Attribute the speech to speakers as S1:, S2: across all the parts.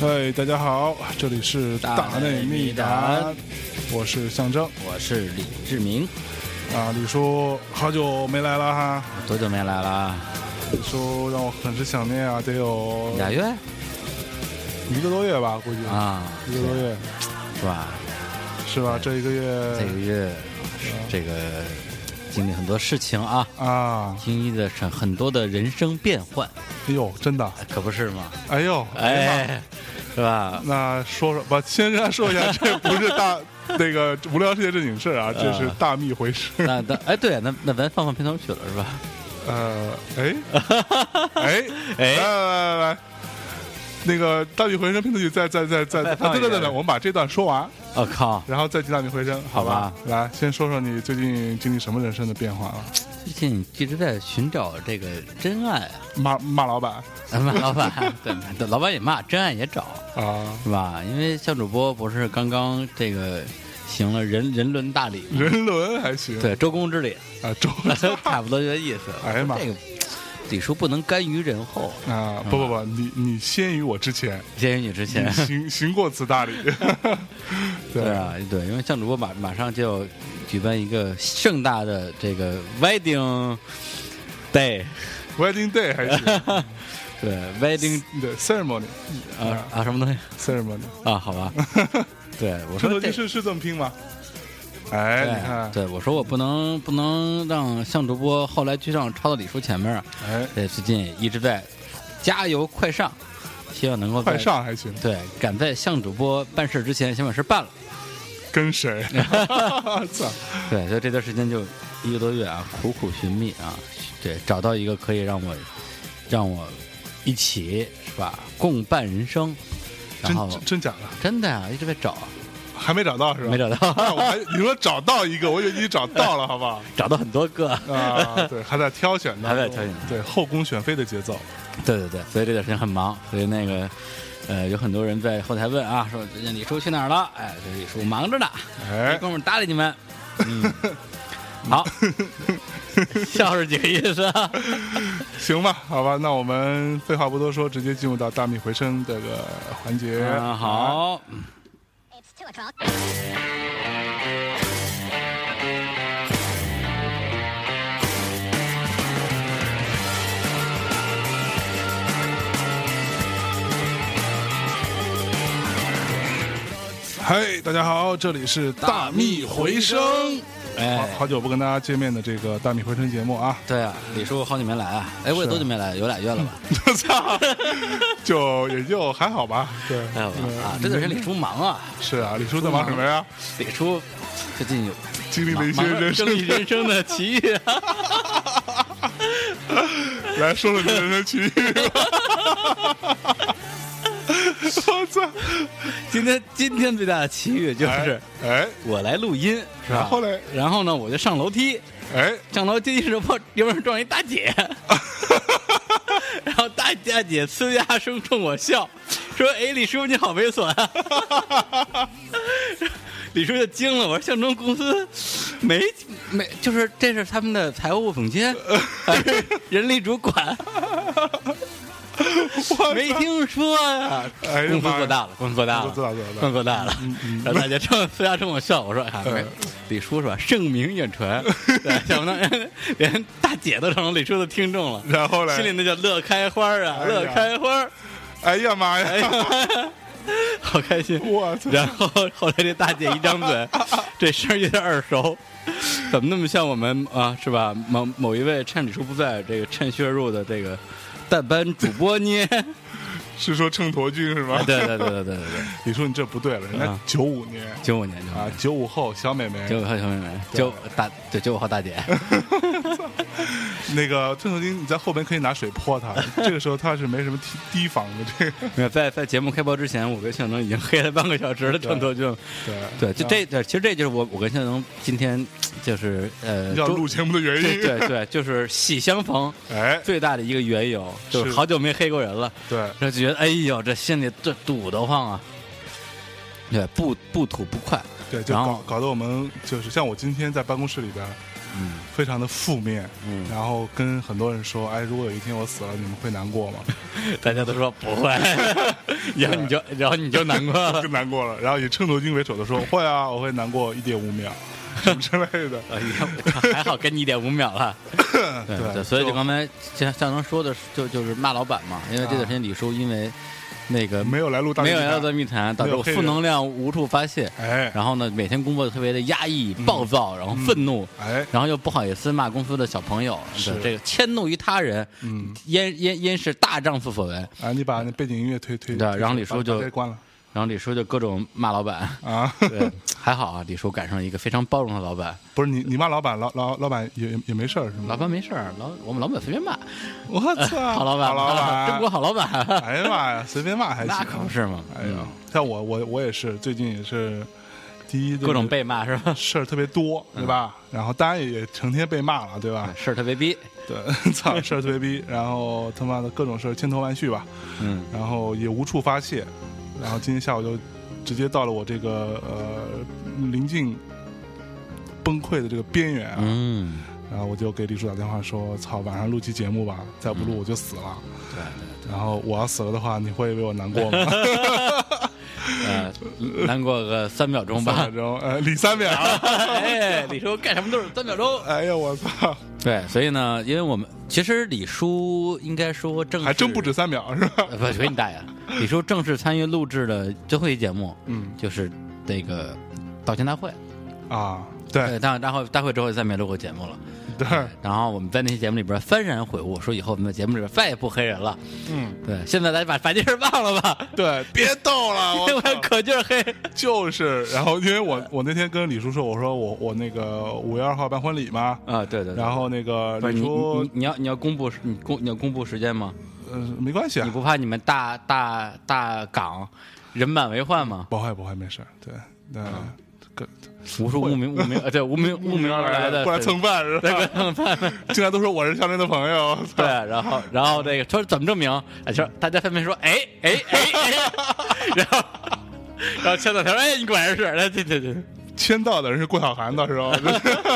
S1: 嗨，大家好，这里是大内密
S2: 大内
S1: 谈
S2: 密，
S1: 我是象征
S2: 我是李志明，
S1: 啊。李叔好久没来了哈，
S2: 多久没来了？
S1: 李叔让我很是想念啊，得有
S2: 俩月
S1: 一个多月吧，估计
S2: 啊，
S1: 一个多月
S2: 是吧？
S1: 是吧？这一个
S2: 这个
S1: 月
S2: 月这个经历很多事情啊，
S1: 啊，
S2: 经历了很很多的人生变幻，
S1: 哎呦，真的，
S2: 可不是吗？
S1: 哎呦，呀妈，
S2: 哎，是吧？
S1: 那说说吧，先跟大家说一下，这不是大那个无聊世界正经事啊，这是大秘回事。
S2: 那那哎，对，那那咱放放片头曲了是吧？
S1: 呃， 哎，哎，
S2: 哎
S1: 来来来来，那个大米回声拼图曲，再再再再，
S2: 再
S1: 啊
S2: 放一
S1: 对对对对，
S2: 遍
S1: 我们把这段说完，
S2: 我、哦靠！
S1: 然后再进大米回声，好吧
S2: 好吧？
S1: 来，先说说你最近经历什么人生的变化了？
S2: 最近一直在寻找这个真爱啊，
S1: 骂骂老板
S2: 骂 老板，对，对老板也骂，真爱也找，
S1: 啊，
S2: 是吧？因为小主播不是刚刚这个行了人人伦大礼吗？
S1: 人伦还行，
S2: 对，周公之礼，
S1: 啊，周
S2: 差不多就这意思。
S1: 哎呀妈
S2: 这个李叔不能甘于人后，
S1: 啊，不不不，你你先于我之 前，
S2: 先于你之前
S1: 你。 行行过此大礼，
S2: 嗯对啊，对，因为向主播马马上就要举办一个盛大的这个 wedding day，
S1: ，Wedding Day 还行，
S2: 对 wedding
S1: 对，Ceremony
S2: 啊啊什么东西
S1: Ceremony，
S2: 啊？好吧，对我
S1: 这
S2: 说
S1: 头
S2: 这
S1: 句是是这么拼吗？哎，你看，
S2: 对，我说我不能不能让向主播后来居上超到李叔前面儿，
S1: 哎，
S2: 对，最近也一直在加油快上，希望能够在
S1: 快上还行，
S2: 对赶在向主播办事之前先把事办了。
S1: 跟 谁？操！
S2: 对，所以这段时间就一个多月啊，苦苦寻觅啊，对，找到一个可以让我让我一起是吧，共伴人生。然
S1: 真
S2: 后
S1: 真真假的，
S2: 真的啊，一直在找，
S1: 还没找到是吧？
S2: 没找
S1: 那我
S2: 到，
S1: 还你说找到一个，我以为你找到了，好不好？
S2: 找到很多个。
S1: 啊，对，还在挑选呢，
S2: 还在挑选
S1: 对后宫选妃的节奏，
S2: 对对对，所以这段时间很忙，所以那个。呃，有很多人在后台问啊，说最近李叔去哪儿了？哎，这李叔忙着呢，没
S1: 哎，
S2: 工夫搭理你们。 嗯，好，笑是几个意思啊？
S1: 行吧，好吧，那我们废话不多说，直接进入到大米回声这个环节。
S2: 嗯，，好，
S3: It's two o'clock.
S1: 嗨，哎大家好，这里是大米回声，好
S2: 哎，
S1: 好久不跟大家见面的这个大米回声节目 啊，
S2: 对啊，李叔好久没来啊！哎，我也
S1: 是
S2: 多久没来？有俩月了吧？
S1: 我 操，就也就还好吧，对，
S2: 还有吧？
S1: 嗯
S2: 啊，这段时间李叔忙啊，
S1: 是啊，李叔在忙什么呀？
S2: 李叔最近有
S1: 经历了一些
S2: 忙忙
S1: 人生
S2: 经历人生的奇 遇啊！
S1: 来说说你的人生奇遇吧。我操！
S2: 今天今天最大的奇遇 就是
S1: 哎，
S2: 我来录音，是吧？
S1: 然后嘞
S2: 然后呢，我就上楼梯，
S1: 哎
S2: 上楼梯的时候有人撞一大 姐，然后大大姐呲牙声冲我笑，说：“哎，李叔你好猥琐 啊！”李叔就惊了，我说：“象征公司没没，就是这是他们的财务 总监，还是人力主管，
S1: 哎，
S2: 没听说呀、
S1: 哎呀
S2: 公司
S1: 妈呀
S2: 做大了，公司做大了，
S1: 公司做大做嗯大
S2: 公司做大了。然后大家冲私下冲我笑，我说啊，没
S1: 嗯
S2: 李叔是吧？盛名远传，对 想不到连大姐都成了李叔的听众了。
S1: 然后嘞
S2: 心里那叫乐开花啊，
S1: 哎呀
S2: 乐开花儿，
S1: 哎呀妈
S2: 哎
S1: 呀！
S2: 呀， 好开心。
S1: 我操！
S2: 然后后来这大姐一 张嘴，这声儿有点耳熟，怎么那么像我们啊？是吧？某某一位趁李叔不在，这个趁虚而入的这个代班主播 呢？
S1: 是说秤砣君是吗
S2: 哎？对对对对对对对。
S1: 李叔，你这不对了，人家
S2: 啊
S1: 九五年
S2: 九五年，九五
S1: 啊
S2: 年，
S1: 九五后小美眉
S2: 九。五后小妹妹，九大对九五后大姐，
S1: 那个秤砣君，你在后边可以拿水泼他，这个时候他是没什么提提防的。这个
S2: 没有在在节目开播之前，我跟向东已经黑了半个小时了，郑头君。对，就
S1: 啊
S2: 这对，其实这就是我我跟向东今天就是呃，
S1: 要
S2: 周
S1: 录节目的原
S2: 对
S1: 因。
S2: 对对，就是喜相逢
S1: 哎，
S2: 最大的一个缘由，就是
S1: 是
S2: 好久没黑过人了，
S1: 对，
S2: 然后就觉得哎呦，这心里这堵得慌啊。对，不不吐不快，
S1: 对，就
S2: 然
S1: 搞
S2: 后
S1: 搞得我们就是像我今天在办公室里边，
S2: 嗯
S1: 非常的负面，
S2: 嗯
S1: 然后跟很多人说，哎，如果有一天我死了，你们会难过吗？
S2: 大家都说不会， 然后你就然后你就难过 了
S1: 更难过了。然后以秤砣精为首的说，会啊，我会难过一点五秒，什么之类的。嗯
S2: 哎呀，我靠还好跟你一点五秒了。
S1: 对
S2: 对，所以
S1: 就
S2: 就刚才像像能说的是，就就是骂老板嘛，因为这段时间李叔因为那个
S1: 没有来录大
S2: 没
S1: 内密
S2: 有
S1: 谈
S2: 要做密谈，导致我
S1: 黑
S2: 负
S1: 人
S2: 能量无处发泄，
S1: 哎
S2: 然后呢，每天工作特别的压抑、
S1: 嗯
S2: 暴躁，然后愤怒，
S1: 哎，
S2: 然后又不好意思骂公司的小朋友，
S1: 是
S2: 对这个迁怒于他人，
S1: 嗯，
S2: 焉焉焉是大丈夫所为？
S1: 啊，你把那背景音乐推推，
S2: 对
S1: 推
S2: 然后李叔
S1: 把
S2: 就
S1: 把这关了
S2: 然后李叔就各种骂老板，
S1: 啊。
S2: 对，还好啊，李叔赶上了一个非常包容的老板，
S1: 不是你，你骂老板，老老老板也也也没事儿是吗？
S2: 老板没事儿，老我们老板随便骂，
S1: 我操，
S2: 好老板，
S1: 啊好老板，
S2: 中国好老板，
S1: 哎呀妈呀，随便骂还行。
S2: 那可不是嘛，嗯
S1: 哎呀，像我我我也是，最近也是第一
S2: 各种被嗯骂是吧？
S1: 事儿特别多，对吧？然后当然也也成天被骂了，对吧？
S2: 事儿特别逼，
S1: 对， 操，事儿特别逼，然后他妈的各种事儿千头万绪吧，
S2: 嗯，
S1: 然后也无处发泄，然后今天下午就直接到了我这个呃临近崩溃的这个边缘啊，
S2: 嗯，
S1: 然后我就给李叔打电话说：“操，晚上录期节目吧，再不录我就死了。
S2: 嗯对对
S1: 然后我要死了的话，你会为我难 过吗？
S2: 对，呃，难过个三秒钟
S1: 三
S2: 吧
S1: 秒。钟，呃，李三 秒。
S2: 哎，李叔干什么都是三秒钟。
S1: 哎呀，我操，
S2: 对，所以呢，因为我们其实李叔应该说正式
S1: 还真不止三秒是吧？
S2: 呃，不，随你大 爷！李叔正式参与录制的最后一节目，
S1: 嗯
S2: 就是那个道歉大会。
S1: 啊，对
S2: 对，大大会大会之后再没录过节目了。
S1: 对，
S2: 然后我们在那期节目里边幡然悔悟，说以后我们的节目里边再也不黑人了。
S1: 嗯，
S2: 对，现在咱把把这事儿忘了吧，
S1: 对，别逗了，
S2: 因
S1: 我
S2: 为我
S1: 操
S2: 可劲儿黑。
S1: 就是，然后因为我我那天跟李叔说，我说我我那个五月二号办婚礼嘛，
S2: 啊，对对
S1: 然后那个
S2: 不是
S1: 李
S2: 啊你
S1: 叔
S2: 你，你要你要公布时你公你要公布时间吗？
S1: 呃，没关系
S2: 你
S1: 啊，
S2: 不怕你们大大大港人满为患吗？
S1: 不会不会，没事，对对，跟
S2: 无数无名无名呃，对无名无名而来的
S1: 过来
S2: 粉
S1: 蹭饭是吧？
S2: 对蹭饭。
S1: 竟然都说我是肖真的朋友，我
S2: 对，
S1: 操
S2: 然后然后那个他说怎么证明？哎，说大家分别说，哎哎哎哎，然后然后签到他说，哎，你果然是，哎对对对
S1: 签到的人是顾晓涵，到时候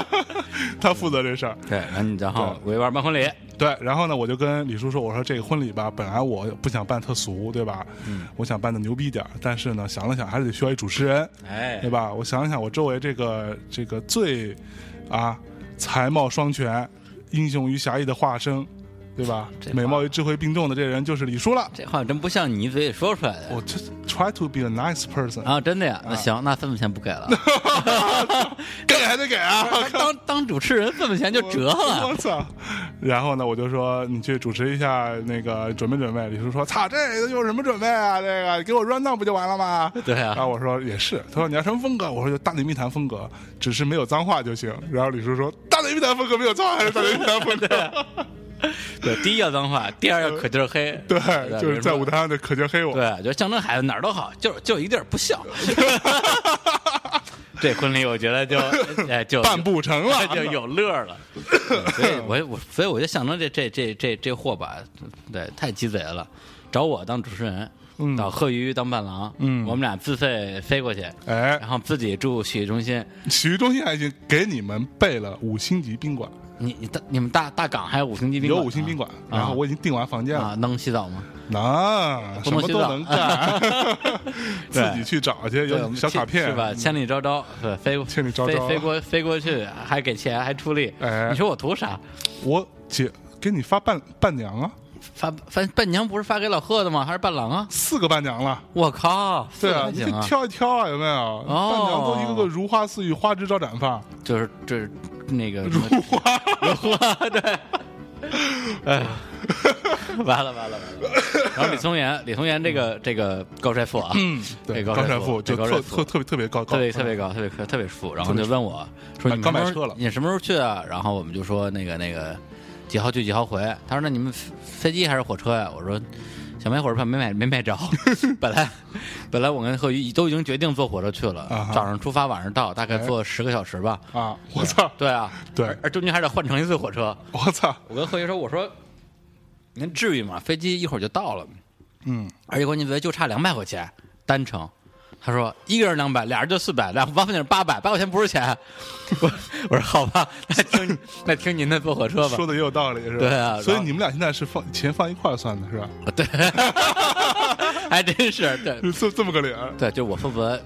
S1: 他负责这事儿。
S2: 对，然后你然后维玩办婚礼，
S1: 对，然后呢，我就跟李叔说，我说这个婚礼吧，本来我不想办特俗，对吧？嗯，我想办的牛逼点儿，但是呢，想了想还是得需要一主持人，
S2: 哎
S1: 对吧？我想了想，我周围这个这个最啊才貌双全、英雄与侠义的化身，对吧
S2: 这？话
S1: 美貌与智慧并重的这人就是李叔了。
S2: 这话真不像你嘴里说出来的
S1: 我 just try to be a nice person，、
S2: 啊，真的呀？那行，那份子钱不给 了，
S1: 给还得给啊！
S2: 当当主持人份子钱就折 了
S1: 我。操！然后呢，我就说你去主持一下，那个准备准备。李叔说：“操，这个有什么准备啊？这个你给我 run down 不就完了吗？”
S2: 对啊
S1: 然后我说也是。他说你要什么风格？我说就大内密谈风格，只是没有脏话就行。然后李叔说：“大内密谈风格没有脏话还是 大内密谈风格？”
S2: 对，第一要脏话，第二要可劲儿黑。
S1: 对，就是在舞台上的可劲黑我。
S2: 对，就象征孩子哪儿都好，就就一地儿 不孝。这婚礼我觉得就哎就
S1: 办不成了
S2: 就有乐儿了。所 以我我所以我就象征这这这这这货吧，对，太鸡贼了，找我当主持人。
S1: 嗯
S2: 找贺鱼当伴郎，嗯，我们俩自费飞过去，
S1: 哎
S2: 然后自己住洗浴中心。
S1: 洗浴中心还行，给你们备了五星级宾馆，
S2: 你你大你们大大港还有五星级宾
S1: 有
S2: 馆呢，
S1: 五星宾馆。
S2: 啊
S1: 然后我已经订完房间了
S2: 啊，，能洗澡吗？
S1: 啊，
S2: 不
S1: 什
S2: 能
S1: 么
S2: 洗
S1: 都
S2: 澡
S1: 能 干， 自己去找去，
S2: 对我
S1: 有
S2: 们
S1: 小卡
S2: 千
S1: 片
S2: 是吧？？千里昭昭，对，飞过
S1: 千里昭昭
S2: 飞飞过飞过去，还给钱，还出力。
S1: 哎
S2: 你说我图啥？
S1: 我姐给你发伴伴娘啊，
S2: 发发伴娘不是发给老贺的吗？还是伴郎啊？
S1: 四个伴娘了。
S2: 我靠，
S1: 对啊，
S2: 还
S1: 你
S2: 行
S1: 得
S2: 啊，哦
S1: 挑一挑啊，有没有？伴娘都一个个如花似玉，花枝招展放。
S2: 就是就是那个如花，如花，对，哎， 完了完了完了。然后李松岩，李松岩这个这个高帅富啊，嗯，
S1: 对，
S2: 高
S1: 高
S2: 帅
S1: 帅富就
S2: 这高
S1: 特
S2: 帅
S1: 特
S2: 富。
S1: 特别特别高，嗯
S2: 特别
S1: 高
S2: 特别高，特别特特别富，然后就问我说：“
S1: 买
S2: 你
S1: 哎刚
S2: 什么
S1: 买
S2: 时候
S1: 车了
S2: 你什么时候去啊？”然后我们就说：“那个那个，几号去几号回？”他说：“那你们飞飞机还是火车呀、我说：“想买火车票没买没 买着，本来本来我跟贺宇都已经决定坐火车去了
S1: 啊，哈
S2: 早上出发晚上到，大概
S1: 哎
S2: 坐十个小时吧。
S1: 啊！我操，
S2: 对啊，
S1: 对
S2: 而而中间还得换乘一次火车。
S1: 我操，
S2: 我跟贺宇说：“我说您至于吗？飞机一会儿就到了，
S1: 嗯，
S2: 而且关键觉得就差两百块钱单程。”他说一个人两百，俩人就四百，俩八块钱八百，八块钱不是钱。我我说好吧，那听那听您的坐火车吧。
S1: 说的也有道理，是吧？
S2: 对啊
S1: 所以
S2: 然后
S1: 你们俩现在是放钱放一块儿算的，是 吧？
S2: 对，还真是对
S1: 是这这么个啊理儿。
S2: 对，就我负责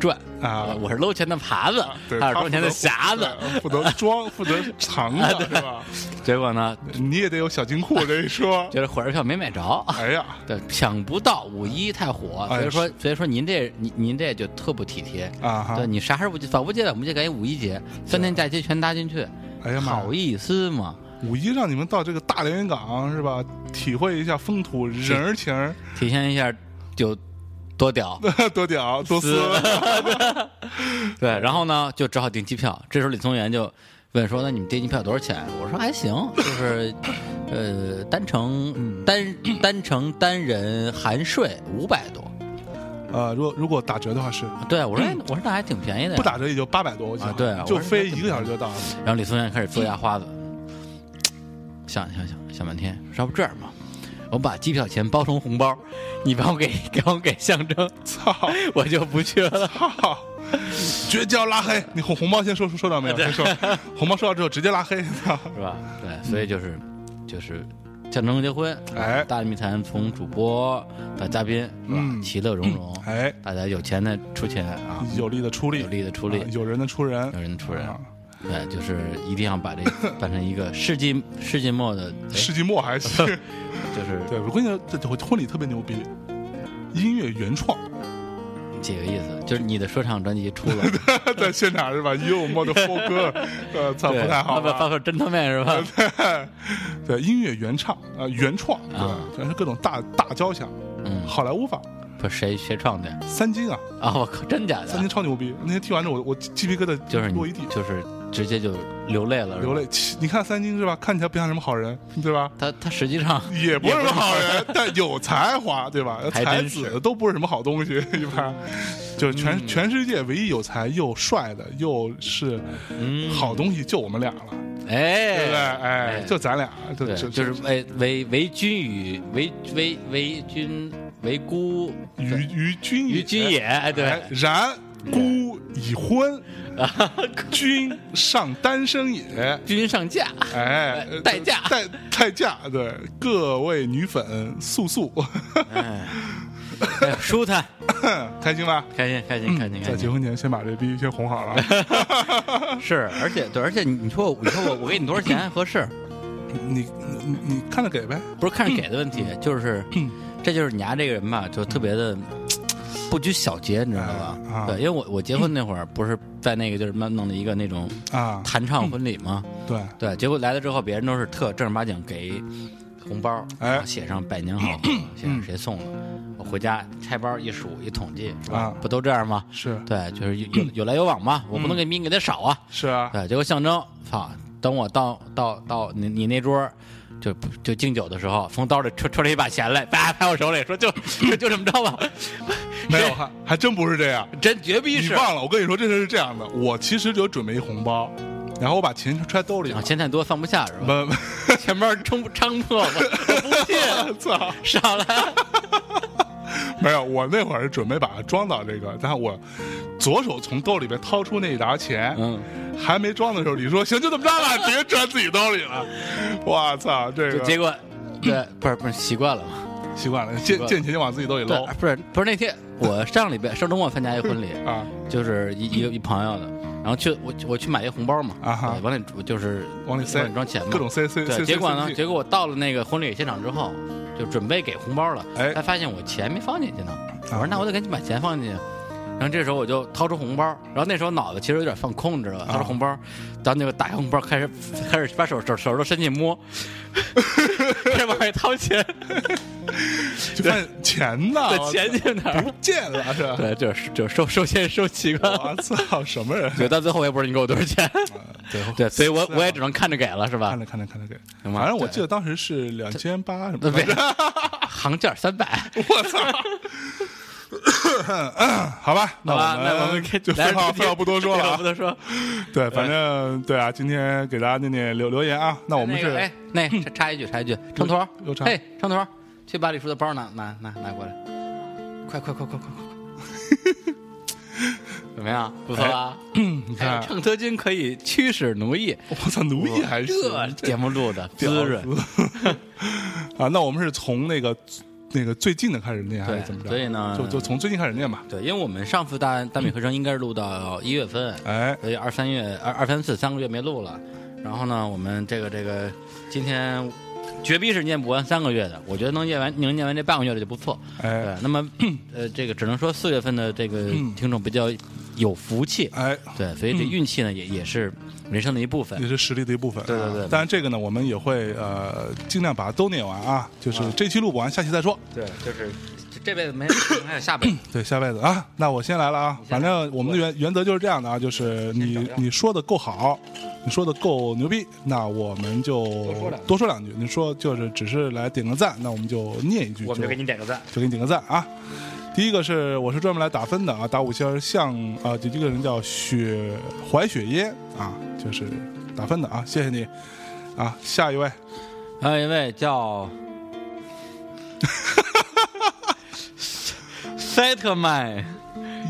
S2: 赚
S1: 啊
S2: 我是搂钱的耙子，
S1: 对，
S2: 他是
S1: 他
S2: 装钱的匣子。
S1: 负责对负责装，负责藏 的是吧？
S2: 结果呢，
S1: 你也得有小金库这一 说。
S2: 觉得火车票没买着，
S1: 哎呀，
S2: 对，抢不到五一太火，
S1: 哎
S2: 所以说
S1: 是
S2: 所以说您这您您这就特不体贴。
S1: 啊哈
S2: 对，你啥时候不接？早不接晚不接，赶紧五一节，三天假期全搭进去，
S1: 哎呀妈呀！
S2: 好意思吗？
S1: 五一让你们到这个大连云港是吧？体会一下风土人儿情儿，
S2: 体现一下就多屌。
S1: 多屌多斯，
S2: 对，然后呢，就只好订机票。这时候李松元就问说：“那你们订机票多少钱？”我说：“还行，就是呃，单程单单程单人含税五百多。
S1: 呃，如果如果打折的话是”
S2: 对，我说：“哎我说那还挺便宜的。”
S1: 不。打折也就八百多，我记得
S2: 啊对啊
S1: 就
S2: 我说
S1: 飞一个小时就到了。
S2: 然后李松元开始嘬牙花子，想想想想半天，要不这样吧，我把机票钱包成红包，你帮我给给我给象征，
S1: 操！
S2: 我就不去了。
S1: 操！绝交拉黑，你红红包先收收到没有？先收，红包收到之后直接拉黑。 啊操
S2: 是吧？对，所以就是、就是象征结婚，
S1: 哎
S2: 大内密谈从主播到嘉宾，是吧？
S1: 嗯
S2: 其乐融融，
S1: 哎，
S2: 大家有钱的出钱啊，
S1: 有力的出力，
S2: 有力的出力
S1: 啊有人的出人，
S2: 有人的出人
S1: 啊
S2: 对，就是一定 要把这办成一个世纪世纪末的，哎
S1: 世纪末还 行。
S2: 就是
S1: 对，我跟你说，这这婚礼特别牛逼，音乐原创
S2: 这个意思，就是你的说唱专辑出了，
S1: 在现场是吧？幽默的副歌，呃，操，
S2: 对，
S1: 不太好
S2: 包括包
S1: 吧？
S2: 括真他妹是吧？
S1: 对，音乐原唱，呃，原创，
S2: 啊
S1: 对，全是各种大大交响，
S2: 嗯，
S1: 好莱坞范儿，
S2: 不是谁谁创的
S1: 三金啊，
S2: 啊？我靠，真假
S1: 三
S2: 的
S1: 金？超牛逼！那天听完之后，我我鸡皮疙瘩
S2: 就是
S1: 落
S2: 你
S1: 一地，
S2: 就是直接就流泪了，是吧
S1: 流。泪。其你看三金是吧？看起来不像什么好人，对吧？
S2: 他他实际上
S1: 也不是什么好人，但有才华，对吧？
S2: 还
S1: 才
S2: 真是
S1: 子都不是什么好东西，一般。就是全、全世界唯一有才又帅的又是
S2: 嗯
S1: 好东西，就我们俩了，
S2: 哎，
S1: 对不对？哎，
S2: 哎
S1: 就咱俩，就
S2: 对，
S1: 就
S2: 就是为为为君与为为为君为孤
S1: 于于君
S2: 于君也，哎对
S1: 哎，然孤已婚，
S2: 啊，
S1: 君尚单身也。
S2: 君 上架，
S1: 哎，
S2: 代驾
S1: 代代驾，对各位女粉速速，
S2: 哎，哎呦舒坦，
S1: 开心吧？
S2: 开心开心开心
S1: 在
S2: 开
S1: 结
S2: 心，
S1: 婚前先把这逼先哄好了。
S2: 是，而且对，而且你说我，你说我，我给你多少钱还合适？
S1: 你你你看着给呗，
S2: 不是看着给的问题，
S1: 嗯
S2: 就是这就是你家这个人吧，就特别的。不拘小节，你知道
S1: 哎啊
S2: 吧？对，因为我我结婚那会儿不是在那个就是弄弄了一个那种
S1: 啊，
S2: 弹唱婚礼吗？
S1: 对，
S2: 对，结果来了之后，别人都是特正儿八经给红包，
S1: 哎嗯
S2: 然后写上百年好合，写上谁送的。我回家拆包一数一统计，是吧？
S1: 啊
S2: 不都这样吗？
S1: 是
S2: 对，就是有有有来有往嘛，我
S1: 嗯
S2: 不能给你给他少啊。
S1: 是啊，
S2: 对，结果象征，操，等我到到到你你那桌儿。就就敬酒的时候，从兜里抽抽出一把钱来，叭拍我手里说就 就就这么着吧，
S1: 没 有，还还真不是这样。
S2: 真绝逼
S1: 你
S2: 哎是。
S1: 忘了，我跟你说，这事是这样的，我其实就准备一红包，然后我把钱揣兜里
S2: 啊，
S1: 了，
S2: 钱太多放不下是吧？
S1: 不，
S2: 钱包撑不撑破了，我不
S1: 不
S2: 信，
S1: 操，
S2: 少来。
S1: 没有，我那会儿准备把它装到这个，但我左手从兜里边掏出那一沓钱，
S2: 嗯，
S1: 还没装的时候，你说行，就这么着吧，直接揣自己兜里了，我操，这
S2: 就
S1: 个
S2: 结果，对，不是不是习惯了嘛？
S1: 习惯了，见
S2: 惯了
S1: 见钱就往自己兜里
S2: 对
S1: 搂，
S2: 不是不是那天我上礼拜上周末参加一个婚礼，
S1: 啊，
S2: 就是一一个一朋友的，然后去我我去买一个红包嘛，
S1: 啊哈
S2: 对往里就是
S1: 往里塞
S2: 装钱嘛，
S1: 各种塞 塞塞
S2: 对，
S1: 塞，
S2: 结果
S1: 塞
S2: 呢，
S1: 进去
S2: 结果我到了那个婚礼现场之后，就准备给红包了，
S1: 哎
S2: 才发现我钱没放进去呢。我说那我得赶紧把钱放进去。然后这时候我就掏出红包，然后那时候脑子其实有点放空，你知道吧？掏出红包，然后那个打开红包，开始开始把手手手都伸进去摸，开始往外掏钱，
S1: 就发现钱呢，
S2: 这
S1: 我操
S2: 钱去哪儿？
S1: 见了是吧？
S2: 对，就是就收收钱收奇怪了。
S1: 我操，什么人？啊
S2: 对，到最后我也不知道你给我多少钱，
S1: 对嗯
S2: 对，所以我
S1: 是啊
S2: 我也只能看着给了，是吧
S1: 看？着看着看着给，
S2: 行吧
S1: 反正我
S2: 对
S1: 记得当时是两千八什么
S2: 对
S1: 的。
S2: 行价三百，
S1: 我操！好吧，那
S2: 好吧，那
S1: 我
S2: 我们可以
S1: 就
S2: 来
S1: 废话废话不多说了
S2: 废话
S1: 啊
S2: 不。多说。
S1: 对，反正对啊，今天给大家念念留留言啊。那 我们
S2: 那个
S1: 是嗯啊
S2: 哎，那插插一句，插一句，程头
S1: 又又，插
S2: 嘿，程头，去把李叔的包拿拿拿拿过来，快快快快快快快！ 怎么样？不错吧？
S1: 你
S2: 哎
S1: 看，啊
S2: 唱德军可以驱使奴役，
S1: 我操，奴役还是
S2: 这节目录 的滋润，
S1: 啊？那我们是从那个那个最近的开始念，还是
S2: 对
S1: 哎怎么着？
S2: 所以呢
S1: 就就从最近开始念吧。
S2: 对，因为我们上次大大米和声应该是录到一月份，
S1: 哎，
S2: 所以二三月二二三四三个月没录了。然后呢，我们这个这个今天绝逼是念不完三个月的，我觉得能念完能念完这半个月的就不错。
S1: 哎
S2: 对，那么 呃，这个只能说四月份的这个听众比较有福气，
S1: 哎，
S2: 对，所以这运气呢也也是人生的一部分
S1: 也。是实力的一部分。啊
S2: 对对对
S1: 当然这个呢，我们也会呃尽量把它都念完啊，就是这期录不完，下期再说。
S2: 对，就是这辈子没还有下辈子，
S1: 对，下辈子啊，那我先来了啊。反正我们的原原则就是这样的啊，就是你你说的够好，你说的够牛逼，那我们就多说两句。你说就是只是来点个赞，那我们就念一句，
S4: 我们就给你点个赞。
S1: 就给你点个赞啊。第一个是我是专门来打分的啊，打五星儿像啊，这、这个人叫雪怀雪烟啊，就是打分的啊，谢谢你啊。下一位，
S2: 还有一位 叫 Settlement
S1: 呀，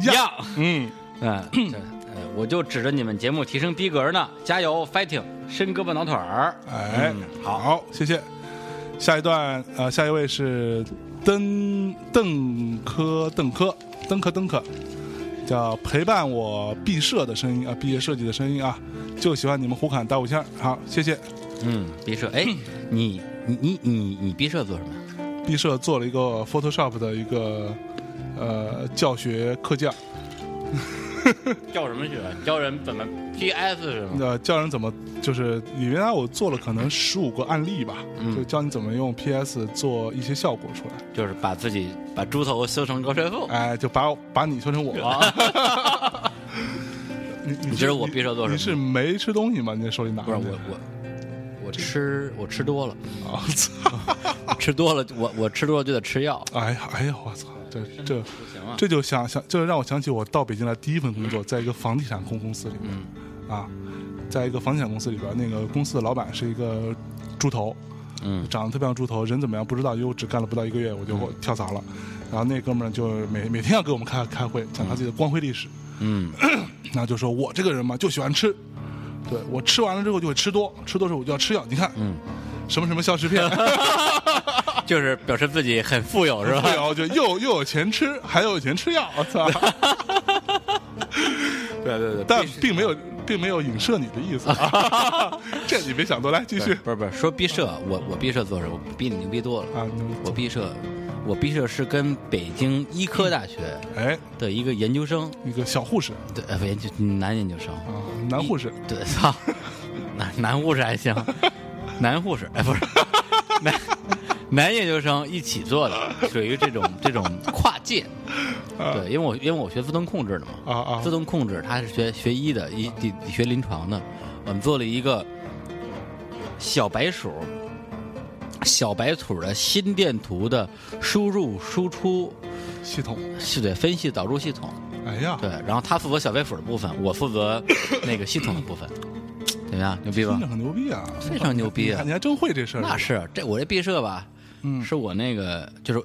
S2: Young。
S1: 嗯，
S2: 嗯，这呃我就指着你们节目提升逼格呢，加油，fighting，伸胳膊挠腿儿。
S1: 哎，
S2: 嗯
S1: 好，
S2: 好，
S1: 谢谢。下一段，呃，下一位是登邓科邓科登科登科，叫陪伴我毕设的声音啊，毕业设计的声音啊，就喜欢你们胡侃打五星儿，好，谢谢。
S2: 嗯，毕设， 哎，你你你你你毕设做什么？
S1: 毕设做了一个 Photoshop 的一个呃教学课件儿，
S2: 教什么学？教人怎么 PS 是吗？
S1: 呃，教人怎么就是原来我做了可能十五个案例吧，
S2: 嗯
S1: 就教你怎么用 PS 做一些效果出来，
S2: 就是把自己把猪头修成高帅富。
S1: 哎，就把我把你说成我。
S2: 啊，
S1: 你你
S2: 你
S1: 是
S2: 觉得我毕设做什么
S1: 你是没吃东西吗？你在手里拿
S2: 不是
S1: 着
S2: 我我我吃我吃多了，
S1: 我操！
S2: 吃多了我我吃多了就得吃药。
S1: 哎呀哎呀，我操！这这
S2: 不行啊，
S1: 这就想想，这就让我想起我到北京来第一份工作，在一个房地产公公司里面、
S2: 嗯
S1: 啊，在一个房地产公司里边，那个公司的老板是一个猪头，
S2: 嗯
S1: 长得特别像猪头，人怎么样不知道，因为我只干了不到一个月我就跳槽了。然后那哥们儿就每每天要给我们开开会，讲他自己的光辉历史，
S2: 嗯，
S1: 然后就说我这个人嘛就喜欢吃，对我吃完了之后就会吃多，吃多时候我就要吃药，你看，
S2: 嗯
S1: 什么什么消食片，
S2: 就是表示自己很富 有是吧？
S1: 对啊，我觉得又又有钱吃，还有钱吃药，我操！
S2: 对对对
S1: 但并没有并没有影射你的意 思啊，这你别想多，来继续
S2: 不是不是说毕设，我我毕设做什么？我比你牛逼多了。
S1: 啊，你
S2: 我毕设，我毕设是跟北京医科大学
S1: 哎，
S2: 的一个研究生，
S1: 一个小护士
S2: 对，呃不研究男研究生，
S1: 啊，男护士，
S2: 对，操，男男护士还行，男护士，哎，不是，男男研究生一起做的，属于这种这种跨界，对，因为我因为我学自动控制的嘛，
S1: 啊啊
S2: 自动控制他是学学医的，医得得学临床的，我们做了一个小白鼠。小白鼠的心电图的输入输出
S1: 系统，
S2: 是对分析导入系统，
S1: 哎呀，
S2: 对，然后他负责小白鼠的部分，我负责那个系统的部分，怎么样？牛逼吧
S1: 听着？很牛逼啊，
S2: 非常牛逼
S1: 你
S2: 啊
S1: 还！你还真会这事儿，嗯
S2: 那是这我这毕设吧，是我那个就是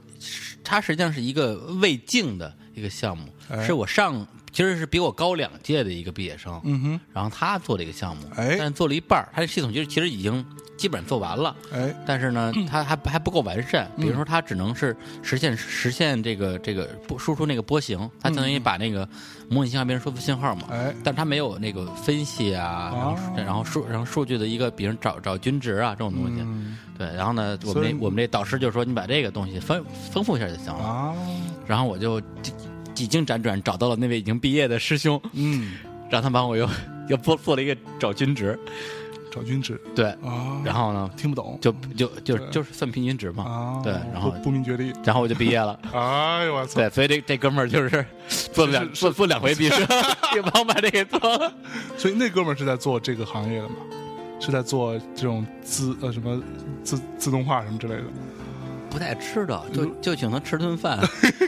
S2: 它实际上是一个未竟的一个项目，
S1: 哎
S2: 是我上其实是比我高两届的一个毕业生，
S1: 嗯哼，
S2: 然后他做了一个项目，
S1: 哎
S2: 但是做了一半儿，他的系统就是其实已经基本上做完了，
S1: 哎，
S2: 但是呢，它还还不够完善。
S1: 嗯
S2: 比如说，它只能是实现实现这个这个波输出那个波形，
S1: 嗯
S2: 它相当于把那个模拟信号变成数字信号嘛。
S1: 哎
S2: 但它没有那个分析啊，然后
S1: 哦
S2: 数然后数然后数据的一个，比如找找均值啊这种东西。对，然后呢，我
S1: 嗯所
S2: 们
S1: 以
S2: 那我们这导师就说，你把这个东西丰丰富一下就行了。
S1: 啊，
S2: 然后我就几几经辗转找到了那位已经毕业的师兄，
S1: 嗯，
S2: 让他帮我又 又做做了一个找均值。
S1: 找均值
S2: 对，
S1: 啊，
S2: 然后呢，
S1: 听不懂
S2: 就就就
S1: 对
S2: 就是算平均值嘛。
S1: 啊，
S2: 对，然后
S1: 不不明觉厉，
S2: 然后我就毕业 了。
S1: 哎呦我操，
S2: 对，所以这这哥们儿 就是做了两
S1: 是是
S2: 做做两回 毕设，也帮我把这给做了。
S1: 所以那哥们儿是在做这个行业的嘛，是在做这种自呃什么自自动化什么之类的。
S2: 不带吃的，就
S1: 嗯
S2: 就请他吃顿饭，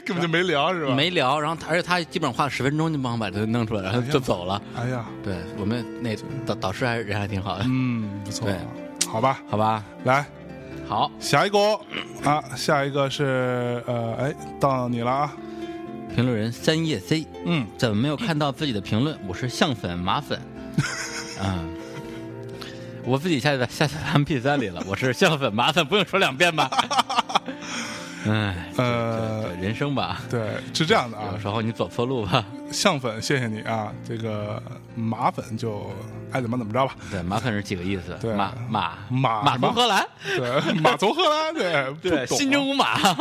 S1: 根本就没聊是吧？，
S2: 没聊。然后他而且他基本上花了十分钟就帮我把它弄出来，然后就走了。
S1: 哎呀，
S2: 对我们那导导师还人还挺好的，
S1: 嗯，不错啊，好吧，
S2: 好吧？
S1: 来
S2: 好，
S1: 下一个哦啊，下一个是呃，哎，到你了啊，
S2: 评论人三叶 C，
S1: 嗯，
S2: 怎么没有看到自己的评论？我是象粉 马粉，嗯，我自己下载下载 MP 三里了。我是象粉马粉，不用说两遍吧？哎，
S1: 呃
S2: 对人生吧，
S1: 对，是这样的啊
S2: 有，时候你走错路吧。
S1: 象粉，谢谢你啊，这个马粉就爱怎么怎么着吧，
S2: 对，马粉是几个意思？
S1: 对啊
S2: 马
S1: 马
S2: 马马从荷兰，
S1: 对， 马从荷兰，对，不
S2: 对，
S1: 懂啊
S2: 心中无马。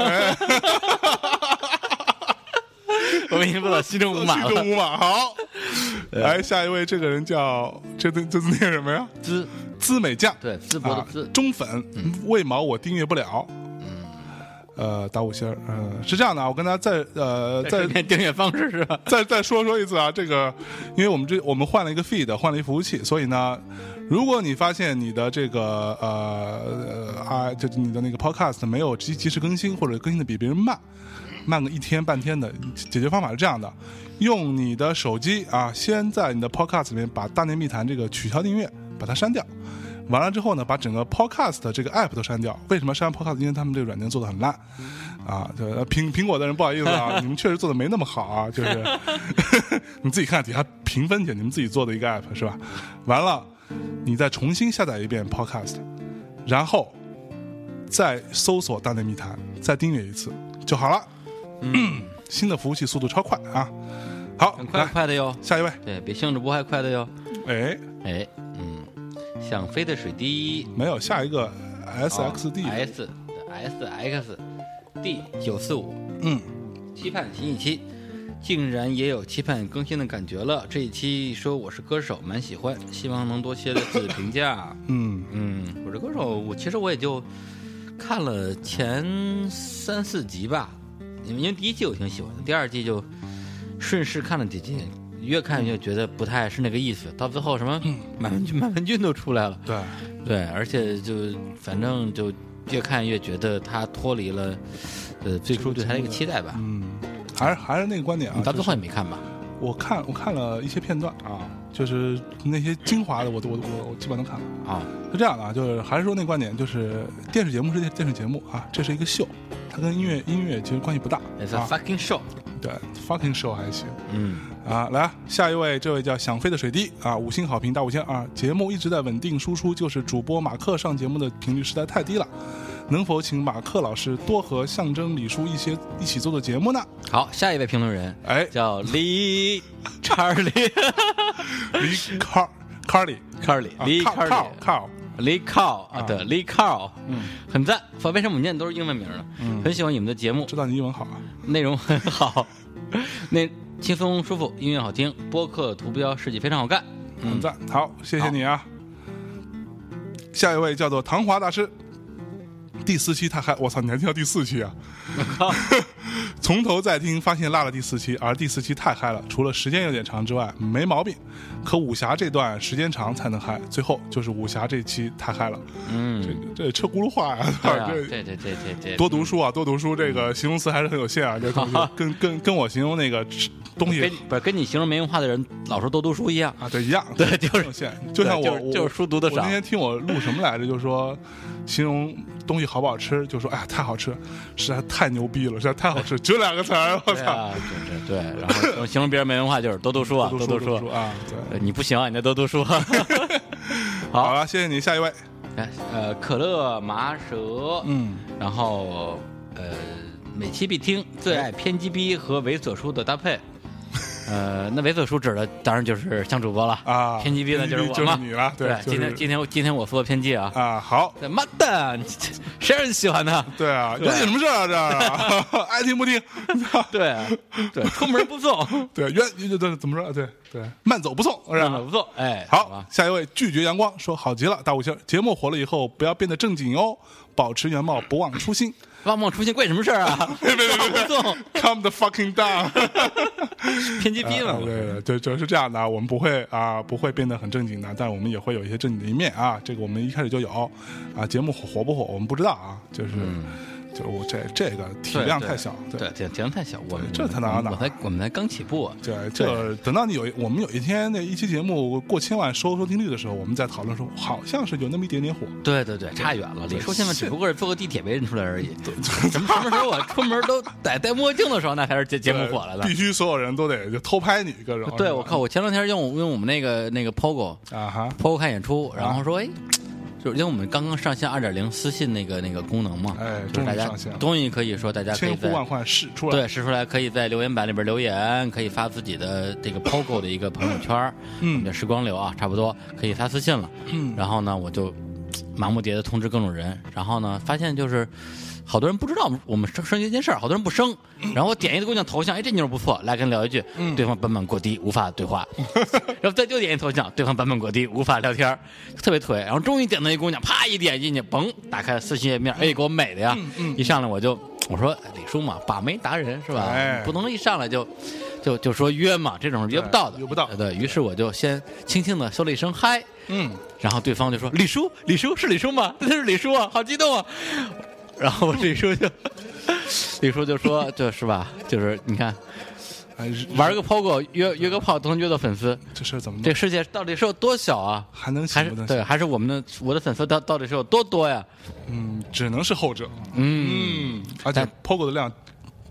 S2: 我们已经做到心中无马
S1: 心
S2: 了
S1: 中。无马， 好，来下一位，这个人叫这字这字念什么呀？
S2: 滋，
S1: 滋美酱，
S2: 对，淄博的嗯
S1: 啊
S2: 淄，，
S1: 中粉，为毛我订阅不了？
S2: 嗯
S1: 呃，打五星儿，嗯，是这样的啊，我跟大家再呃再
S2: 这边订阅方式是吧？
S1: 再再说说一次啊，这个，因为我们这我们换了一个 feed，换了一服务器，所以呢，如果你发现你的这个呃呃啊，就是你的那个 podcast 没有及及时更新，或者更新的比别人慢，慢个一天半天的，解决方法是这样的：用你的手机啊，先在你的 podcast 里面把《大内密谈》这个取消订阅，把它删掉。完了之后呢，把整个 Podcast 这个 app 都删掉。为什么删 Podcast？因为他们这个软件做的很烂，啊，这呃苹苹果的人不好意思 啊，你们确实做的没那么好啊，就是 你自己看底下评分去，你们自己做的一个 app 是吧？完了，你再重新下载一遍 Podcast，然后再搜索《大内密谈》，再订阅一次就好了。嗯， 新的服务器速度超快啊！好
S2: 很，快
S1: 来
S2: 快的哟。
S1: 下一位，
S2: 啊对，比兴致勃还快的哟。
S1: 哎，
S2: 哎，嗯，想飞的水滴哦
S1: 没有下一个 SXD，、
S2: S S X D 九四五，
S1: 嗯，
S2: 期盼新一期，竟然也有期盼更新的感觉了。这一期说我是歌手，蛮喜欢，希望能多些次评价。
S1: 嗯
S2: 嗯，我这歌手，我其实我也就看了前三四集吧，因为因为第一季我挺喜欢的，第二季就顺势看了几集，越看越觉得不太是那个意思，到最后什么满文军、满文军都出来了，
S1: 对，
S2: 对，而且就反正就越看越觉得他脱离了呃最初对他的一个期待吧。
S1: 嗯，还是还是那个观点啊
S2: 你，到最
S1: 就是
S2: 后也没看吧？
S1: 我看我看了一些片段，
S2: 啊
S1: 就是那些精华的我都我我我基本都看了。
S2: 啊，
S1: 是这样的啊，就是还是说那观点，就是电视节目是电电视节目啊，这是一个秀，它跟音乐音乐其实关系不大
S2: It's a
S1: 啊。
S2: fucking show。
S1: 对，fucking show 还行
S2: 嗯，
S1: 啊。来啊，下一位，这位叫想飞的水滴啊，五星好评大五星啊。节目一直在稳定输出，就是主播马克上节目的频率实在太低了。能否请马克老师多和象征李叔一些一起做做节目呢？
S2: 好，下一位评论人
S1: 哎，
S2: 叫 Lee Charlie
S1: 李 Car Carly
S2: Carly
S1: 啊
S2: Lee
S1: Car
S2: Charlie
S1: Car Car，
S2: Lee Carl 啊，对 Lee Carl，嗯，很赞。反为什么我们念的都是英文名呢？
S1: 嗯
S2: 很喜欢你们的节目
S1: 知，道你英文好啊？
S2: 内容很 好，那轻松舒服，音乐好听，播客图标设计非常好看。
S1: 很赞，好，谢谢你啊。下一位叫做唐华大师，第四期他还我操，你还听到第四期啊？ 从头再听，发现落了第四期，而第四期太嗨了，除了时间有点长之外，没毛病。可武侠这段时间长才能嗨，最后就是武侠这期太嗨了，
S2: 嗯，
S1: 这这车轱辘话呀、
S2: 对啊，
S1: 这
S2: 对对对对对，
S1: 多读书啊，多读书，这个形容词还是很有限啊。这东西 跟跟跟我形容那个东西
S2: 跟不是跟你形容没文化的人老说多读书 一样。
S1: 啊，对，一样，
S2: 对就是
S1: 有限，就像
S2: 对
S1: 我
S2: 就是就是书读得
S1: 我
S2: 少
S1: 那天听我录什么来着，就说形容东西好不好吃，就说哎呀太好吃，实在太牛逼了，实在太好吃，就两个词儿，我
S2: 对
S1: 操，
S2: 啊，对对对，然后形容别人没文化就是多读书啊，
S1: 多
S2: 多
S1: 读
S2: 读
S1: 书多读书
S2: 书。
S1: 啊，对。
S2: 呃你不行啊，你得多读书。
S1: 好了，谢谢你，下一位，
S2: 哎呃，可乐麻蛇，
S1: 嗯，
S2: 然后呃，每期必听，最爱偏激逼和猥琐叔的搭 配。呃，那猥琐叔指的当然就是向主播了
S1: 啊
S2: 偏激逼呢就是
S1: 偏激就是
S2: 我嘛，
S1: 你了对就
S2: 对，
S1: 是
S2: 今天今天我今天我说偏激啊，
S1: 啊，好，
S2: 他妈的，你这谁让你喜 欢他？
S1: 对啊，有你什么事儿啊？这儿 啊，爱听不听，
S2: 对对，出门 不送，
S1: 对，原对对怎么说？对对，慢走不送是吧？
S2: 不送，哎，
S1: 啊好
S2: 吧，，
S1: 下一位拒绝阳光说好极了，大五星节目火了以后不要变得正经哦，保持原貌，不忘初心。
S2: 旺旺出现怪什么事儿啊？
S1: 别别别别别
S2: 不送，
S1: Come the fucking down！
S2: 偏激逼嘛
S1: 啊，对对，就就是这样的啊，我们不会啊，不会变得很正经的，但是我们也会有一些正经的一面啊，这个我们一开始就有啊，节目火火不火我们不知道啊，就是。就是我这这个体量太小，
S2: 嗯对，体体量太小，我们
S1: 这才
S2: 我们
S1: 哪哪
S2: 我才我们才刚起步，啊
S1: 对，这等到你有我们有一天那一期节目过千万收收听率的时候，我们再讨论说，好像是有那么一点点火。
S2: 对对对，差远了。李叔现在只不过是坐个地铁没认出来而已。
S1: 对
S2: 什么什么时候我出门都戴戴墨镜的时候，那才是节节目火了的
S1: 必。须所有人都得就偷拍你各种。
S2: 对，
S1: 是吧
S2: 我靠！我前两天用我用我们那个那个 POGO
S1: 啊哈，
S2: POGO 看演出，然后说
S1: 啊
S2: 哎。就是因为我们刚刚上线二点零私信那个那个功能嘛，
S1: 哎
S2: 就是大
S1: 终
S2: 家
S1: 于上线了
S2: 终于可以说大家可
S1: 千
S2: 以
S1: 呼啊
S2: 在
S1: 万唤始出来。
S2: 对，是出来可以在留言板里边留言，可以发自己的这个 POGO 的一个朋友圈儿，
S1: 嗯
S2: 我们的时光流啊，差不多可以发私信了。
S1: 嗯
S2: 然后呢，我就嘖忙不迭的通知各种人，然后呢，发现就是好多人不知道我们升升级这件事儿，好多人不升。然后我点一个姑娘头像，哎，这妞儿不错，来跟聊一句，对方版本过低，无法对话。 然后再又点一头像，对方版本过低，无法聊天儿，特别颓。然后终于点到一姑娘，啪一点进去，嘣，打开了私信页面，哎，给我美的呀！一上来我就我说哎李叔嘛，把妹达人是吧？
S1: 哎
S2: 不能一上来就就就说约嘛，这种是嗯约不到的，
S1: 对约不到
S2: 对，于是我就先轻轻的说了一声嗨，
S1: 嗯，
S2: 然后对方就说：“李叔，李叔是李叔吗？ 那是李叔啊，好激动啊！” 然后我李叔就，李叔就说：“就是吧，就是你看，
S1: 哎，
S2: 玩个 POGO 约约个炮都能约到粉丝，
S1: 这事儿怎么
S2: 这
S1: 弄？
S2: 世界到底是有多小啊？
S1: 还能
S2: 还
S1: 行
S2: 是
S1: 不能行？
S2: 对，还是我们的我的粉丝到到底是有多多呀？
S1: 嗯，只能是后者。
S2: 嗯，
S1: 嗯，而且
S2: 但
S1: POGO 的量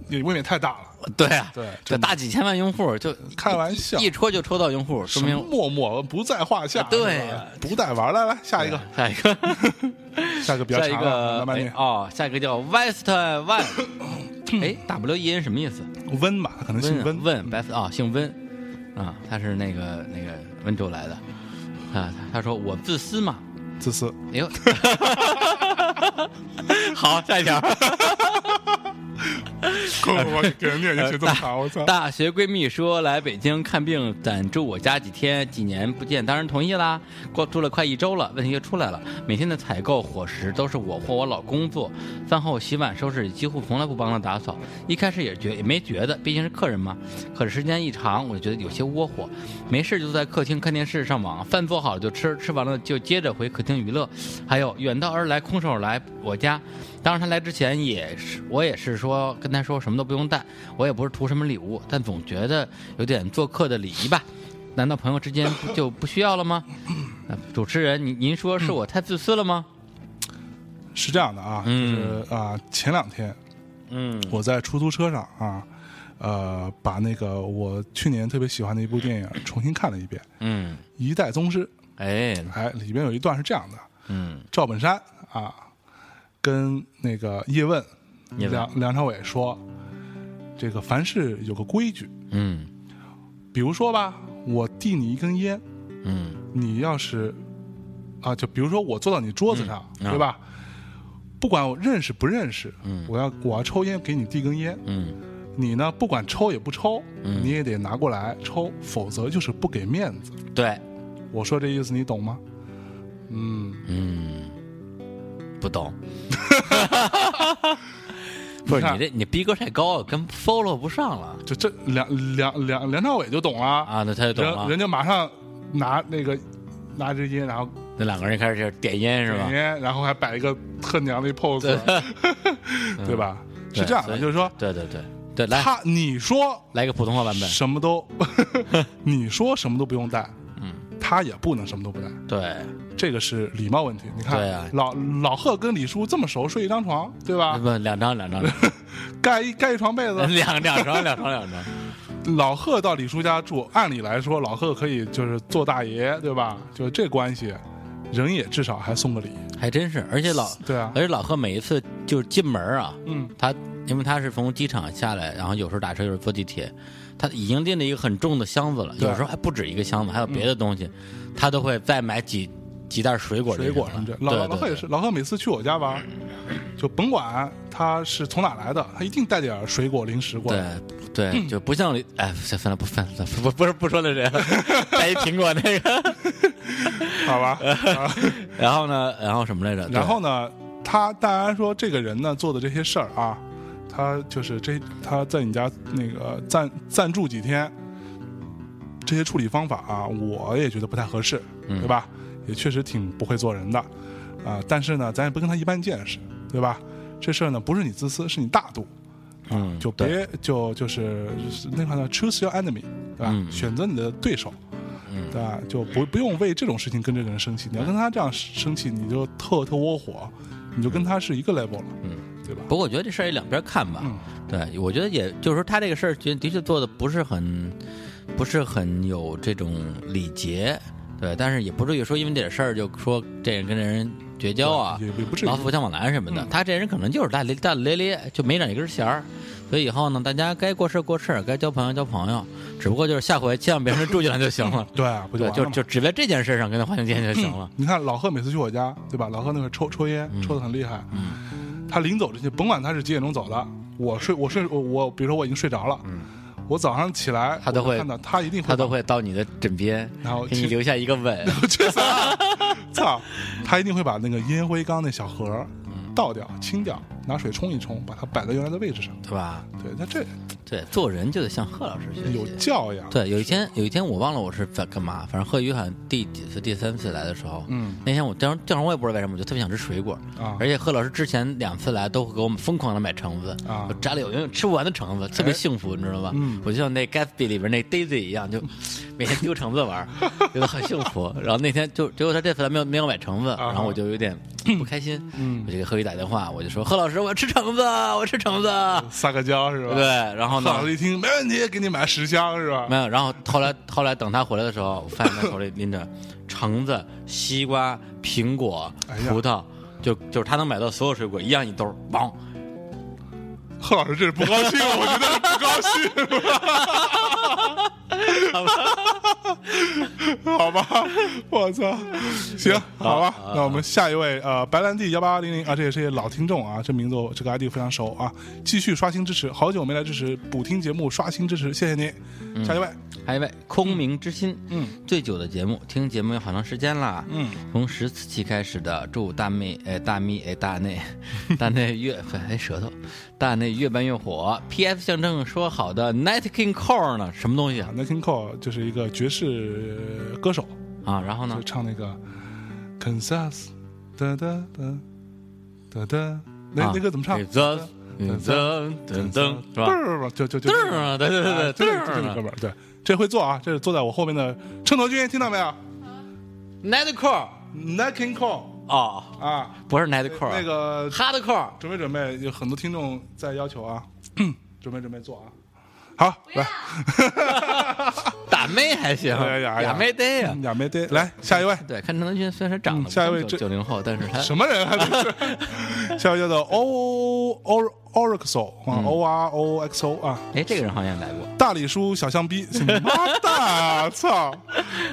S1: 也未免太大了。
S2: 对啊，
S1: 对
S2: 这大几千万用户就
S1: 开玩笑
S2: 一戳就戳到用户，说
S1: 什么
S2: 明啊
S1: 陌陌不在话下，
S2: 对
S1: 是吧
S2: 呀
S1: 不带玩儿。来来，下一个，
S2: 下一个。”
S1: 下一个比较
S2: 下一
S1: 长了，
S2: 个
S1: 慢慢
S2: 哎
S1: 念。
S2: 哦，下一个叫 West One，哎，W E N 什么意思？
S1: 温吧，可能姓
S2: 温
S1: 温。
S2: 温 West 啊，姓温啊，他是那个那个温州来的啊。他他说我自私嘛，
S1: 自私，
S2: 哎呦， 好，下一条。
S1: 我给人念下去这么长，我操！
S2: 大学闺蜜说来北京看病，暂住我家几天，几年不见，当然同意啦。过住了快一周了，问题就出来了。每天的采购、伙食都是我或我老公做，饭后洗碗、收拾也几乎从来不帮她打扫。一开始也觉也没觉得，毕竟是客人嘛。可是时间一长，我就觉得有些窝火。没事就在客厅看电视、上网，饭做好了就吃，吃完了就接着回客厅娱乐。还有远道而来，空手而来我家。当然他来之前也是，我也是说跟他说什么都不用带，我也不是图什么礼物，但总觉得有点做客的礼仪吧？难道朋友之间不就不需要了吗？呃主持人，您您说是我太自私了吗？
S1: 是这样的啊，就是啊，前两天
S2: 嗯
S1: 我在出租车上啊，呃，把那个我去年特别喜欢的一部电影重新看了一遍，《
S2: 嗯，
S1: 一代宗师》。
S2: 哎，
S1: 哎，里边有一段是这样的：
S2: 嗯
S1: 赵本山啊，跟那个叶问、
S2: 叶问
S1: 梁梁朝伟说，这个凡事有个规矩，
S2: 嗯
S1: 比如说吧，我递你一根烟，
S2: 嗯
S1: 你要是啊，就比如说我坐到你桌子上，
S2: 嗯啊
S1: 对吧？不管我认识不认识，
S2: 嗯
S1: 我要我要抽烟，给你递根烟。
S2: 嗯
S1: 你呢，不管抽也不抽，
S2: 嗯
S1: 你也得拿过来抽，否则就是不给面子。
S2: 嗯，对，
S1: 我说这意思你懂吗？嗯，
S2: 嗯，不 懂。
S1: 你
S2: 不是
S1: 看
S2: 你这你逼格太高了，跟 follow 不上了
S1: 就这梁梁梁梁朝伟就懂了啊
S2: 啊！那他就懂
S1: 人
S2: 了
S1: 人，家马上拿那个拿支烟，然后
S2: 那两个人开始点烟是吧
S1: 点？烟，然后还摆一个特娘 的 pose，对吧？是这样
S2: 所
S1: 的，
S2: 以
S1: 就是说
S2: 嗯对对对对，来
S1: 他你说
S2: 来个普通话版本，
S1: 什么 都，你说什么都不用带，
S2: 嗯，
S1: 他也不能什么都不带，
S2: 对。
S1: 这个是礼貌问题。你看，
S2: 对啊
S1: 老老贺跟李叔这么熟，睡一张床，对吧？
S2: 不，两张两张，
S1: 盖一盖一床被 子，
S2: 两两张两张两张，
S1: 老贺到李叔家住，按理来说，老贺可以就是做大爷，对吧？就是这关系，人也至少还送个礼，
S2: 还真是。而且老，
S1: 对啊，
S2: 而且老贺每一次就是进门啊，
S1: 嗯，
S2: 他因为他是从机场下来，然后有时候打车，有时候坐地铁，他已经拎着一个很重的箱子了，
S1: 对
S2: 有时候还不止一个箱子，还有别的东西，他都会再买几几袋水果
S1: 水果什么
S2: 的
S1: 这，。老
S2: 对
S1: 老老贺也，是，老贺每次去我家玩，就甭管他是从哪来的，他一定带点水果零食过
S2: 对
S1: 来。
S2: 对对，就不像李哎，算算了不算了，不不不是不说那谁 了，带一苹果那个，
S1: 好吧。啊
S2: 然后呢，然后什么来着？对
S1: 然后呢，他当然说这个人呢做的这些事儿啊，他就是这他在你家那个暂暂住几天，这些处理方法啊，我也觉得不太合适，
S2: 嗯
S1: 对吧？也确实挺不会做人的啊、但是呢，咱也不跟他一般见识，对吧？这事儿呢不是你自私，是你大度，
S2: 嗯，
S1: 就
S2: 对
S1: 别就就是那块叫 choose your enemy，对吧？
S2: 嗯
S1: 选择你的对手，
S2: 嗯
S1: 对吧？就不不用为这种事情跟这个人生气，你要跟他这样生气，你就特特窝火，你就跟他是一个 level 了，
S2: 嗯
S1: 对吧？
S2: 不过我觉得这事儿也两边看吧。
S1: 嗯
S2: 对，我觉得也就是说，他这个事儿觉得的确做的不是很，不是很有这种礼节。对，但是也不至于说因为这点事儿就说这人跟这人绝交啊
S1: 也，也不至于
S2: 老，死不相往来什么的。
S1: 嗯。
S2: 他这人可能就是大咧大咧咧，就没长一根弦儿。所以以后呢，大家该过事儿过事儿，该交朋友交朋友，只不过就是下回千万别让他住进来就行了
S1: 对 啊，不
S2: 对，
S1: 完
S2: 就
S1: 了吗？嗯
S2: 就只在这件事上跟他划清界限就行了。嗯
S1: 你看老贺每次去我家，对吧？老贺那会儿抽抽烟，抽的很厉害。他临走之前，甭管他是几点钟走的，我睡我睡我我，比如说我已经睡着了，我早上起来，
S2: 嗯他都会
S1: 我看到他一定
S2: 他都
S1: 会
S2: 会到你的枕边，
S1: 然后
S2: 给你
S1: 亲
S2: 留下一个吻。
S1: 把，去死啊，操，他一定会把那个烟灰缸那小盒儿倒掉、清掉，拿水冲一冲，把它摆在原来的位置上。
S2: 对吧？
S1: 对，他这
S2: 对，做人就得向贺老师学
S1: 有
S2: 习。
S1: 教养。
S2: 对，有一天，有一天我忘了我是在干嘛，反正贺宇好像第几次、第三次来的时候，
S1: 嗯
S2: 那天我当时，当时我也不知道为什么，我就特别想吃水果，
S1: 啊
S2: 而且贺老师之前两次来都会给我们疯狂的买橙子，
S1: 啊哎
S2: 我家里有永远吃不完的橙子，特别幸福，你知道吧？
S1: 嗯
S2: 我就像那 Gatsby 里边那 Daisy 一样，就每天丢橙子玩儿，觉得很幸福。然后那天就结果他这次来没有没有买橙子，
S1: 啊
S2: 然后我就有点不开心，
S1: 嗯
S2: 我就给贺宇打电话，我就说贺老师，我要吃橙子，我要吃橙子。
S1: 撒个娇是吧？
S2: 对，，然后呢？
S1: 老师一听没问题，给你买十箱是吧
S2: 没？有，然后后来后来等他回来的时候，我发现他手里拎着橙子、西瓜、苹果
S1: 哎呀、
S2: 葡萄，就就是他能买到所有水果，一样一兜儿，嘣！
S1: 贺老师这是不高兴，啊我觉得是不高兴。
S2: 好吧
S1: 好吧，我操，行，好吧，那我们下一位呃，白兰地幺八零零啊，这也是一位老听众啊，这名字我这个 ID 非常熟啊，继续刷新支持，好久没来支持补听节目，刷新支持，谢谢你，下一位，
S2: 还有一位空明之心，
S1: 嗯，
S2: 最久的节目，听节目有好长时间啦，
S1: 嗯，
S2: 从十四期开始的，祝大妹哎大咪哎大内 大内越哎舌头，大内越办越火。P.S. 象征说好的 Night King Core 呢？什么东西啊？
S1: n i c k i n Cole 就是一个爵士呃歌手，
S2: 啊，然后呢
S1: 就？唱那个 Kansas，哒哒哒哒哒，那
S2: 啊
S1: 那歌怎么唱？
S2: 噔噔噔噔噔，是吧？
S1: 吧？就就就
S2: 嘚儿啊，对对对对，
S1: 这个
S2: 嘚
S1: 这个
S2: 儿
S1: 哥
S2: 啊
S1: 们儿，对，这会做啊，这是坐在我后面的秤头君，听到没有
S2: ，Nightcore
S1: n i c k i n Cole
S2: 哦，
S1: 啊。
S2: 不是 Nightcore，
S1: 那个
S2: Hardcore，
S1: 准备准备，有很多听众在要求啊， 准备准备做啊。好，来，
S2: 打妹还行
S1: 哎呀哎，呀
S2: 打妹得呀。哎
S1: 亚梅爹，来下一位，
S2: 对，看陈德军虽然长得
S1: 嗯下一位这
S2: 九零后，但是他
S1: 什么人啊？ 这是下一位叫做 O O Oraxo
S2: 嗯
S1: 啊，O R O X O 啊，
S2: 哎，这个人好像也来过。
S1: 大李叔小象逼，你妈蛋啊！操，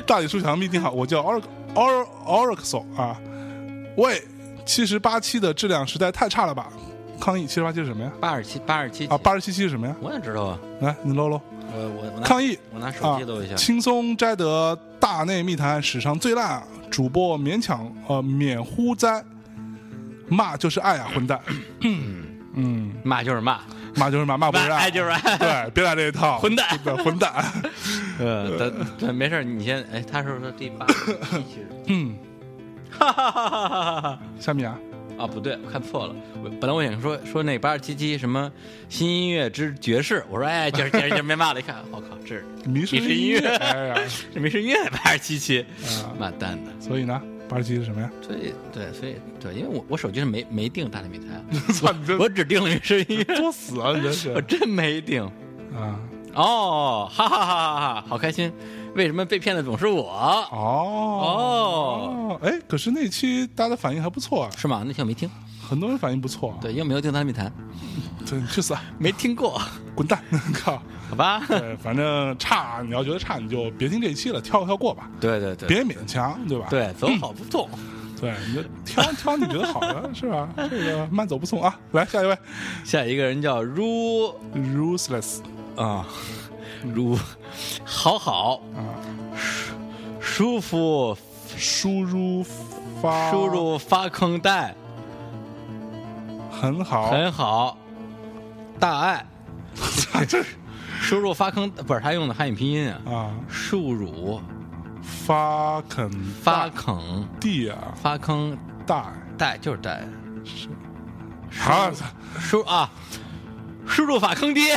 S1: 大李叔小象逼，你好，我叫 Or Or Oraxo 啊，喂，七十八期的质量实在太差了吧？抗议七十八期是什么呀？
S2: 八十七，八十七
S1: 啊，八十七期是什么呀？
S2: 我也知道啊。
S1: 来，你搂搂。
S2: 我呃我我拿
S1: 抗议
S2: 我拿手机搜一下
S1: 啊。轻松摘得大内密谈史上最烂主播，勉强呃免呼灾，骂就是爱啊， 混蛋，
S2: 骂就是骂，
S1: 骂就是骂，骂不是啊
S2: 骂
S1: 爱
S2: 爱就 是爱。
S1: 对，别来这一套，
S2: 混蛋
S1: 对，混蛋，
S2: 呃，但但没事儿，你先哎，他是说第八 十七期，
S1: 嗯，
S2: 哈哈哈哈哈哈。
S1: 下面啊，
S2: 啊，不对，我看错了。我本来我想说说那八十七期什么新音乐之爵士，我说哎，爵士爵士爵士没骂了，一看我靠，这
S1: 迷失
S2: 迷失音乐
S1: 哎呀，
S2: 这没声音乐八十七期
S1: 啊，
S2: 妈蛋的。
S1: 所以呢，八十七是什么呀？
S2: 所以对，所以对，因为我我手机上没没定大内密 谈，
S1: 操，你这
S2: 啊我只定了迷失音乐，
S1: 作死啊，你这是
S2: 我真没定。
S1: 啊，
S2: 哦，哈哈哈哈哈，好开心！为什么被骗的总是我？
S1: 哦
S2: 哦，
S1: 哦，哎，可是那期大家的反应还不错啊，
S2: 是吗？那天我没听，
S1: 很多人反应不错啊，
S2: 对，因为没有定大内密谈，
S1: 对，你去死啊，
S2: 没听 过，
S1: 滚蛋， 靠。
S2: 好吧？
S1: 对，反正差，你要觉得差，你就别听这一期了，跳跳过吧，
S2: 对对对，
S1: 别勉强，对吧？
S2: 对，走好不送。
S1: 对，你就挑挑你觉得好的，是吧？这个慢走不送啊！来下一位
S2: 下一个人叫如
S1: ，Ruthless
S2: 啊，如好好
S1: 啊，
S2: 舒服
S1: 输入发
S2: 输入发坑带
S1: 很好，
S2: 很好，大爱输入发坑不是他用的汉语拼音啊，
S1: 啊，
S2: 输入
S1: 发肯
S2: 发坑
S1: 地啊，
S2: 发坑
S1: 大
S2: 带就是带，
S1: 是好
S2: 输啊，输入法坑爹，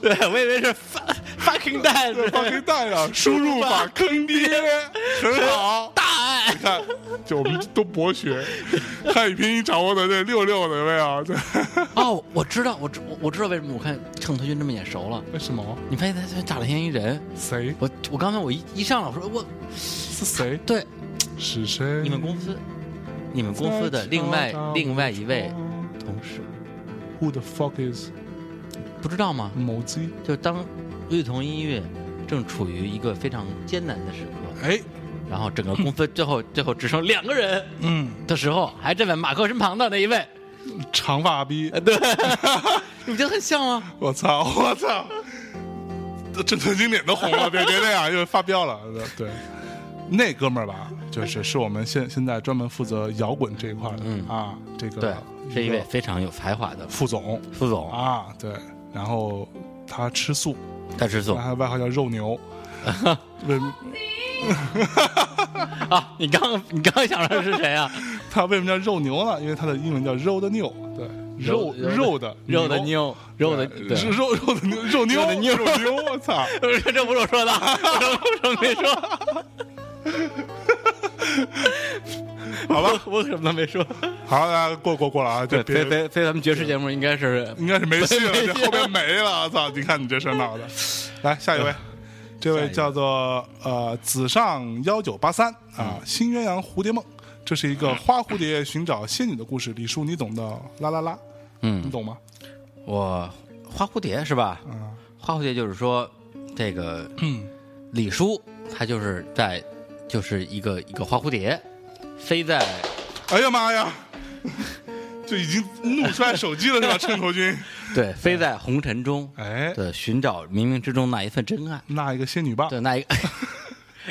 S2: 对我以为是 fuck- fucking 蛋，
S1: 放心带上，输入法坑爹，很好。
S2: 大爱，
S1: 看，就我们都博 学，汉语拼音掌握的这六六的有没啊有？对，
S2: 哦，我知道，我知我我知道为什么我看郑德军这么眼熟了。
S1: 为什么？
S2: 你发现他他长得像一人，
S1: 谁
S2: 我我刚才我一一上来我说我
S1: 是谁？
S2: 对
S1: 是谁？
S2: 你们公司，你们公司的另外另外一位同事
S1: ，Who the fuck is
S2: 不知道吗？
S1: 某鸡？
S2: 就是当乐童音乐正处于一个非常艰难的时刻，
S1: 哎，
S2: 然后整个公 司最后最后只剩两个人
S1: 嗯，
S2: 的时候，还站在马克身旁的那 一位，
S1: 长发逼，
S2: 你不觉得很像吗？
S1: 我操，我操！这曾经脸都红了，别别这样，又发飙了。 对，那哥们儿吧，就是是我们现现在专门负责摇滚这一块的、
S2: 嗯
S1: 啊，这个
S2: 对，是一
S1: 个
S2: 位非常有才华的
S1: 副总
S2: 副总啊，
S1: 啊，对，然后他吃素，
S2: 大师总
S1: 他外号叫肉 牛，为
S2: 啊，你刚你刚想说是谁啊？
S1: 他为什么叫肉牛呢？因为他的英文叫 road new，对，肉
S2: 肉
S1: 肉的
S2: 肉的妞，肉的
S1: 对
S2: 对
S1: 是肉肉的牛，肉牛
S2: 肉的妞
S1: 肉牛，我操！
S2: 这不是我说的，我什么没说？好吧，我什么都没说。
S1: 好，大家过过过了啊，就别
S2: 非非非，咱们爵士节目应该是
S1: 应该是没 戏了，
S2: 没戏
S1: 这
S2: 了
S1: 后边没了。我 操！你看你这事儿闹的，来下一位，这
S2: 下
S1: 位
S2: 一位
S1: 叫做呃子上幺九八三
S2: 嗯
S1: 啊，《新鸳鸯蝴蝶梦》，这是一个花蝴蝶寻找仙女的故事。李叔，你懂的，啦啦啦，你
S2: 嗯，
S1: 懂吗？
S2: 我花蝴蝶是吧？
S1: 啊，
S2: 花蝴蝶就是说这个
S1: 嗯
S2: 李叔，他就是在就是一个一个花蝴蝶飞在
S1: 哎呀妈呀， 就已经怒摔手机了是吧？秤头 君，
S2: 对飞在红尘中，
S1: 哎，
S2: 对寻找冥冥之中那一份真爱。
S1: 那一个仙女 棒
S2: 对，那一个，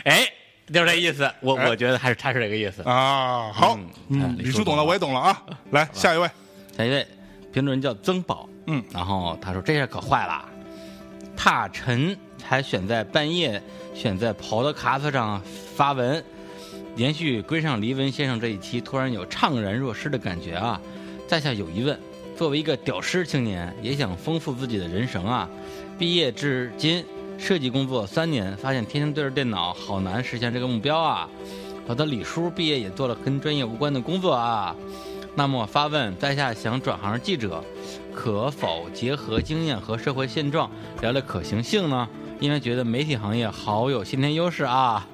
S2: 哎，就是这意思。我
S1: 哎
S2: 我觉得还是他是这个意思。
S1: 啊，好
S2: 嗯，哎
S1: 嗯，
S2: 李
S1: 李
S2: 叔
S1: 叔懂
S2: 懂
S1: 了，
S2: 了
S1: 我也懂了啊。来下一位，
S2: 下一位评论人叫曾宝，
S1: 嗯，。
S2: 然后他说这下可坏了，怕沉还选在半夜选在刨的卡子上发文，连续归上黎文先生这一期，突然有怅然若失的感觉啊！在下有疑问，作为一个屌丝青年，也想丰富自己的人生啊！毕业至今，设计工作三年，发现天天对着电脑，好难实现这个目标啊！我的李叔毕业也做了跟专业无关的工作啊！那么发问，在下想转行记者，可否结合经验和社会现状聊聊可行性呢？因为觉得媒体行业好有先天优势啊，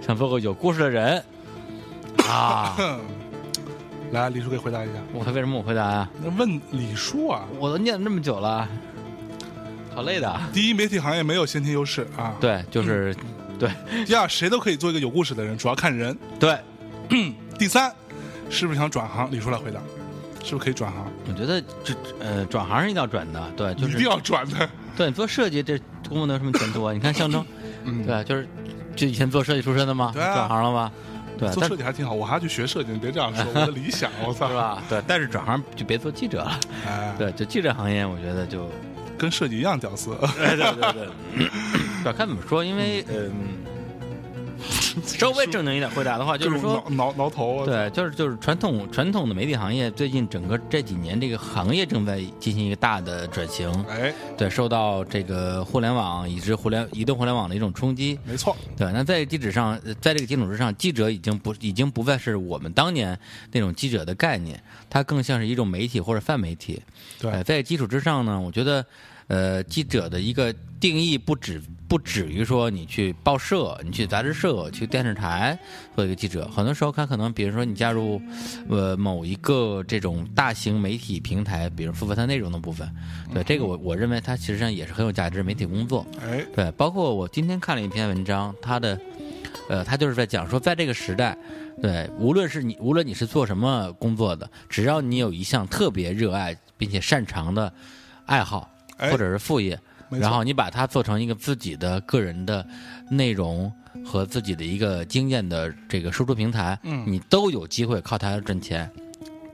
S2: 想做个有故事的人 啊
S1: 哼， 来李叔给回答一下。
S2: 我为什么我回答啊？
S1: 那问李叔啊，
S2: 我都念了这么久了，好累的。啊
S1: 第一，媒体行业没有先天优势啊。
S2: 对，就是，对
S1: 第二，谁都可以做一个有故事的人，主要看人。
S2: 对，
S1: 第三，是不是想转行？李叔来回答，是不是可以转行？
S2: 我觉得这呃转行是一定要转的，对，就
S1: 一
S2: 是
S1: 定要转的。
S2: 对你做设计这工作能有什么前途啊？ 你看象征，
S1: 嗯
S2: 对，就是就以前做设计出身的吗？
S1: 对啊
S2: 转行了吗？对，
S1: 做
S2: 但
S1: 设计还挺好，我还要去学设计，你别这样说，我的理想，我操，
S2: 是？ 吧？对，但是转行就别做记者了。
S1: 哎，
S2: 对，就记者行业，我觉得就，
S1: 跟设计一样屌 丝。
S2: 对对对对，对，看怎么说，因为嗯，稍微正经一点回答的话，就是
S1: 各种
S2: 说，
S1: 挠挠挠头，我操
S2: 对， 就是就是传统传统的媒体行业，最近整个这几年这个行业正在进行一个大的转型，
S1: 哎，
S2: 对，受到这个互联网以及互联移动互联网的一种冲击，
S1: 没错，
S2: 对，那在基础上，呃在这个基础之上，记者已经不已经不再是我们当年那种记者的概念，它更像是一种媒体或者泛媒体。
S1: 对
S2: 呃在这基础之上呢，我觉得，呃，记者的一个定义不止不止于说你去报社、你去杂志社、去电视台做一个记者，很多时候他可能，比如说你加入，呃，某一个这种大型媒体平台，比如负责它内容的部分，对这个我我认为它其实上也是很有价值的媒体工作。
S1: 哎，
S2: 对，包括我今天看了一篇文章，他的，呃，他就是在讲说，在这个时代，对，无论是你，无论你是做什么工作的，只要你有一项特别热爱并且擅长的爱好
S1: 哎
S2: 或者是副业，
S1: 没错
S2: 然后你把它做成一个自己的个人的内容和自己的一个经验的这个输出平台，
S1: 嗯
S2: 你都有机会靠它赚钱。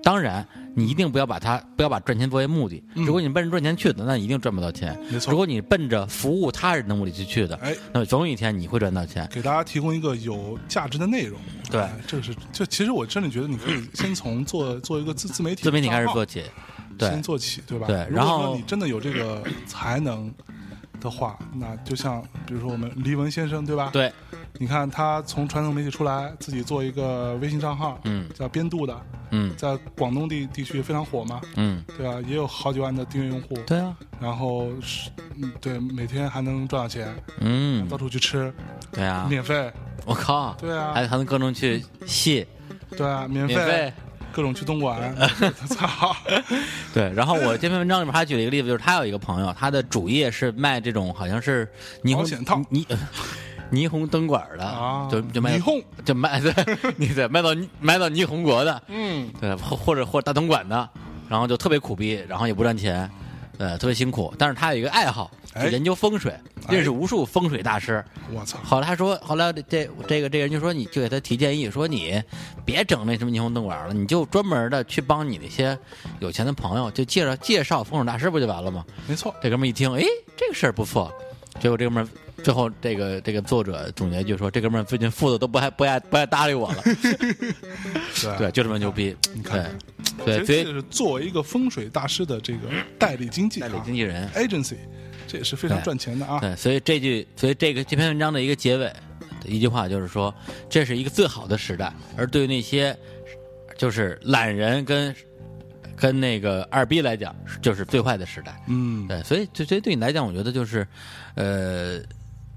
S2: 当然，你一定不要把它不要把赚钱作为目的。如果你奔着赚钱去的，那一定赚不到钱。
S1: 嗯没错
S2: 如果你奔着服务他人的目的去去的，
S1: 哎
S2: 那么总有一天你会赚到钱。
S1: 给大家提供一个有价值的内容。
S2: 对
S1: 哎这个是就其实我真的觉得你可以先从做做一个自自媒体
S2: 自媒体开始
S1: 账号
S2: 做起，对
S1: 先做起，对吧？
S2: 对
S1: 如
S2: 然
S1: 果
S2: 后
S1: 说你真的有这个才能的话，那就像比如说我们黎文先生，对吧？，
S2: 对，
S1: 你看他从传统媒体出来，自己做一个微信账号，
S2: 嗯
S1: 叫边度的，
S2: 嗯
S1: 在广东地地区非常火嘛，
S2: 嗯，
S1: 对吧？也有好几万的订阅用户，
S2: 对啊，
S1: 然后是，嗯，对，每天还能赚到钱，
S2: 嗯
S1: 到，处去吃，
S2: 对啊，
S1: 免费，
S2: 我靠，
S1: 对啊
S2: 还还能各种去戏
S1: 对啊，免
S2: 免费。
S1: 各种去东 莞， 操，
S2: 对，然后我这篇文章里面还举了一个例子，就是他有一个朋友，他的主业是卖这种好像是霓
S1: 保
S2: 虹
S1: 险套
S2: 霓呃霓虹灯管儿的，
S1: 啊
S2: 就就卖
S1: 霓虹
S2: 就卖对，你对卖到卖到霓虹国的，
S1: 嗯，
S2: 对，或或者或者大东莞的，然后就特别苦逼，然后也不赚钱，呃，特别辛苦。但是他有一个爱好，
S1: 哎
S2: 就研究风水，认识无数风水大师。
S1: 我操，
S2: 后来他说，后来这这这个这个人就说，你就给他提建议，说你别整那什么霓虹灯管了，你就专门的去帮你那些有钱的朋友，就介绍介绍风水大师不就完了吗？
S1: 没错，
S2: 这哥们儿一听，哎，这个事儿不错。结果这哥们儿最后这个这个作者总结就说，这哥们儿最近富的都不爱不爱不爱搭理我了。
S1: 对
S2: 对，就这么牛逼。
S1: 看
S2: 对
S1: 其实
S2: 对，所以
S1: 这是作为一个风水大师的这个代理经济、啊，
S2: 代理经纪人。
S1: agency，这也是非常
S2: 对
S1: 赚钱的啊。
S2: 对，所以这句，所以这个这篇文章的一个结尾的一句话就是说，这是一个最好的时代，而对于那些就是懒人跟跟那个二逼来讲，就是最坏的时代。
S1: 嗯，
S2: 对，所以这这对你来讲，我觉得就是，呃，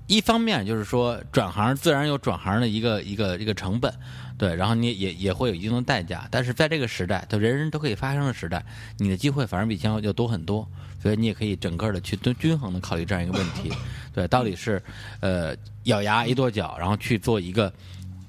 S2: 一方面就是说转行自然有转行的一个一个一个成本，对，然后你也也会有一定的代价，但是在这个时代，就人人都可以发生的时代，你的机会反而比以前要要多很多，所以你也可以整个的去均均衡的考虑这样一个问题，对，到底是呃咬牙一跺脚，然后去做一个。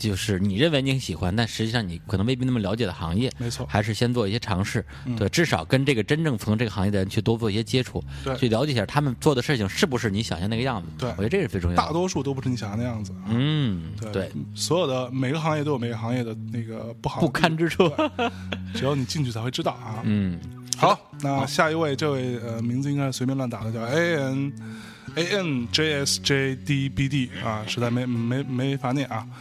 S2: 就是你认为你喜欢，但实际上你可能未必那么了解的行业，
S1: 没错
S2: 还是先做一些尝试，
S1: 嗯
S2: 对，至少跟这个真正从这个行业的人去多做一些接触，
S1: 对
S2: 去了解一下他们做的事情是不是你想象那个样子。
S1: 对
S2: 我觉得这是最重要的。
S1: 大多数都不是你想象的样子。啊
S2: 嗯，
S1: 对，
S2: 对，
S1: 所有的每个行业都有每个行业的那个不好的
S2: 不堪之处。
S1: 地方，只有你进去才会知道啊。
S2: 嗯，
S1: 好，那下一位，这位呃名字应该是随便乱打的，叫 A N A N J S J D B D 啊，实在没没没法念啊。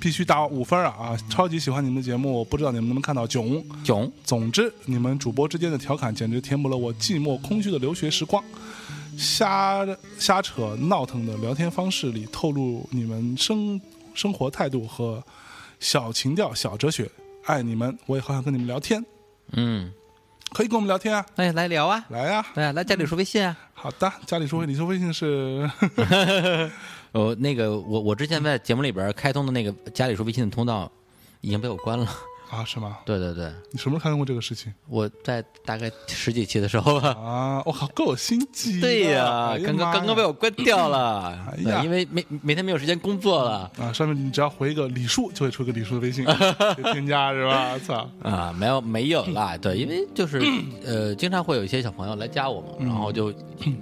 S1: 必须打五分啊！啊，超级喜欢你们的节目，我不知道你们能不能看到囧，
S2: 囧，
S1: 总之，你们主播之间的调侃简直填补了我寂寞空虚的留学时光。瞎瞎扯闹腾的聊天方式里，透露你们生生活态度和呃小情调、小哲学。爱你们，我也好想跟你们聊天，
S2: 嗯，
S1: 可以跟我们聊天啊，
S2: 那也来聊啊，
S1: 来呀、啊。
S2: 对啊，来加李叔微信啊。
S1: 好的，家里说你说微信是，
S2: 呃，那个我我之前在节目里边开通的那个加李叔微信的通道已经被我关了。
S1: 啊是吗？
S2: 对对对，
S1: 你什么时候看过这个事情
S2: 我在大概十几期的时候吧。
S1: 啊？我靠，够有心机的。
S2: 对呀、
S1: 哎
S2: 刚
S1: 妈
S2: 刚
S1: 呀
S2: 刚刚被我关掉了，
S1: 哎呀
S2: 对，因为每每天没有时间工作了。
S1: 啊，上面你只要回一个李叔，就会出一个李叔的微信， 得添加是吧？操。
S2: 啊，没有没有啦，对，因为 就是呃，经常会有一些小朋友来加我嘛，然后就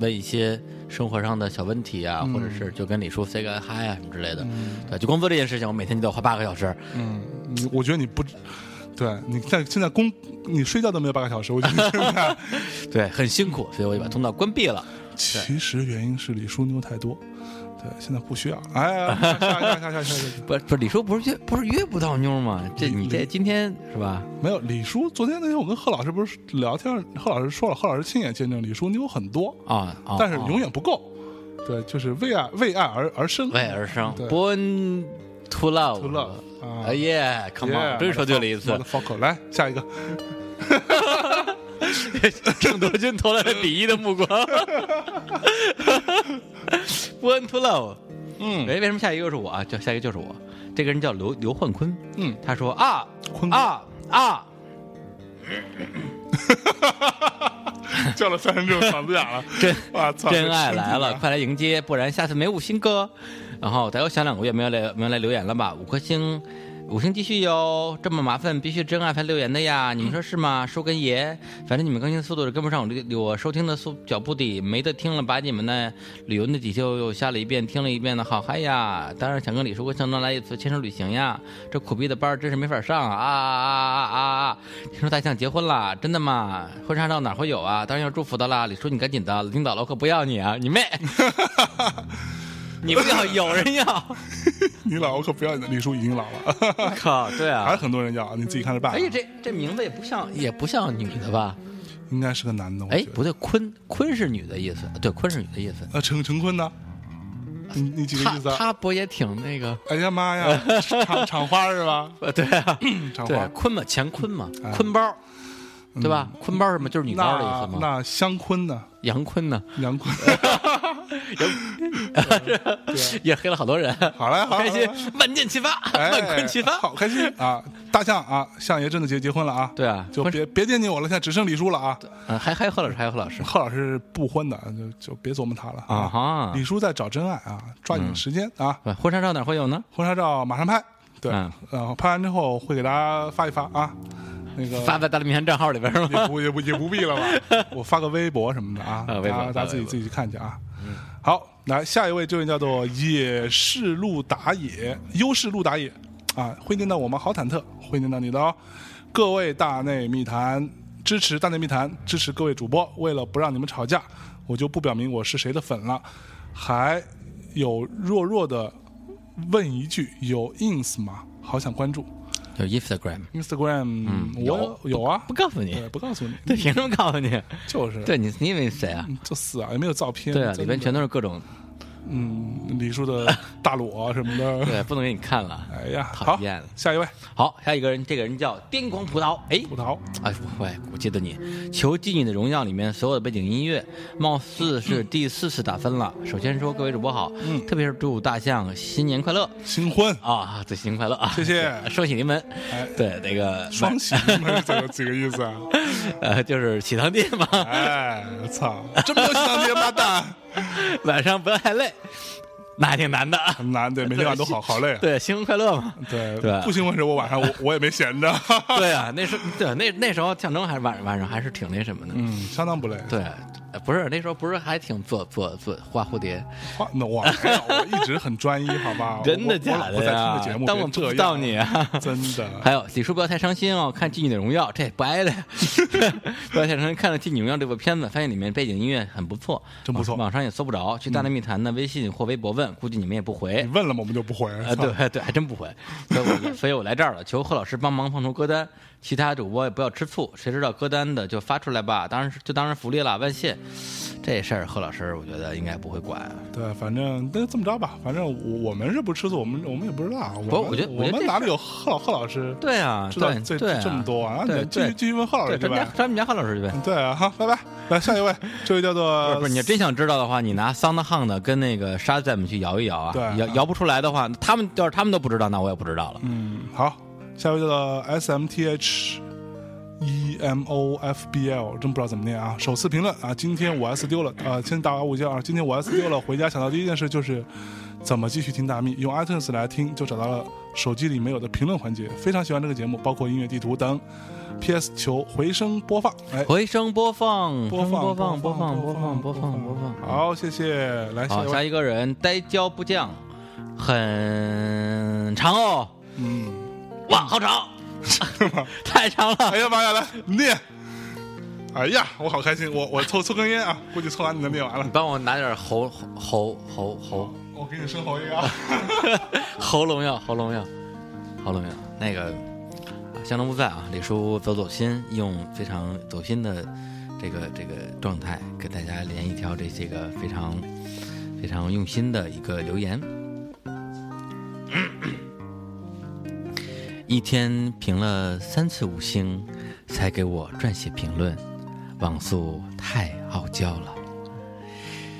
S2: 问一些生活上的小问题啊，或者是就跟李叔 say 个 hi 啊什么之类的，对，就工作这件事情，我每天就得花八个小时，
S1: 你我觉得你不，对你在现在工你睡觉都没有八个小时，我觉得你现在
S2: 对，很辛苦，所以我就把通道关闭了。
S1: 其实原因是李叔妞太多，对，现在不需要。哎，下下下下下下，
S2: 不是不是，李叔不是约不是约不到妞儿吗？这你这嗯今天是吧？
S1: 没有李叔。昨天那天我跟贺老师不是聊天，贺老师说了，贺老师亲眼见证李叔妞很多，
S2: 啊、啊，
S1: 但是
S2: 啊
S1: 永远不够。对，就是为爱为爱而而生，
S2: 为而生
S1: 对
S2: ，born to love，,
S1: To love，啊
S2: 哎耶，come on，终于说对了一次
S1: 我的，fuck，来下一个，
S2: 郑多君投来了鄙夷的 目光。Born to love，
S1: 嗯，
S2: 哎，为什么下一个又是我啊？就下一个就是我，这个人叫刘刘焕坤，
S1: 嗯，
S2: 他说啊
S1: 坤哥
S2: 啊 啊，
S1: 叫了三声之后嗓子哑了，
S2: 真
S1: 哇操，
S2: 真爱来了，
S1: 这
S2: 快来迎接，不然下次没五星哥。然后再有想两个月没有来没有来留言了吧？五颗星，五星继续哟，这么麻烦，必须真爱才留言的呀，你们说是吗？收根爷，反正你们更新速度是跟不上我这我收听的速脚步的，没得听了，把你们那旅游那几期又下了一遍，听了一遍的，好嗨呀！当然想跟李叔哥相能来一次牵手旅行呀，这苦逼的班儿真是没法上啊啊啊啊啊啊！听说大象结婚了，真的吗？婚纱照哪会有啊？当然要祝福的啦，李叔你赶紧的，领导老可不要你啊，你妹！你不要，有人要，
S1: 你老可不要你的，李叔已经老了，
S2: 我靠，对
S1: 还
S2: 啊
S1: 有。很多人要，你自己看着办啊
S2: 而。且哎这这名字也不像，也不像女的吧？
S1: 应该是个男的，我
S2: 哎
S1: 觉，得
S2: 不对，坤坤是女的意思，对，坤是女的意思。
S1: 呃，陈陈坤呢？你你几个
S2: 她
S1: 意思啊？
S2: 她不也挺 那个？
S1: 哎呀妈呀， 厂厂花是吧？
S2: 呃，对啊，
S1: 厂
S2: 对
S1: 花，
S2: 坤嘛，乾坤嘛
S1: 哎，嗯
S2: 坤包，对吧？坤包什么？就是女包的意
S1: 那
S2: 思嘛。
S1: 那香坤呢？
S2: 杨坤呢？
S1: 杨 坤，
S2: 也黑了好多人。
S1: 啊好嘞，好嘞
S2: 开心
S1: 好嘞，
S2: 万箭齐发，
S1: 哎
S2: 万坤齐发。
S1: 好开心啊！大象啊，象爷真的结结婚了啊！
S2: 对啊
S1: 就
S2: 婚
S1: 别别惦记我了，现在只剩李叔了啊！
S2: 嗯，还还有贺老师，还有贺老师
S1: 贺老师不婚的，就就别琢磨他了
S2: 啊！哈。嗯
S1: 李叔在找真爱啊，抓紧时间啊！
S2: 对婚纱照哪会有呢？
S1: 婚纱照马上拍，对，
S2: 嗯
S1: 然后呃拍完之后会给大家发一发啊，那个
S2: 发在大力面账号里边是
S1: 也
S2: 吗？
S1: 不也不也不必了 吧，我发个微博什么的啊，
S2: 啊
S1: 大
S2: 微博
S1: 家大
S2: 发
S1: 家自己
S2: 微博嗯
S1: 自己去看去啊。好，来下一位这位叫做野市路打野，优势路打野啊，会念到我吗？好忐忑，会念到你的哦。各位大内密谈支持大内密谈，支持各位主播，为了不让你们吵架，我就不表明我是谁的粉了，还有弱弱的问一句，有 ins 吗？好想关注
S2: 有 Instagram，
S1: Instagram，、我有啊，
S2: 嗯不告诉
S1: 对，
S2: 你，
S1: 不告诉你，
S2: 对，凭什么告诉你？
S1: 就是
S2: 对你，你以为谁啊？
S1: 就是啊，也没有照片，
S2: 对啊，
S1: 真的
S2: 里边全都是各种，
S1: 嗯李叔 的大裸什么的，
S2: 对，不能给你看了。
S1: 哎呀，
S2: 讨
S1: 好
S2: 厌，
S1: 下一位
S2: 好，下一个人，这个人叫癫狂葡萄。哎，
S1: 葡萄，
S2: 哎，喂，我记得你，求记你的荣耀里面所有的背景音乐，貌似是
S1: 嗯
S2: 第四次打分了。首先说各位主播好，特别是祝大象新年快乐
S1: 新婚，
S2: 啊，对，新年快乐啊，
S1: 谢 谢
S2: 双喜临门。
S1: 哎
S2: 对，那个
S1: 双喜，这个这个意思 啊？
S2: 呃，就是喜糖爹嘛，
S1: 哎，操，真没有想爹妈蛋，
S2: 晚上不要太累，那还挺难的。
S1: 很难，对，每天晚上都好好累啊，
S2: 对，新婚快乐嘛。
S1: 对
S2: 对
S1: 不兴奋时候我晚上我我也没闲着，
S2: 对啊，那时候对那那时候象征还是晚晚上还是挺那什么的。
S1: 嗯，相当不累，
S2: 对，呃不是那时候不是还挺做做做画蝴蝶，
S1: 花那我没有我一直很专一，好吧？
S2: 真的
S1: 哦我
S2: 假的
S1: 我老婆
S2: 呀
S1: 在听这节目，
S2: 当我
S1: 别这
S2: 不
S1: 样
S2: 知道你啊
S1: 真的，
S2: 还有李叔不要太伤心哦，看《妓女的荣 耀》这也不挨了呀。不要太伤心，看了《妓女荣耀》这部片子，发现里面背景音乐很不错，
S1: 真不错
S2: 网网上也搜不着，去大内密谈的微信或微博问，估计你们也不回
S1: 你。问了吗？我们就不回，
S2: 啊，
S1: 操
S2: 对对，还真不回，所以我所以我来这儿了，求贺老师帮忙放出歌单，其他主播也不要吃醋，谁知道歌单的就发出来吧，当然是就当然福利了，万谢。这事儿贺老师我觉得应该不会管，
S1: 对，反正那这么着吧，反正我我们是不吃醋，我们我们也不知道。啊我们
S2: 不我觉得我
S1: 我
S2: 觉得
S1: 们
S2: 这
S1: 哪
S2: 事
S1: 里有贺老贺老师
S2: 对啊，
S1: 知道
S2: 对
S1: 这
S2: 对啊
S1: 这么多啊？那
S2: 对
S1: 你继续
S2: 对
S1: 继续问贺老师
S2: 对，
S1: 去
S2: 咱们家
S1: 呗。
S2: 咱们家贺老师去呗。
S1: 对啊，好，拜拜。来下一 位，这位叫
S2: 不
S1: 做
S2: 是不是，你真想知道的话，你拿 Sound Hound 跟那个 Shazam 去摇一摇啊，
S1: 对
S2: 摇摇不出来的话，他们要是他们都不知道，那我也不知道了。
S1: 嗯好，下一位叫做 S M T H E M O F B L，真不知道怎么念啊。首次评论啊，今天五 S 丢了啊、呃，先打个五星啊。今天五 S 丢了，回家想到第一件事就是怎么继续听大秘，用 iTunes 来听，就找到了手机里没有的评论环节，非常喜欢这个节目，包括音乐地图等。P.S. 求回声播放，哎，
S2: 回声播放，
S1: 播
S2: 回
S1: 放
S2: 声播放，播
S1: 播
S2: 放，
S1: 放
S2: 播放，播放。
S1: 好，谢谢，来下
S2: 好，
S1: 一
S2: 下
S1: 位，
S2: 啊一个人呆胶不降，很长哦，
S1: 嗯，
S2: 哇，好 长，太长了
S1: 哎。呀妈呀，来念，哎呀，我好开心，我我抽抽根烟啊，估计抽完你的念完了
S2: 你。帮我拿点喉喉喉喉
S1: 我给你生喉一个啊！
S2: 喉咙药，喉咙药，喉咙药。那个啊相当不在啊，李叔走走心，用非常走心的这个这个状态，给大家连一条这这个非常非常用心的一个留言。 一天评了三次五星，才给我撰写评论，网速太傲娇了。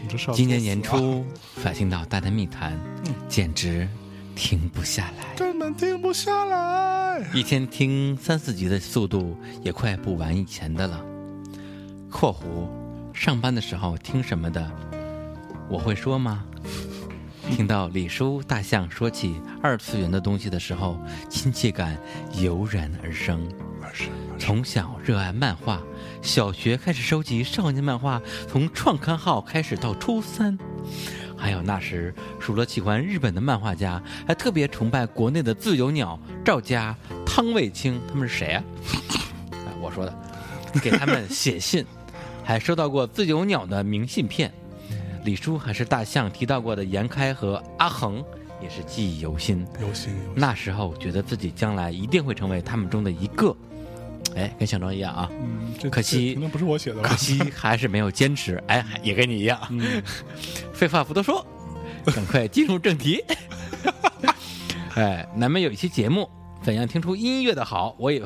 S1: 你这是要
S2: 今年年
S1: 作死啊
S2: 初反听到《大谈密谈》，简直停不下来，
S1: 根本停不下来。
S2: 一天听三四集的速度也快不完以前的了。（括弧上班的时候听什么的，我会说吗？听到李叔大象说起二次元的东西的时候，亲切感油然而生。
S1: 二十，二十
S2: 从小热爱漫画，小学开始收集少年漫画，从创刊号开始到初三。还有那时，除了喜欢日本的漫画家，还特别崇拜国内的自由鸟赵家、汤卫清，他们是谁啊？啊，我说的，给他们写信， 还收到过自由鸟的明信片。李叔还是大象提到过的严开和阿恒，也是记忆犹新。
S1: 有心有心，
S2: 那时候觉得自己将来一定会成为他们中的一个，哎，跟小庄一样啊。
S1: 嗯，这
S2: 可惜
S1: 这肯定不是我写的吧嗯
S2: 可？惜还是没有坚持，哎，也跟你一样。 废话不多说，赶快进入正题。 哎，咱们有一期节目，怎样听出音乐的好？我以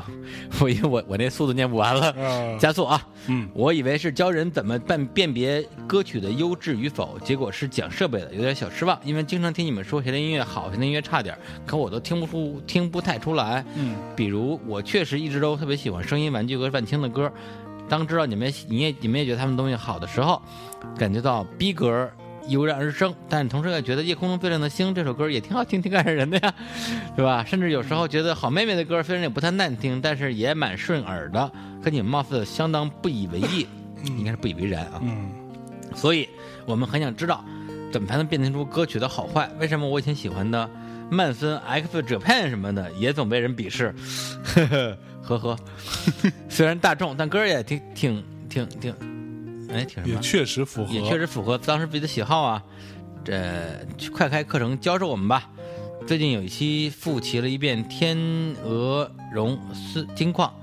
S2: 我以为我我那速度念不完了，
S1: 啊
S2: 加速啊！
S1: 嗯，
S2: 我以为是教人怎么辨辨别歌曲的优质与否，结果是讲设备的，有点小失望。因为经常听你们说谁的音乐好，谁的音乐差点儿，可我都听不出，听不太出来。
S1: 嗯，
S2: 比如我确实一直都特别喜欢声音玩具和万青的歌，当知道你们你也你们也觉得他们东西好的时候，感觉到逼格油然而生，但是同时也觉得《夜空中最亮的星》这首歌也挺好听，挺感人的呀， 对吧？甚至有时候觉得好妹妹的歌虽然也不太难听，但是也蛮顺耳的，跟你们貌似相当不以为意，应该是不以为然啊。
S1: 嗯
S2: 所以我们很想知道，怎么才能辨认出歌曲的好坏？为什么我以前喜欢的曼森 X Japan 什么的，也总被人鄙视？ 呵呵呵呵， 虽然大众，但歌儿也挺挺挺挺，哎，挺什
S1: 也
S2: 么？
S1: 确实符合，
S2: 也确实符合当时自己的喜好啊。这快开课程教授我们吧。最近有一期复习了一遍天鹅绒丝金矿，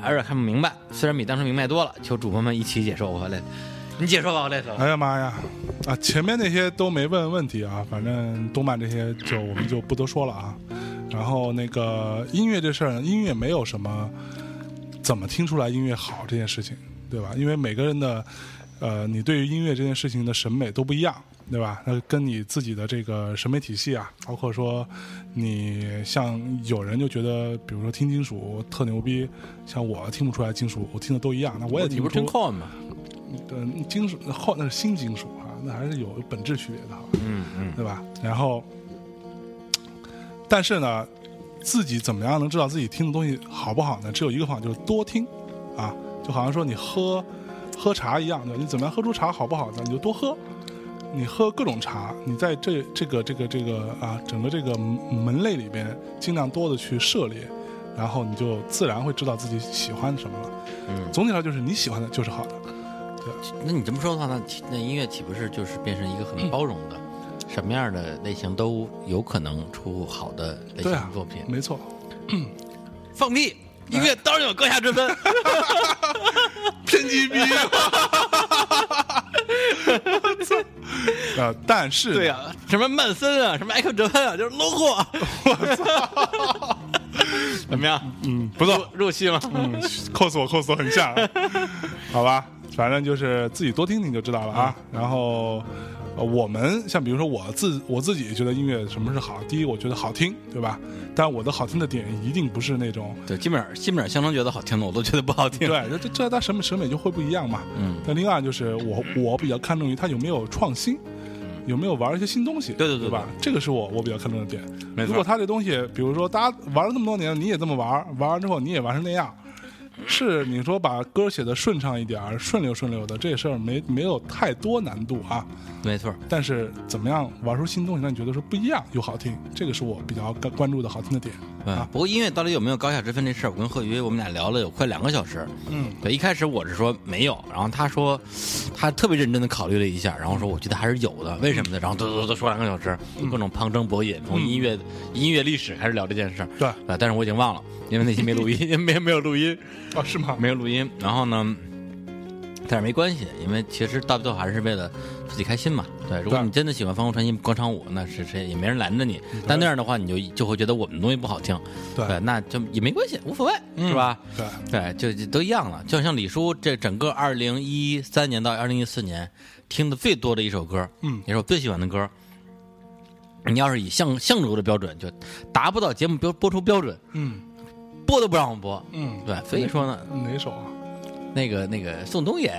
S2: 还是看不明白。虽然比当时明白多了，求主播们一起解说。我累了，你解说吧，我累死了。
S1: 哎呀妈呀！啊，前面那些都没问问题啊，反正动漫这些就我们就不多说了啊。然后那个音乐这事儿呢，音乐没有什么怎么听出来音乐好这件事情，对吧？因为每个人的呃，你对于音乐这件事情的审美都不一样，对吧？那跟你自己的这个审美体系啊，包括说你像有人就觉得，比如说听金属特牛逼，像我听不出来金属，我听的都一样，那我也
S2: 哦你
S1: 听
S2: 不
S1: 不
S2: 是
S1: 出
S2: 听。Con 吗？
S1: 嗯，金属后那是新金属啊，那还是有本质区别的，好吧
S2: 嗯嗯，
S1: 对吧？然后，但是呢，自己怎么样能知道自己听的东西好不好呢？只有一个方法，就是多听，啊，就好像说你喝喝茶一样的，你怎么样喝出茶好不好呢？你就多喝，你喝各种茶，你在这这个这个这个啊，整个这个门类里边，尽量多的去涉猎，然后你就自然会知道自己喜欢什么了。
S2: 嗯
S1: 总体上就是你喜欢的就是好的。
S2: 那你这么说的话，那岂那音乐岂不是就是变成一个很包容的，什么样的类型都有可能出好的类
S1: 对
S2: 型
S1: 啊
S2: 作品？
S1: 没错，
S2: 放屁！音乐当然有高下之分。
S1: 偏激逼。
S2: 啊
S1: 呃，但是呢
S2: 对啊呀、什么曼森啊，什么艾克哲啊，就 是 logo 啊。怎么样？
S1: 嗯，不错，
S2: 入戏吗？
S1: 嗯，cos 我 cos 我很像，啊 好吧，反正就是自己多听听就知道了啊。
S2: 嗯
S1: 然后、呃我们像比如说我自我自己觉得音乐什么是好，第一我觉得好听，对吧？但我的好听的点一定不是那种
S2: 对，基本上基本上相当觉得好听的，我都觉得不好 听。，
S1: 对，这这这他审美审美就会不一样嘛。
S2: 嗯，
S1: 那另外就是我我比较看重于他有没有创新，有没有玩一些新东西，
S2: 嗯对对
S1: 对
S2: 对
S1: 吧？这个是我我比较看重的点。
S2: 没错
S1: 如果他这东西，比如说大家玩了那么多年，你也这么玩儿，玩完之后你也玩成那样。是你说把歌写的顺畅一点儿，顺溜顺溜的，这事儿没没有太多难度啊。
S2: 没错。
S1: 但是怎么样玩出新东西，让你觉得说不一样又好听，这个是我比较关关注的好听的点。
S2: 嗯
S1: 啊，
S2: 不过音乐到底有没有高下之分这事儿，我跟贺宇我们俩聊了有快两个小时。
S1: 嗯，
S2: 对，一开始我是说没有，然后他说他特别认真的考虑了一下，然后说我觉得还是有的，为什么呢？然后嘟嘟嘟说两个小时，各种旁征博引，从音乐、音乐历史开始聊这件事儿。
S1: 嗯对
S2: 啊，但是我已经忘了，因为那期没录音， 没没有录音。
S1: 啊，是吗？
S2: 没有录音。然后呢，但是没关系，因为其实到最后还是为了自己开心嘛。对，如果
S1: 对
S2: 你真的喜欢方国传音广场舞，那是谁也没人拦着你。但那样的话，你就就会觉得我们东西不好听。
S1: 对嗯
S2: 那就也没关系，无所谓，是吧？
S1: 对，
S2: 对，就就都一样了。就像李叔这整个二零一三年到二零一四年听的最多的一首歌，
S1: 嗯
S2: 也是我最喜欢的歌。你要是以向向主的标准，就达不到节目标播出标准，
S1: 嗯
S2: 播都不让我播。
S1: 嗯，
S2: 对，所以说呢，
S1: 哪首啊？
S2: 那个那个宋冬野，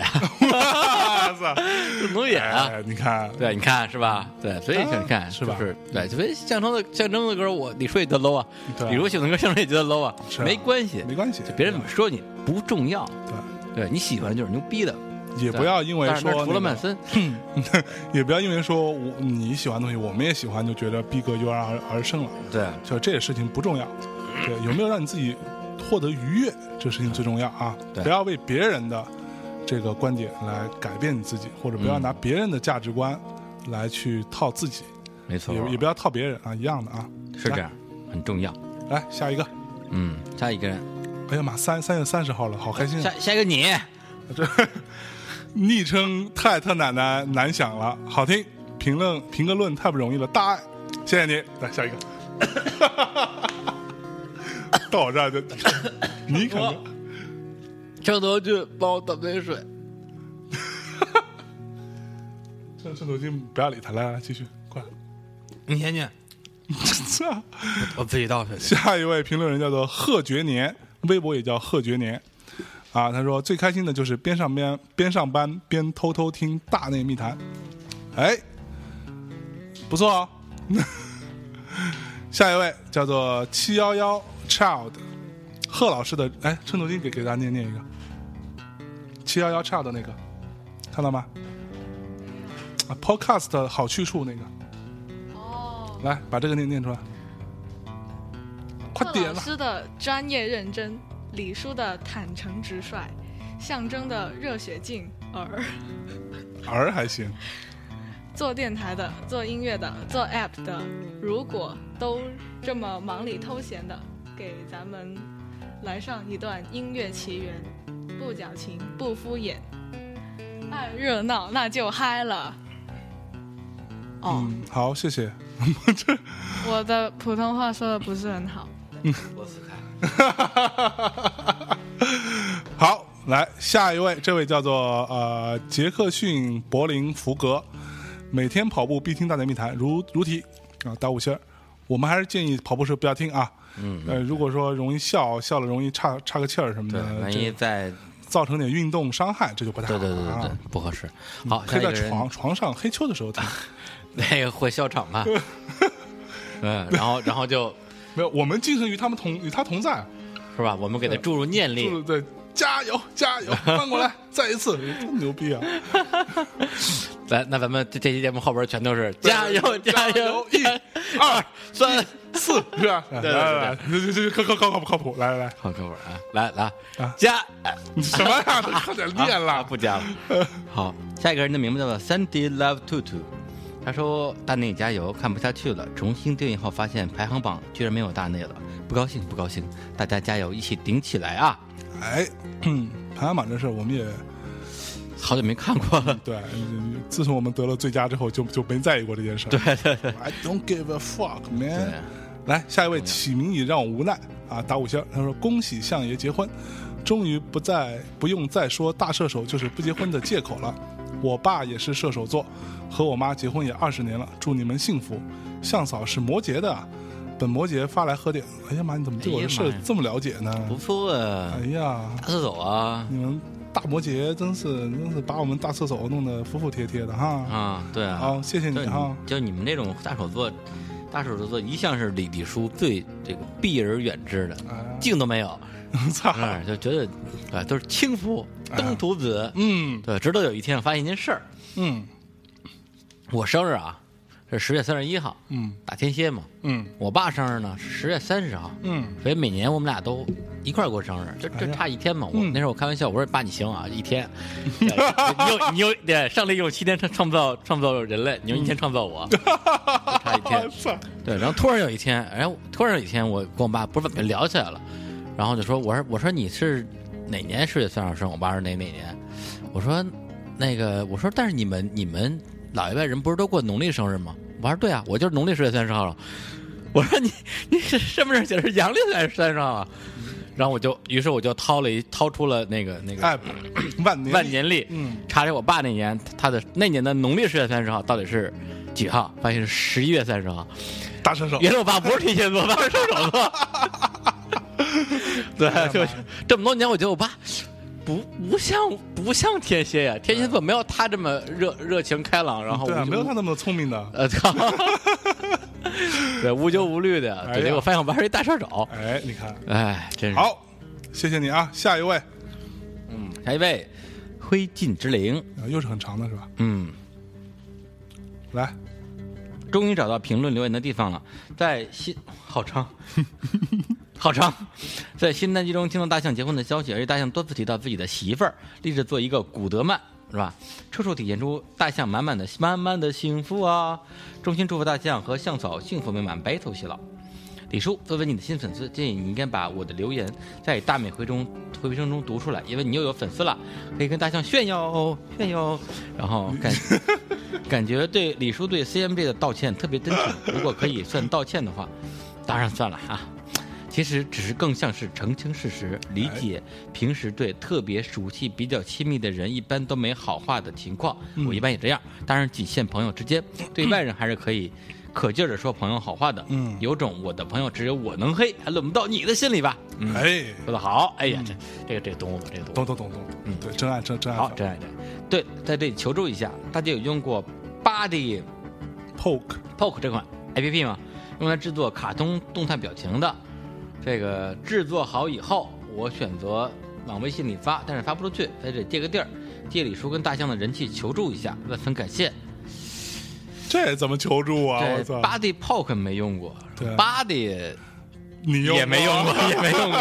S1: 操！
S2: 龙眼啊，
S1: 哎，你看，
S2: 对，你看是吧？对，所以
S1: 啊
S2: 你看
S1: 是吧
S2: 就是对，所以象征的象征的歌，我李叔也觉得 low 啊，
S1: 对啊
S2: 李叔喜欢的歌，象征也觉得 low 啊，
S1: 是啊
S2: 没关系，
S1: 没关系
S2: 就别人怎么说你不重要，
S1: 对，
S2: 对你喜欢就是牛逼的，
S1: 也不要因为
S2: 但是
S1: 说
S2: 那除了
S1: 那
S2: 曼
S1: 个
S2: 森，
S1: 也不要因为说我你喜欢的东西，我们也喜欢，就觉得逼格油然而而生了。
S2: 对
S1: 就这些事情不重要，
S2: 嗯
S1: 对，有没有让你自己获得愉悦，这事情最重要啊！
S2: 对
S1: 不要为别人的这个观点来改变你自己，或者不要
S2: 嗯
S1: 拿别人的价值观来去套自己，
S2: 没错，
S1: 也也不要套别人啊，一样的啊。
S2: 是这样，很重要。
S1: 来。来，下一个。
S2: 嗯，下一个人，
S1: 哎呀妈，三三月三十号了，好开心、
S2: 下
S1: 啊！
S2: 下一个你，
S1: 这 昵称太特奶奶难想了，好听，评论评个论太不容易了，大爱，谢谢你。来下一个， 到我这儿就你可能。
S2: 张头俊帮我倒杯水。
S1: 这这头巾不要理他，来来继续，快！
S2: 你先去，我自己倒水去。
S1: 下一位评论人叫做贺觉年，微博也叫贺觉年。啊，他说最开心的就是边上边边上班边偷偷听《大内密谈》，哎，不错哦。 下一位叫做七幺幺 child，贺老师的哎，衬头巾给给大家念念一个，七幺幺 child 的那个，看到吗？啊，podcast 的好去处那个，
S4: 哦，
S1: 来把这个念念出来，快
S4: 贺
S1: 点
S4: 老
S1: 了。
S4: 师的专业认真，李叔的坦诚直率，象征的热血劲儿，
S1: 儿还行，
S4: 做电台的，做音乐的，做 app 的，如果都这么忙里偷闲的，给咱们来上一段音乐奇缘，不矫情，不敷衍，爱热闹那就嗨了。哦，
S1: 嗯，好，谢谢。
S4: 我的普通话说的不是很好。
S1: 好，来下一位，这位叫做呃杰克逊柏林福格，每天跑步必听《大内密谈》如，如题啊，打五星儿。我们还是建议跑步时不要听啊，嗯，呃，如果说容易笑，笑了容易岔岔个气儿什么
S2: 对，
S1: 的，
S2: 万
S1: 这
S2: 一在，
S1: 造成点运动伤害，这就不太好
S2: 对对对对对
S1: 啊。，
S2: 不合适。好，
S1: 可
S2: 下
S1: 以
S2: 一
S1: 在
S2: 个人
S1: 床床上黑秋的时候听，
S2: 那个会笑场吧？嗯，然后然后就
S1: 没有，我们精神与他们同与他同在，
S2: 是吧，我们给他注入 念力
S1: 对，对，加油加油，翻过来，再一次，多牛逼啊！
S2: 来，那咱们这这期节目后边全都是加油加油，
S1: 一二
S2: 三，
S1: 四，是吧？对
S2: 对对
S1: 来来，这这这靠靠靠靠不靠谱？来来来，
S2: 好哥们儿啊，来来
S1: 啊
S2: 加
S1: 你什么呀？快点念
S2: 啊
S1: 了，
S2: 不加了。好，下一个人的名字叫做 Sandy Love Tutu，他说大内加油，看不下去了，重新定义后发现排行榜居然没有大内了，不高兴不高兴，大家加油，一起顶起来啊！
S1: 哎，排行榜这事儿我们也
S2: 好久没看过了，
S1: 对，嗯自从我们得了最佳之后，就就没在意过这件事。对对，I don't give a fuck,
S2: 对嗯
S1: man。来，下一位起名已让我无奈啊，打五星儿。他说：“恭喜相爷结婚，终于不再不用再说大射手就是不结婚的借口了。我爸也是射手座，和我妈结婚也二十年了，祝你们幸福。向嫂是摩羯的啊，本摩羯发来贺电。哎呀妈，你怎么对我的事
S2: 哎
S1: 儿
S2: 呀妈呀
S1: 这么了解呢
S2: 不？错啊
S1: 哎，呀，
S2: 大射手啊
S1: 你们大摩羯真是真是把我们大射手弄得服服帖帖的哈。
S2: 啊，对啊，
S1: 好，谢谢
S2: 就
S1: 你哈。
S2: 就你们这种大手座，大手座一向是李李叔最这个避而远之 的，
S1: 哎
S2: 敬都没有，
S1: 操，
S2: 啊，就觉得啊都是轻浮登徒子，
S1: 啊嗯
S2: 对，直到有一天我发现一件事儿，
S1: 嗯
S2: 我生日啊是十月三十一号，
S1: 嗯
S2: 大天蝎嘛，
S1: 嗯
S2: 我爸生日呢是十月三十号，
S1: 嗯。
S2: 所以每年我们俩都一块儿过生日，就
S1: 哎
S2: 就
S1: 呀
S2: 差一天嘛。我
S1: 嗯
S2: 那时候我开玩笑，我说爸你行啊，一天，对你有你有对上帝用七天创创造创造人类，你用一天创 造我，就差一天
S1: 我。操！
S2: 对，然后突然有一天，哎，突然有一天，我跟我爸不是聊起来了，然后就说，我说我说你是哪年十月三号生？我爸是哪哪年？我说那个，我说但是你们你们老一辈人不是都过农历生日吗？我说对啊，我就是农历十月三十号了。我说你你是身份证写的是阳历还是三十号啊？然后我就，于是我就掏了一掏出了那个那个
S1: 哎，万年
S2: 万年历，
S1: 嗯，
S2: 查查我爸那年他的那年的农历十月三十号到底是几号？发现是十一月三十号。
S1: 大射 手，
S2: 原来我爸不是天蝎座，我爸 是射手座。对，就是这么多年，我觉得我爸不不像不像天蝎呀，天蝎座没有他这么热热情开朗，然后
S1: 对啊，
S2: 无
S1: 没有他
S2: 忧
S1: 那么聪明的。
S2: 呃操， 对无忧无虑的，
S1: 哎
S2: 对
S1: 呀
S2: 结果发现我玩一大事找，
S1: 哎，你看，
S2: 哎，真是。
S1: 好，谢谢你啊，下一位，
S2: 下一位，灰烬之灵，
S1: 啊又是很长的是吧？
S2: 嗯，
S1: 来，
S2: 终于找到评论留言的地方了，在新好长， 好长，在新单集中听到大象结婚的消息，而且大象多次提到自己的媳妇儿，立志做一个古德曼，是吧？处处体现出大象满满的满满的幸福啊！衷心祝福大象和象草幸福美满，白头偕老。李叔，作为你的新粉丝，建议你应该把我的留言在大美回中回声中读出来，因为你又有粉丝了，可以跟大象炫耀哦炫耀哦。然后感感觉对李叔对 CMJ 的道歉特别真诚，如果可以算道歉的话，当然算了啊。其实只是更像是澄清事实，理解平时对特别熟悉、比较亲密的人一般都没好话的情况。我一般也这样，当然仅限朋友之间，对外人还是可以 可劲儿的说朋友好话的。
S1: 嗯
S2: 有种我的朋友只有我能黑，还轮不到你的心里吧？嗯，
S1: 哎，
S2: 说的好，哎呀，
S1: 嗯
S2: 这这个这个懂我吧，这个懂
S1: 懂
S2: 我。
S1: 懂懂懂，
S2: 嗯
S1: 对，真爱真真爱
S2: 好，真爱真爱。对，在这里求助一下，大家有用过 Body
S1: poke，
S2: Poke 这款 APP 吗？用来制作卡通动态表情的。这个制作好以后，我选择往微信里发，但是发不出去，在这里借个地儿，借李叔跟大象的人气求助一下，万分感谢。
S1: 这怎么求助啊？我
S2: 这
S1: 操，
S2: Body Poke 没用过
S1: 对
S2: ，Body
S1: 你用
S2: 也没用过
S1: 过，，
S2: 也没 用过，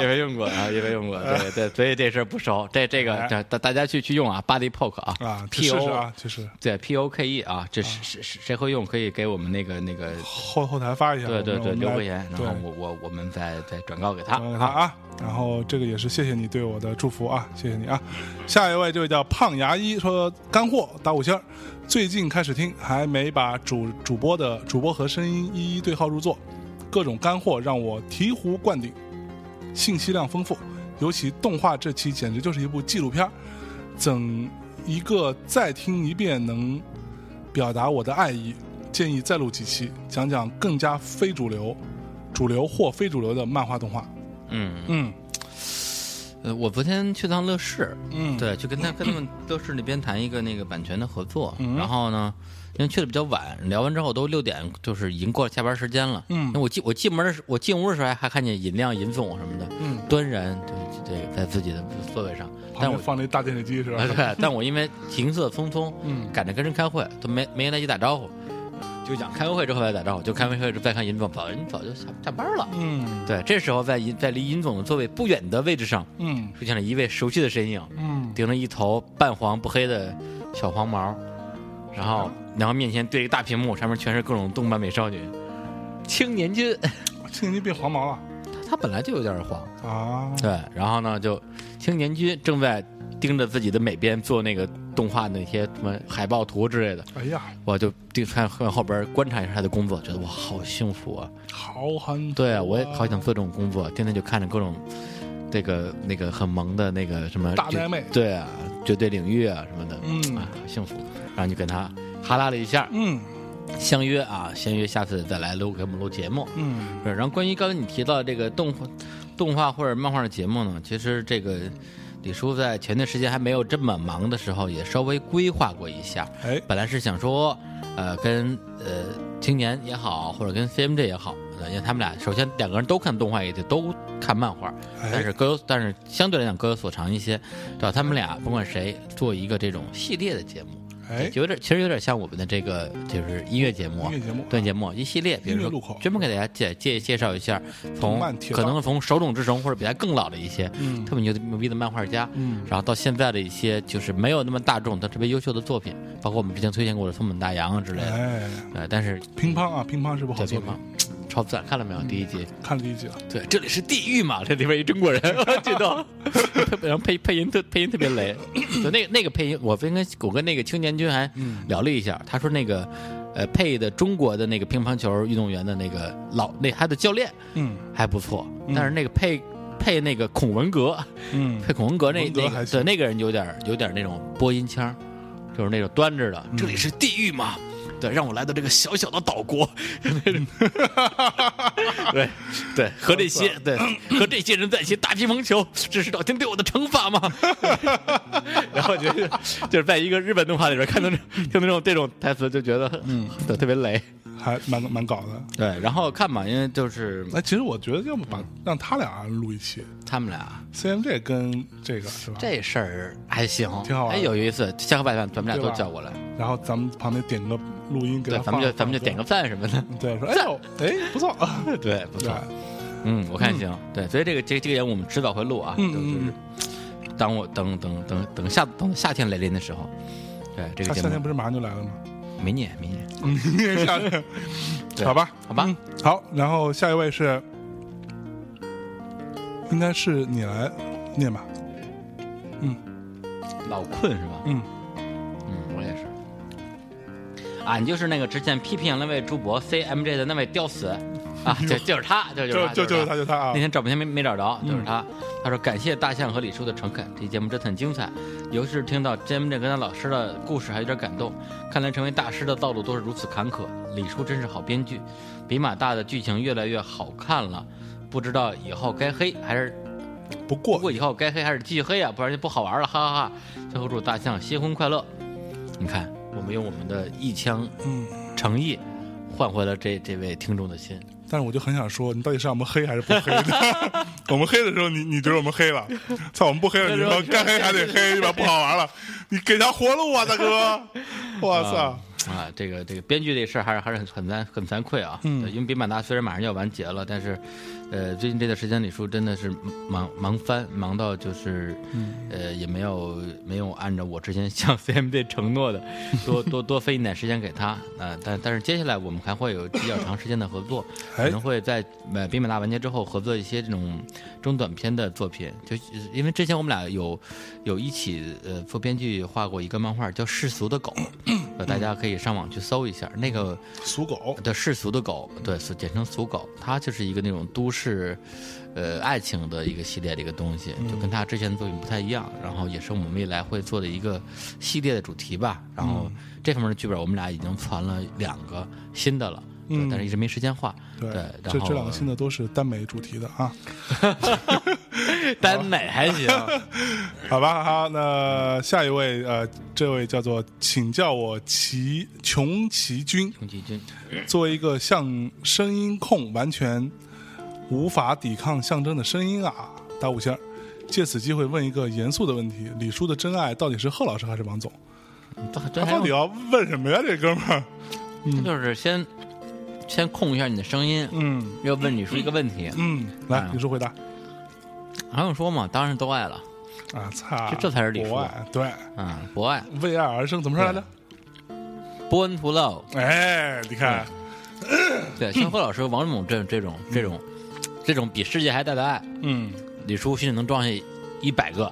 S2: 也没用过啊，也没用过。对对，所以这事儿不熟。这这个
S1: 哎
S2: 这大大家去去用啊，Body Poke 啊
S1: 啊，去
S2: ，P
S1: 试试
S2: O
S1: 啊，去试，
S2: 对 P O K E 啊，这是是是谁会用可以给我们那个那个
S1: 后后台发一下，
S2: 对对
S1: 我们
S2: 对
S1: 我们
S2: 留
S1: 来
S2: 个言，然
S1: 对
S2: 后我我我们再再转告给他
S1: 转给他。啊。然后这个也是谢谢你对我的祝福啊，谢谢你啊。下一位这位叫胖牙医说干货打五星儿，最近开始听，还没把主主播的主播和声音一一对号入座，各种干货让我醍醐灌顶，信息量丰富，尤其动画这期简直就是一部纪录片儿，整一个再听一遍能表达我的爱意，建议再录几期，讲讲更加非主流、主流或非主流的漫画动画。
S2: 嗯，
S1: 嗯
S2: 呃，我昨天去趟乐视，
S1: 嗯，
S2: 对，就跟他跟他们乐视那边谈一个那个版权的合作，
S1: 嗯
S2: 然后呢。因为去的比较晚，聊完之后都六点，就是已经过了下班时间了。
S1: 嗯
S2: 因为我进我进门的时候，我进屋的时候还还看见尹亮、尹总什么的，
S1: 嗯，
S2: 端然对对在自己的座位上，
S1: 旁
S2: 但我
S1: 边放那大电视机是吧
S2: 啊，？对，但我因为行色匆匆，
S1: 嗯
S2: 赶着跟人开会，都没没来及打招呼，就想开完会之后再打招呼，就开完会之后再看尹总，早人早就下下班了。
S1: 嗯
S2: 对，这时候在尹在离尹总的座位不远的位置上，
S1: 嗯
S2: 出现了一位熟悉的身影，
S1: 嗯，
S2: 顶着一头半黄不黑的小黄毛，然后然后面前对着一个大屏幕，上面全是各种动漫美少女、青年军，
S1: 青年变黄毛了
S2: 他本来就有点黄，
S1: 啊！
S2: 对，然后呢，就青年军正在盯着自己的美编做那个动画那些什么海报图之类的，
S1: 哎呀，
S2: 我就盯看看后边观察一下他的工作，觉得哇，好幸福啊！
S1: 好很啊
S2: 对啊我也好想做这种工作，天天就看着各种这个那个很萌的那个什么
S1: 大
S2: 绝
S1: 奶妹
S2: 对啊，绝对领域啊什么的，
S1: 嗯
S2: 啊，好幸福。然后就跟他哈拉了一下，
S1: 嗯
S2: 相约啊，相约下次再来录给我们录节目。
S1: 嗯
S2: 对，然后关于刚才你提到这个动画、动画或者漫画的节目呢，其实这个李叔在前段时间还没有这么忙的时候，也稍微规划过一下。
S1: 哎
S2: 本来是想说，呃，跟呃青年也好，或者跟 CMJ 也好，呃因为他们俩首先两个人都看动画，也就都看漫画，但
S1: 哎
S2: 是各有，但是相对来讲各有所长一些。找他们俩，甭管谁做一个这种系列的节目，
S1: 哎，
S2: 有点其实有点像我们的这个就是音乐节目啊
S1: 音乐节目
S2: 对节目一系列，比
S1: 音乐
S2: 如
S1: 入
S2: 说
S1: 口
S2: 专门给大家介介介绍一下，从
S1: 动漫铁道
S2: 可能从手冢治虫或者比他更老的一些
S1: 嗯
S2: 特别牛牛逼的漫画家，
S1: 嗯
S2: 然后到现在的一些就是没有那么大众但特别优秀的作品，包括我们之前推荐过的松本大洋啊之类的，
S1: 哎，
S2: 对，但是
S1: 乒乓啊，乒乓是部好
S2: 小
S1: 作
S2: 乒
S1: 品
S2: 乓，超赞，看了没有？第一集，
S1: 看了第一集啊，
S2: 对，这里是地狱嘛，这里边一中国人，我知道，特 别然后配配音特配音特别 雷，就那个那个配音，我跟我跟那个青年军还
S1: 嗯
S2: 聊了一下，他说那个呃配的中国的那个乒乓球运动员的那个老那他的教练
S1: 嗯
S2: 还不错，
S1: 嗯
S2: 但是那个配配那个孔文革
S1: 嗯
S2: 配孔文革那
S1: 孔文革
S2: 那
S1: 还
S2: 个
S1: 行
S2: 对嗯那个人有点有点那种播音腔，就是那种端着的，这里是地狱嘛。对，让我来到这个小小的岛 国，对对，和这些对和这些人在一起打乒乓球，这是老天对我的惩罚吗？ 然后就是就是在一个日本动画里边看到这听到这种这种台词，就觉得嗯，对，特别雷。
S1: 还蛮蛮搞的。
S2: 对，然后看吧，因为就是
S1: 哎，其实我觉得要么把让他俩录一期
S2: 他们俩
S1: CMJ 跟这个是吧？
S2: 这事儿还行，
S1: 挺好玩
S2: 哎，
S1: 的
S2: 有意思。下个晚饭咱们俩
S1: 对
S2: 都
S1: 吧
S2: 叫过来，
S1: 然后咱们旁边点个录音给
S2: 对，
S1: 他
S2: 咱
S1: 放，
S2: 们就咱们就
S1: 放
S2: 点个赞什么 的。
S1: 对，说哎呦哎不 错，
S2: 对，不
S1: 对
S2: 错，嗯，我看行，对，所以这个这个、这个节目我们迟早会录啊，
S1: 嗯
S2: 就
S1: 嗯
S2: 是当我等等等等夏等夏天来临的时候，对这
S1: 他
S2: 个节
S1: 夏天
S2: 目
S1: 不是马上就来了吗？
S2: 明年明年，
S1: 嗯，夏天，
S2: 对
S1: 好吧，
S2: 好吧
S1: 嗯，好，然后下一位是，应该是你来念吧，
S2: 老困是吧？
S1: 嗯
S2: 嗯，我也是。啊，你就是那个之前批评那位主播 CMJ 的那位屌丝啊，就就是他，就 就是
S1: 就
S2: 他，
S1: 就就是是他，就他啊
S2: 那，天找半天没没找着，就是他。他说：“感谢大象和李叔的诚恳，这节目真的很精彩，尤其是听到 j a m 跟他老师的故事，还有点感动。看来成为大师的道路都是如此坎坷，李叔真是好编剧。比马大的剧情越来越好看了，不知道以后该黑还是
S1: 不
S2: 不
S1: 过
S2: 过以后该黑还是继续黑啊，不然就不好玩了，哈哈哈！最后祝大象新婚快乐。你看，我们用我们的一腔
S1: 嗯，
S2: 诚意，换回了这这位听众的心。”
S1: 但是我就很想说，你到底是让我们黑还是不黑 的？我们黑的时候，你你觉得我们黑了？操，我们不黑了，你说该黑还得黑，是吧？不好玩了，你给条活路啊，大 哥！我操，
S2: 啊，这个这个编剧这事儿还是还是很很惭很惭愧啊。嗯，因为比满大虽然马上就要完结了，但是，呃，最近这段时间李叔真的是忙忙翻，忙到就是，呃，也没有没有按照我之前 向 CMD 承诺的，多多多分一点时间给他。呃，但但是接下来我们还会有比较长时间的合作，
S1: 哎
S2: 可能会在呃比满大完结之后合作一些这种中短篇的作品，就因为之前我们俩有有一起呃做编剧画过一个漫画叫《世俗 的狗》，呃，大家可以上网去搜一下那
S1: 嗯
S2: 个
S1: 俗狗，
S2: 对世俗的狗，对，俗简称俗狗，它就是一个那种都市，呃，爱情的一个系列的一个东西，
S1: 嗯
S2: 就跟他之前的作品不太一样，然后也是我们未来会做的一个系列的主题吧。然后
S1: 嗯
S2: 这方面的剧本，我们俩已经传了两个新的了，对
S1: 嗯
S2: 但是一直没时间画。
S1: 对
S2: 对，然
S1: 这
S2: 后
S1: 这两个新的都是耽美主题的啊。
S2: 耽美还 行，
S1: 好吧，好，那下一位，呃，这位叫做，请叫我齐穷奇君。
S2: 宫崎骏
S1: 作为一个像声音控完全无法抵抗象征的声音啊，打五星儿。借此机会问一个严肃的问题：李叔的真爱到底是贺老师还是王总？
S2: 他
S1: 他到底要问什么呀？这哥们儿，
S2: 他就是先先控一下你的声音，
S1: 嗯
S2: 要问你说一个问题，
S1: 嗯，来
S2: 哎，
S1: 李叔回答
S2: 还用说吗？当然都爱了，
S1: 啊！擦
S2: 这，这才是李叔
S1: 博爱对，
S2: 啊，不爱。
S1: 为爱而生，怎么说来着？
S2: Born to Love，
S1: 哎，你看，
S2: 对，像贺老师、王猛这这种这种这种比世界还大的爱，
S1: 嗯，
S2: 李叔心里能装下一百个，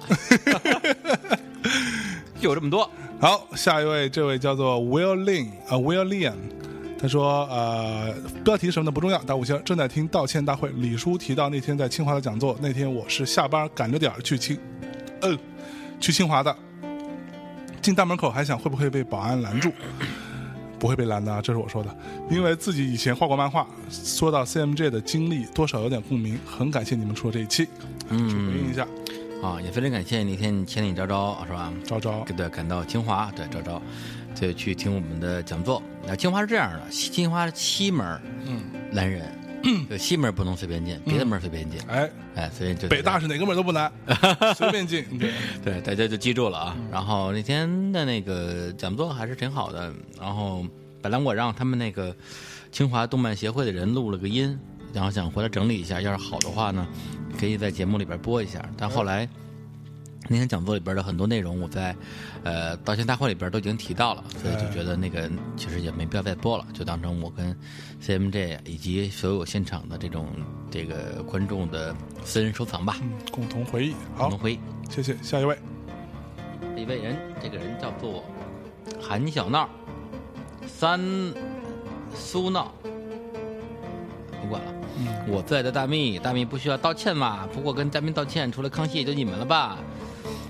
S2: 就有这么多。
S1: 好，下一位，这位叫做 Will Lin 啊、Will Lian，他说呃，标题什么的不重要，打五星。正在听道歉大会，李叔提到那天在清华的讲座，那天我是下班赶着点儿去清，呃，去清华的，进大门口还想会不会被保安拦住。不会被拦的啊，这是我说的，因为自己以前画过漫画，说到 CMJ 的经历，多少有点共鸣，很感谢你们出了这一期，去回应一
S2: 嗯，
S1: 下，
S2: 啊，也非常感谢那天你千里昭昭是吧？
S1: 昭昭，
S2: 对，赶到清华，对，昭昭，对，去听我们的讲座。那清华是这样的，西清华西门儿
S1: 嗯，
S2: 拦人，就西门儿不能随便进，别的门儿随便进。
S1: 哎，
S2: 哎，所以就
S1: 北大是哪个门都不 难，随便进，对。
S2: 对，大家就记住了啊。然后那天的那个讲座还是挺好的。然后本来我让他们那个清华动漫协会的人录了个音，然后想回来整理一下，要是好的话呢，可以在节目里边播一下。但后来那天讲座里边的很多内容，我在呃道歉大会里边都已经提到了，所以就觉得那个其实也没必要再播了，就当成我跟 CMJ 以及所有现场的这种这个观众的私人收藏吧。
S1: 嗯，共同回忆。
S2: 我
S1: 好
S2: 们，回忆。
S1: 谢谢下一位。
S2: 一位人，这个人叫做韩小闹，三苏闹，不管了。我最爱的大蜜，大蜜不需要道歉吧？不过跟嘉宾道歉，除了康熙也就你们了吧。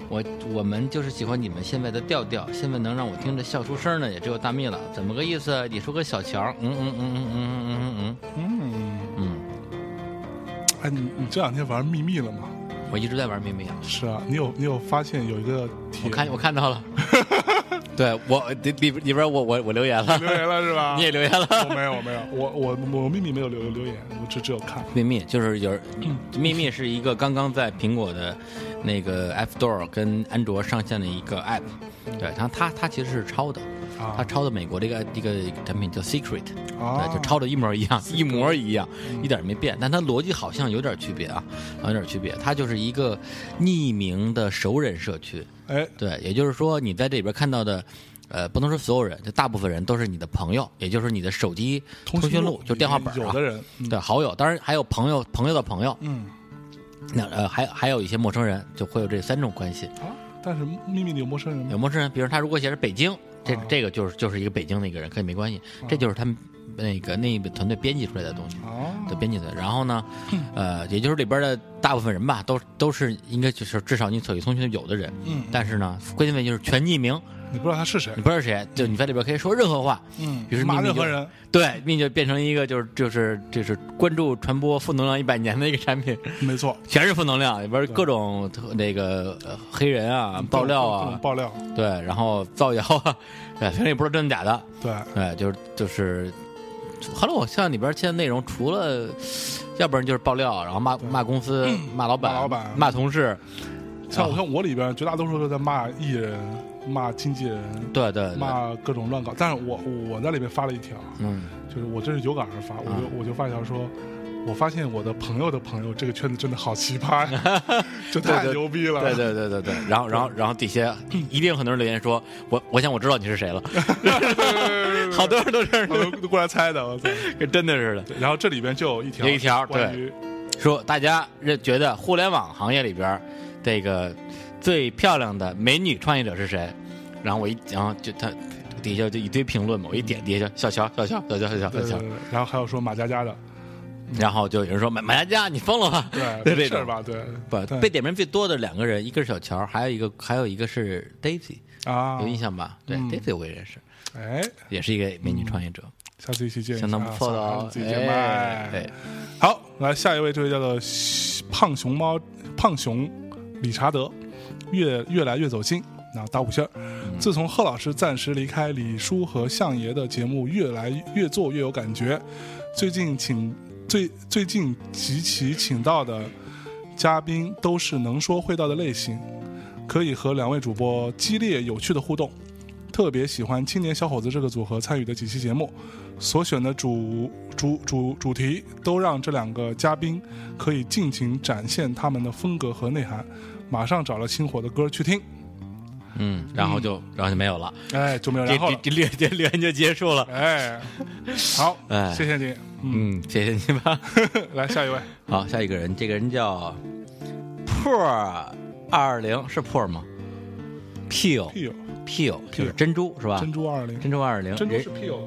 S2: 我我们就是喜欢你们现在的调调，现在能让我听着笑出声的也只有大蜜了。怎么个意思？你说个小乔，嗯嗯嗯嗯嗯嗯嗯
S1: 嗯，
S2: 嗯
S1: 哎，你你这两天玩秘密了吗？
S2: 嗯，我一直在玩秘密啊，
S1: 是啊，你有你有发现有一个帖
S2: 我看我看到了，对我里里里边我我我留言了，
S1: 留言了是啊吧？
S2: 你也留言了。
S1: 我没有我没有，我我我秘密没有留留言，我只只有看。
S2: 秘密就是有人，秘密是一个刚刚在苹果的那个 App Store 跟安卓上线的一个 App，对，它它它其实是抄的，
S1: 啊
S2: 它抄的美国的一个一个产品叫 Secret，
S1: 啊
S2: 对，就抄的一模一样，一模一样，一点儿没变，但它逻辑好像有点区别啊，有点区别，它就是一个匿名的熟人社区，
S1: 哎，
S2: 对，也就是说你在这里边看到的。呃，不能说所有人，就大部分人都是你的朋友，也就是你的手机通
S1: 讯
S2: 讯录，就电话本、啊、
S1: 有的人，嗯
S2: 对好友，当然还有朋友，朋友的朋友，
S1: 嗯
S2: 那呃还还有一些陌生人，就会有这三种关系。
S1: 啊，但是秘密里有陌生人吗？
S2: 有陌生人，比如他如果写是北京，这、
S1: 啊
S2: 这个就是就是一个北京的一个人，可以没关系，
S1: 哦
S2: 这就是他们那个那个团队编辑出来的东西。
S1: 啊
S2: 的编辑的，然后呢，
S1: 嗯
S2: 呃，也就是里边的大部分人吧，都都是应该就是至少你手机通讯有的人，
S1: 嗯
S2: 但是呢，关键问题就是全匿名，
S1: 你不知道他是谁
S2: 你，不知道是谁，就你在里边可以说任何话，
S1: 嗯
S2: 于是秘
S1: 骂
S2: 密
S1: 任
S2: 就
S1: 何人，
S2: 对，并且变成一个就是就是就是关注传播负能量一百年的一个产品，
S1: 没错，
S2: 全是负能量，里边各种特那个呃黑人啊、爆料
S1: 嗯各种
S2: 啊，
S1: 爆料，
S2: 对，然后造谣啊，对，反正也不知道真的假的，
S1: 对，
S2: 对，就是就是，后来我像里边现在内容，除了要不然就是爆料，然后骂骂公司、骂老板、
S1: 嗯骂老板
S2: 骂同事，
S1: 像我看我里边绝大多数都在骂艺人、骂经纪人、
S2: 对对对，
S1: 骂各种乱搞，但是我我在里面发了一条，啊
S2: 嗯，
S1: 就是我这是有感而发，我
S2: 啊
S1: 就、我就发一条说。我发现我的朋友的朋友这个圈子真的好奇 葩呀，这太
S2: 对对
S1: 牛逼了！
S2: 对对对对对，然后然后然后底下一定有很多人留言说，我我想我知道你是 谁了，好多人都这
S1: 我都都过来猜的， 我操！
S2: 样，真的似的。
S1: 然后这里边就有一条，
S2: 有一条
S1: 关于
S2: 说大家认觉得互联网行业里边儿这个最漂亮的美女创业者是谁？然后我一然后就他底下就一堆评论嘛，我一点底下就小乔小乔小乔小乔
S1: 对
S2: 小
S1: 对
S2: 乔
S1: 对，对然后还有说马佳佳的，
S2: 然后就有人说马马佳佳你疯 了吧？
S1: 对，
S2: 这
S1: 事儿
S2: 种。
S1: 吧，对，
S2: 不
S1: 对
S2: 被点名最多的两个人，一个是小乔，还有一个还有一个是 Daisy，
S1: 啊
S2: 有，印象吧？对
S1: 嗯
S2: ，Daisy 我也认识，
S1: 哎，
S2: 也是一个美女创业者，
S1: 下次一起见一下，
S2: 相当不错的哦
S1: 啊。自己见
S2: 哎，
S1: 麦
S2: 对，
S1: 好，来下一位，这位叫做胖熊猫胖熊理查德，越越来越走心。那打五星儿。自从贺老师暂时离开李叔和相爷的节目，越来越做越有感觉。最近请最最近几期请到的嘉宾都是能说会道的类型，可以和两位主播激烈有趣的互动。特别喜欢青年小伙子这个组合参与的几期节目，所选的主主主主题都让这两个嘉宾可以尽情展现他们的风格和内涵。马上找了星火的歌去听，
S2: 嗯，然后就然后就没有了，
S1: 哎，就没有
S2: 这
S1: 然后
S2: 这
S1: 了。
S2: 这留这留言就结束了，
S1: 哎，好，
S2: 哎
S1: 谢谢你。嗯，
S2: 嗯，谢谢你吧。
S1: 来下一位，
S2: 好，下一个人，这个人叫 Pure 二零，是 Pure 吗？Pure
S1: 屁友
S2: Pure 就是珍珠是吧？
S1: 珍珠二零，
S2: 珍珠二零，
S1: 珍珠
S2: 人
S1: 是屁友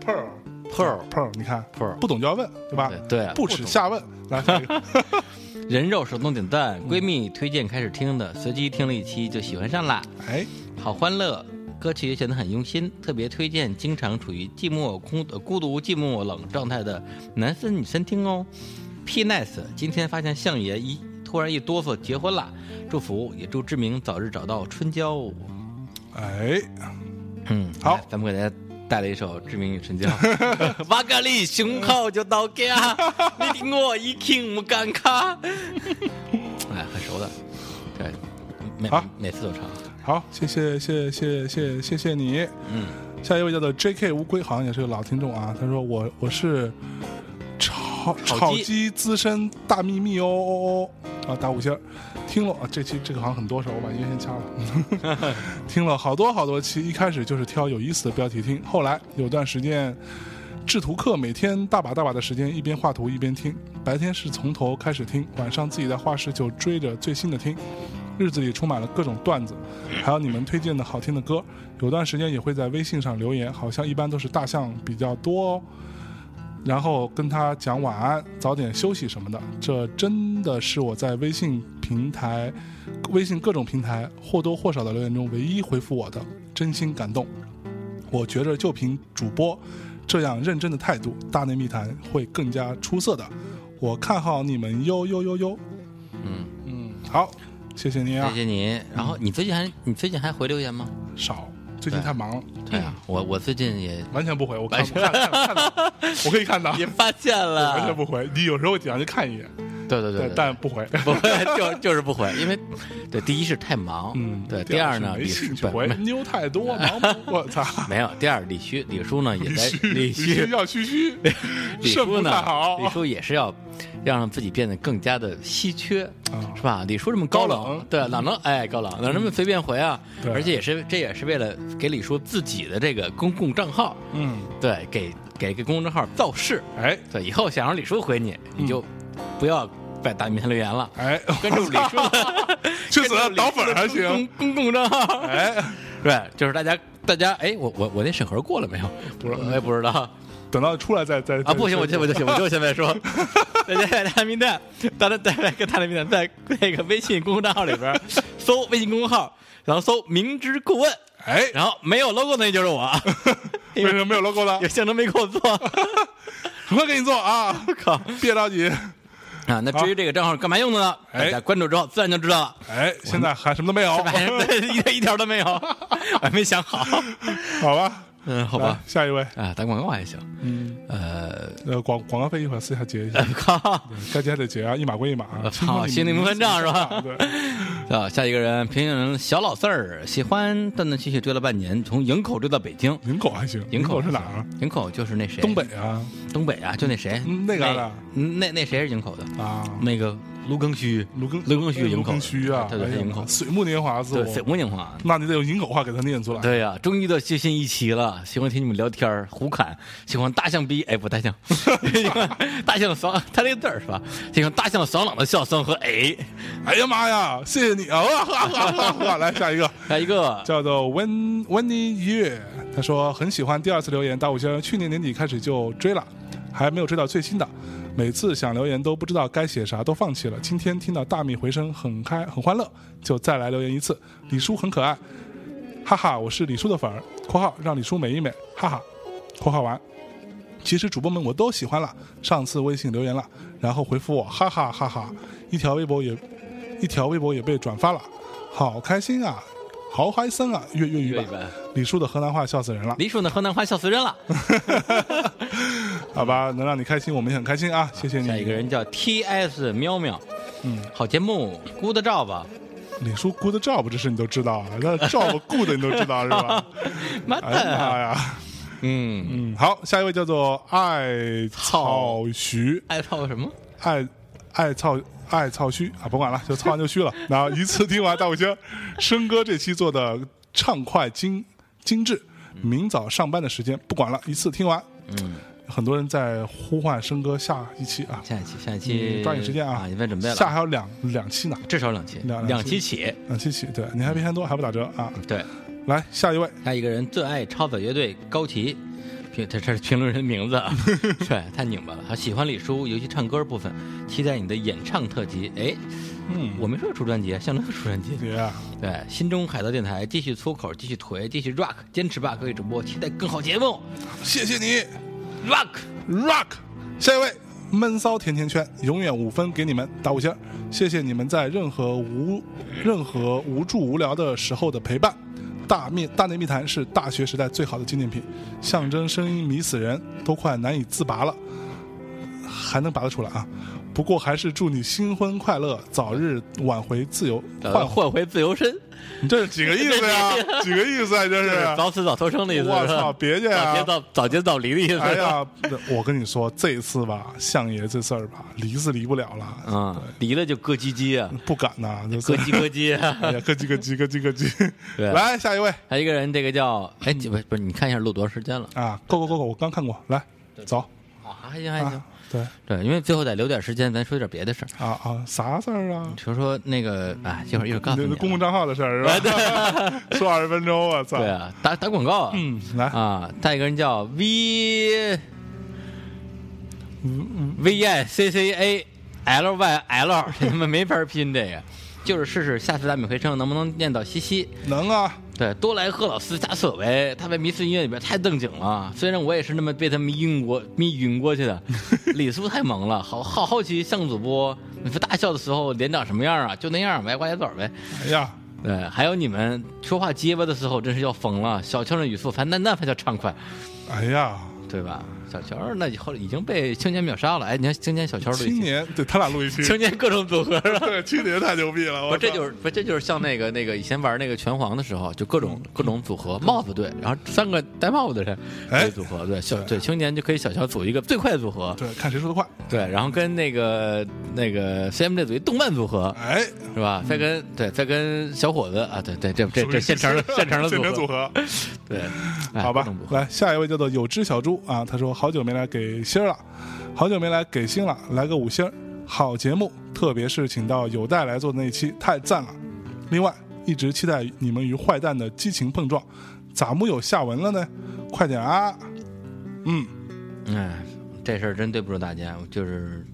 S1: ，pearl
S2: Pearl
S1: pearl，你看
S2: Pearl
S1: 不懂就要问，对吧？
S2: 对对啊
S1: 不耻下问。来下一个，
S2: 人肉手动点赞，
S1: 嗯
S2: 闺蜜推荐开始听的，随机听了一期就喜欢上啦，
S1: 哎，
S2: 好欢乐。歌曲也显得很用心，特别推荐经常处于寂寞、空、呃孤独、寂寞、冷状态的男生女生听哦。P Nice，今天发现相爷一突然一哆嗦结婚啦，祝福也祝志明早日找到春娇。
S1: 哎，
S2: 嗯，
S1: 好
S2: 来咱们给大家带了一首《志明与春娇》。 瓦格里胸口就 到家，你的我已经不尴尬。哎，很熟的，对，每、
S1: 好
S2: 每次都唱。
S1: 好，谢谢谢谢谢谢谢谢你。
S2: 嗯，
S1: 下一位叫做 J.K. 乌龟，好像也是个老听众啊。他说我我是炒
S2: 炒鸡
S1: 炒鸡资深大秘密哦哦哦啊，打五星儿。听了啊，这期这个好像很多首，我把音乐先掐了。 听了好多好多期，一开始就是挑有意思的标题听，后来有段时间制图课，每天大把大把的时间一边画图一边听，白天是从头开始听，晚上自己在画室就追着最新的听。日子里充满了各种段子，还有你们推荐的好听的歌。有段时间也会在微信上留言，好像一般都是大象比较多哦。然后跟他讲晚安，早点休息什么的。这真的是我在微信平台、微信各种平台或多或少的留言中唯一回复我的，真心感动。我觉着就凭主播这样认真的态度，《大内密谈》会更加出色的。我看好你们哟哟哟哟。
S2: 嗯，
S1: 嗯，好，谢谢您啊
S2: 谢，谢您。然后你最近还你最近还回留言吗？
S1: 少，最近
S2: 对
S1: 太忙了，
S2: 对啊，我我最近也
S1: 完全不回。我看我看看看到，我可以看到，
S2: 也发现
S1: 完全
S2: 了，
S1: 不回。你有时候经常去看一眼，
S2: 对对对，对
S1: 但不回。
S2: 不会， 就就是不回，因为对，第一是太忙，
S1: 嗯，
S2: 对，
S1: 第
S2: 第二
S1: 是
S2: 呢，
S1: 没
S2: 李
S1: 兴
S2: 叔
S1: 趣回，
S2: 没
S1: 妞太 多，忙不过，我操，
S2: 没有，第二李叔李叔呢也在 李
S1: 须
S2: 叔
S1: 要嘘 嘘，
S2: 李
S1: 肾
S2: 叔
S1: 不
S2: 呢
S1: 太好，
S2: 李叔也是要让自己变得更加的稀缺，
S1: 啊
S2: 是吧？李叔这么
S1: 高
S2: 高
S1: 冷嗯
S2: 冷，对，哪能哎高冷，哪能这么随便回啊？
S1: 对
S2: 而且也是这也是为了给李叔自己的这个公共账号，
S1: 嗯，
S2: 对，给给个公众号造势，
S1: 哎
S2: 对，以后想让李叔回你，你
S1: 嗯
S2: 就不要在大明留言了，
S1: 哎，
S2: 关注李叔的
S1: 去死倒粉儿还行，
S2: 公公共账号，
S1: 哎，
S2: 对，就是大家大家哎，我我我那审核过了没有？
S1: 不知道
S2: 我也不知道。
S1: 等到出来再再
S2: 啊，不行，我就我
S1: 就
S2: 就行，我就现在说， 大家在大名单，大家在那个大名单，在那个微信公众号里边儿搜微信公众号，然后搜“明知故问
S1: 哎”，，
S2: 然后没有 logo 的那就 是我，因
S1: 为什么
S2: 为
S1: 没有 logo 了
S2: 有？象征没给我做，
S1: 很快给你做啊，
S2: 靠
S1: 别着急，
S2: 啊！那至于这个账号干嘛用的呢？
S1: 哎
S2: 大家关注之后自然就知道了。
S1: 哎，现在还什么都没有，
S2: 哎，一条一条都没有，我还没想好。
S1: 好吧，
S2: 嗯，好
S1: 来
S2: 吧，
S1: 下一位，
S2: 啊，打广告还行。
S1: 嗯，
S2: 呃，
S1: 呃，广广告费一会儿私下结一 下，
S2: 靠，
S1: 该结还得结啊，一码归一 码啊，
S2: 我操心里明算账是吧
S1: 对，
S2: 啊，下一个人，平行人小老四儿，喜欢断断续续追了半年，从营口追到北京。
S1: 营口还行，
S2: 营口
S1: 是哪儿啊？？
S2: 营口就是那谁，
S1: 东北啊
S2: 东北啊，就那谁，
S1: 嗯那
S2: 那
S1: 旮旯
S2: 嗯那那谁是营口的？
S1: 啊，
S2: 那个卢庚戌，
S1: 卢庚
S2: 卢庚戌营
S1: 卢
S2: 口的，
S1: 庚戌啊，
S2: 对对，
S1: 哎
S2: 是
S1: 呀
S2: 营口，
S1: 水木年华是
S2: 对，
S1: 我
S2: 水木宁华。
S1: 那你得用营口话给他念出来。
S2: 对呀、终于的最新一期了，喜欢听你们聊天儿胡侃，喜欢大象逼，哎，不大象， 喜欢大象的爽，他这个字儿是吧？喜欢大象爽朗的笑声和哎，
S1: 哎呀妈呀，谢谢你啊！哇哈哈哈哈！来下一个，
S2: 还有一个
S1: 叫做 Wen Wendy Ye，他说很喜欢第二次留言，大五先生去年年底开始就追了，还没有追到最新的。每次想留言都不知道该写啥，都放弃了。今天听到大米回声很开很欢乐，就再来留言一次。李叔很可爱，哈哈，我是李叔的粉儿（括号让李叔美一美），哈哈，括号完。其实主播们我都喜欢了，上次微信留言了，然后回复我哈哈哈哈，一条微博也一条微博也被转发了，好开心啊，好嗨森啊，粤粤语
S2: 这一
S1: 版。
S2: 本，
S1: 李叔的河南话笑死人了，
S2: 梨树的河南话笑死人了。
S1: 好吧，能让你开心，我们也很开心啊，谢谢你。
S2: 下一个人叫 T S 喵喵，
S1: 嗯，
S2: 好节目，good job，
S1: 李叔 good job，这事你都知道啊，那 job good 你都知道是 吧？
S2: 妈
S1: 哎呀
S2: 的，
S1: 妈呀，
S2: 啊嗯，
S1: 嗯，好，下一位叫做艾草徐，
S2: 爱操什么？
S1: 爱爱操爱操虚啊，甭管了，就操完就虚了。然后一次听完大五星，生哥这期做的畅快精精致，明早上班的时间不管了，一次听完。
S2: 嗯，
S1: 很多人在呼唤生哥下一期啊，
S2: 下一期，下一
S1: 你
S2: 期
S1: 抓紧时间
S2: 啊！你们准备了，
S1: 下还有两两期呢，
S2: 至少两期，
S1: 两
S2: 两
S1: 期
S2: 期起。
S1: 两期起，对你还别嫌多，还不打折啊！
S2: 对，
S1: 来下一位，
S2: 还有一个人最爱超载乐队高旗，评这这是评论人的 名字啊，对，太拧巴了。他喜欢李叔，尤其唱歌部分，期待你的演唱特辑。哎，
S1: 嗯，
S2: 我没说出专辑，啊，向东出专辑。
S1: 姐啊，
S2: 对，心中海盗电台继续粗口，继续颓，继续 rock，坚持吧，各位主播，期待更好节目
S1: 谢谢你
S2: ，rock。
S1: ，Rock。下一位，闷骚甜甜圈，永远五分给你们打五星儿，谢谢你们在任何无任何无助无聊的时候的陪伴。大面大内密谈是大学时代最好的纪念品，象征声音迷死人，都快难以自拔了，还能拔得出来啊！不过还是祝你新婚快乐，早日挽回自由，
S2: 呃，
S1: 换
S2: 换回自由身，
S1: 你 这是几个意思 呀？几个意思啊？这是，
S2: 早死早脱生的意思。
S1: 我
S2: 是吧
S1: 操，别介
S2: 早
S1: 啊
S2: 结！早早结早离的 意思。
S1: 哎呀，我跟你说，这次吧，相爷这事儿吧，离是离不了了，
S2: 嗯，离了就咯叽 叽啊，
S1: 不敢呐，就
S2: 咯
S1: 是，
S2: 叽咯叽啊。
S1: 哎呀，咯叽咯叽咯叽咯叽。
S2: 对啊
S1: 来下一位
S2: 还有一个人，这个叫哎，你不是不是，你看一下录多长时间了
S1: 啊，够够够够，我刚看过，来走
S2: 啊？还行还行
S1: 啊，，对
S2: 对，因为最后得留点时间，咱说点别的事儿，
S1: 啊啊，啥事儿啊？
S2: 比如说那个啊，一会儿一会儿告
S1: 你
S2: 诉
S1: 这
S2: 你
S1: 是
S2: 啊。
S1: 公共账号的事儿是 吧？说二十分钟，我操！
S2: 对啊，打打广告 啊。
S1: 嗯，来
S2: 啊，再一个人叫 V V I C C A L Y L，这他妈没法拼这个。就是试试下次大米回声能不能念到西西。
S1: 能啊，
S2: 对，多莱赫老斯加索维，他在迷思音乐里边太正经了。虽然我也是那么被他迷晕过、迷晕过去的，李叔太萌了，好好好奇向主播，你说大笑的时候脸长什么样啊？就那样呗，歪瓜裂枣呗。
S1: 哎呀，
S2: 对，还有你们说话结巴的时候，真是要疯了。小乔的语速，反那那才叫畅快，
S1: 哎呀，
S2: 对吧？小乔儿那以后已经被青年秒杀了。哎，你看青年小乔儿都已
S1: 青
S2: 经
S1: 年，对他俩录一期，
S2: 青年各种 组合了。
S1: 对，青年太牛逼了，
S2: 不
S1: 我
S2: 是，这
S1: 操
S2: 就是不是，这就是像那个那个以前玩那个拳皇的时候，就各种
S1: 嗯
S2: 各种组合，帽子队，然后三个戴帽子的人
S1: 哎
S2: 可以组合，对小对青年就可以小乔组一个最快组合，
S1: 对，看谁说的快，
S2: 对，然后跟那个那个 CM 这组一动漫组合
S1: 哎，
S2: 是吧？再跟对再跟小伙子啊，对对，这这这现 成的现成的
S1: 现
S2: 组合，
S1: 成组合，
S2: 对，哎
S1: 好吧
S2: 各种组，合
S1: 来下一位叫做有只小猪啊，他说好久没来给星儿了，好久没来给星了，来个五星儿，好节目，特别是请到有待来做的那一期，太赞了。另外，一直期待你们与坏蛋的激情碰撞，咋木有下文了呢？快点啊！嗯，
S2: 哎，这事儿真对不住大家，就是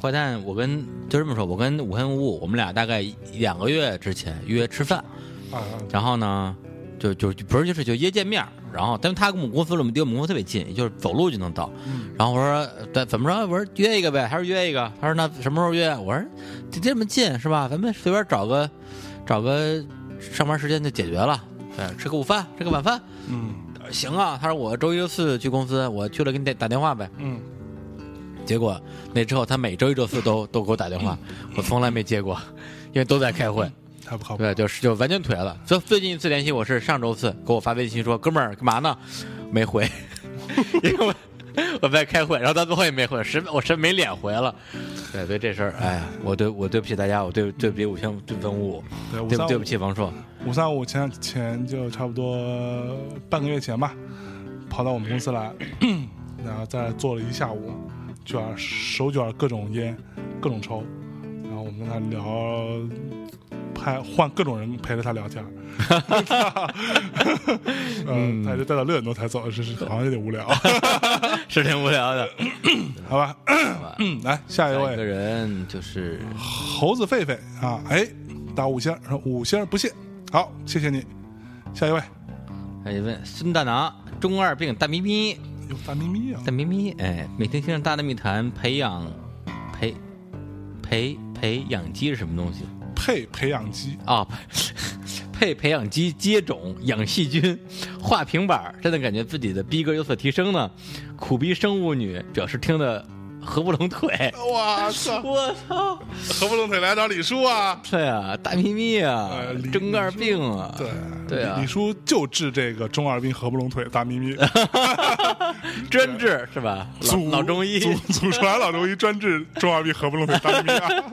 S2: 坏蛋，我跟就这么说，我跟五恨五五，我们俩大概一两个月之前约吃饭。
S1: 啊，
S2: 然后呢，就就就不是就是就约见面儿，然后但是他跟我们公司离我们离我们公司特别近，也就是走路就能到。然后我说对，怎么着？我说约一个呗，还是约一个？他说那什么时候约？我说这这么近是吧？咱们随便找个找个上班时间就解决了，对，吃个午饭，吃个晚饭，
S1: 嗯
S2: 呃行啊。他说我周一周四去公司，我去了给你打打电话呗。
S1: 嗯，
S2: 结果那之后他每周一周四都都给我打电话，我从来没接过，因为都在开会。
S1: 太不靠谱。
S2: 对，就是就完全颓了。最最近一次联系我是上周四，给我发微信说：“哥们儿，干嘛呢？”没回， 因为我我在开会，然后到最后也没回，实我实没脸回了。对，所以这事儿，哎呀，我对我对不起大家，我对对不起五星对分五，
S1: 对
S2: 对
S1: 五
S2: 不
S1: 三
S2: 对不起王硕，
S1: 五三五前前就差不多半个月前吧，跑到我们公司来， 然后在那儿坐了一下午，卷儿手卷儿各种烟，各种抽，然后我们跟他聊，拍换各种人陪着他聊天儿， 嗯，他就待到六点多才走，是是好像有点无聊，
S2: 是挺无聊的。
S1: 好吧， 嗯，来下一
S2: 有一个
S1: 位
S2: 人就是
S1: 猴子狒狒啊，哎，打五星儿，说五星儿不谢，好，谢谢你，下一位，
S2: 哎问孙大拿中二病大咪咪
S1: 有大咪咪啊。
S2: 大咪咪，哎，每天听着大内密谈培养培培培养基是什么东西？
S1: 配培养基，
S2: 啊， 配培养基接种、养细菌、画平板儿，真的感觉自己的逼格有所提升呢。苦逼生物女表示听得合不 拢腿，
S1: 嗯哇操！
S2: 我操！
S1: 合不拢腿来找李叔啊！
S2: 对啊，大咪咪啊
S1: 呃李，
S2: 中二病啊，
S1: 对
S2: 对啊
S1: 李李叔就治这个中二病合不拢腿大 咪咪，
S2: 专治是吧？
S1: 祖
S2: 老老中医
S1: 祖祖传老中医专治中二病合不拢腿大咪咪 啊！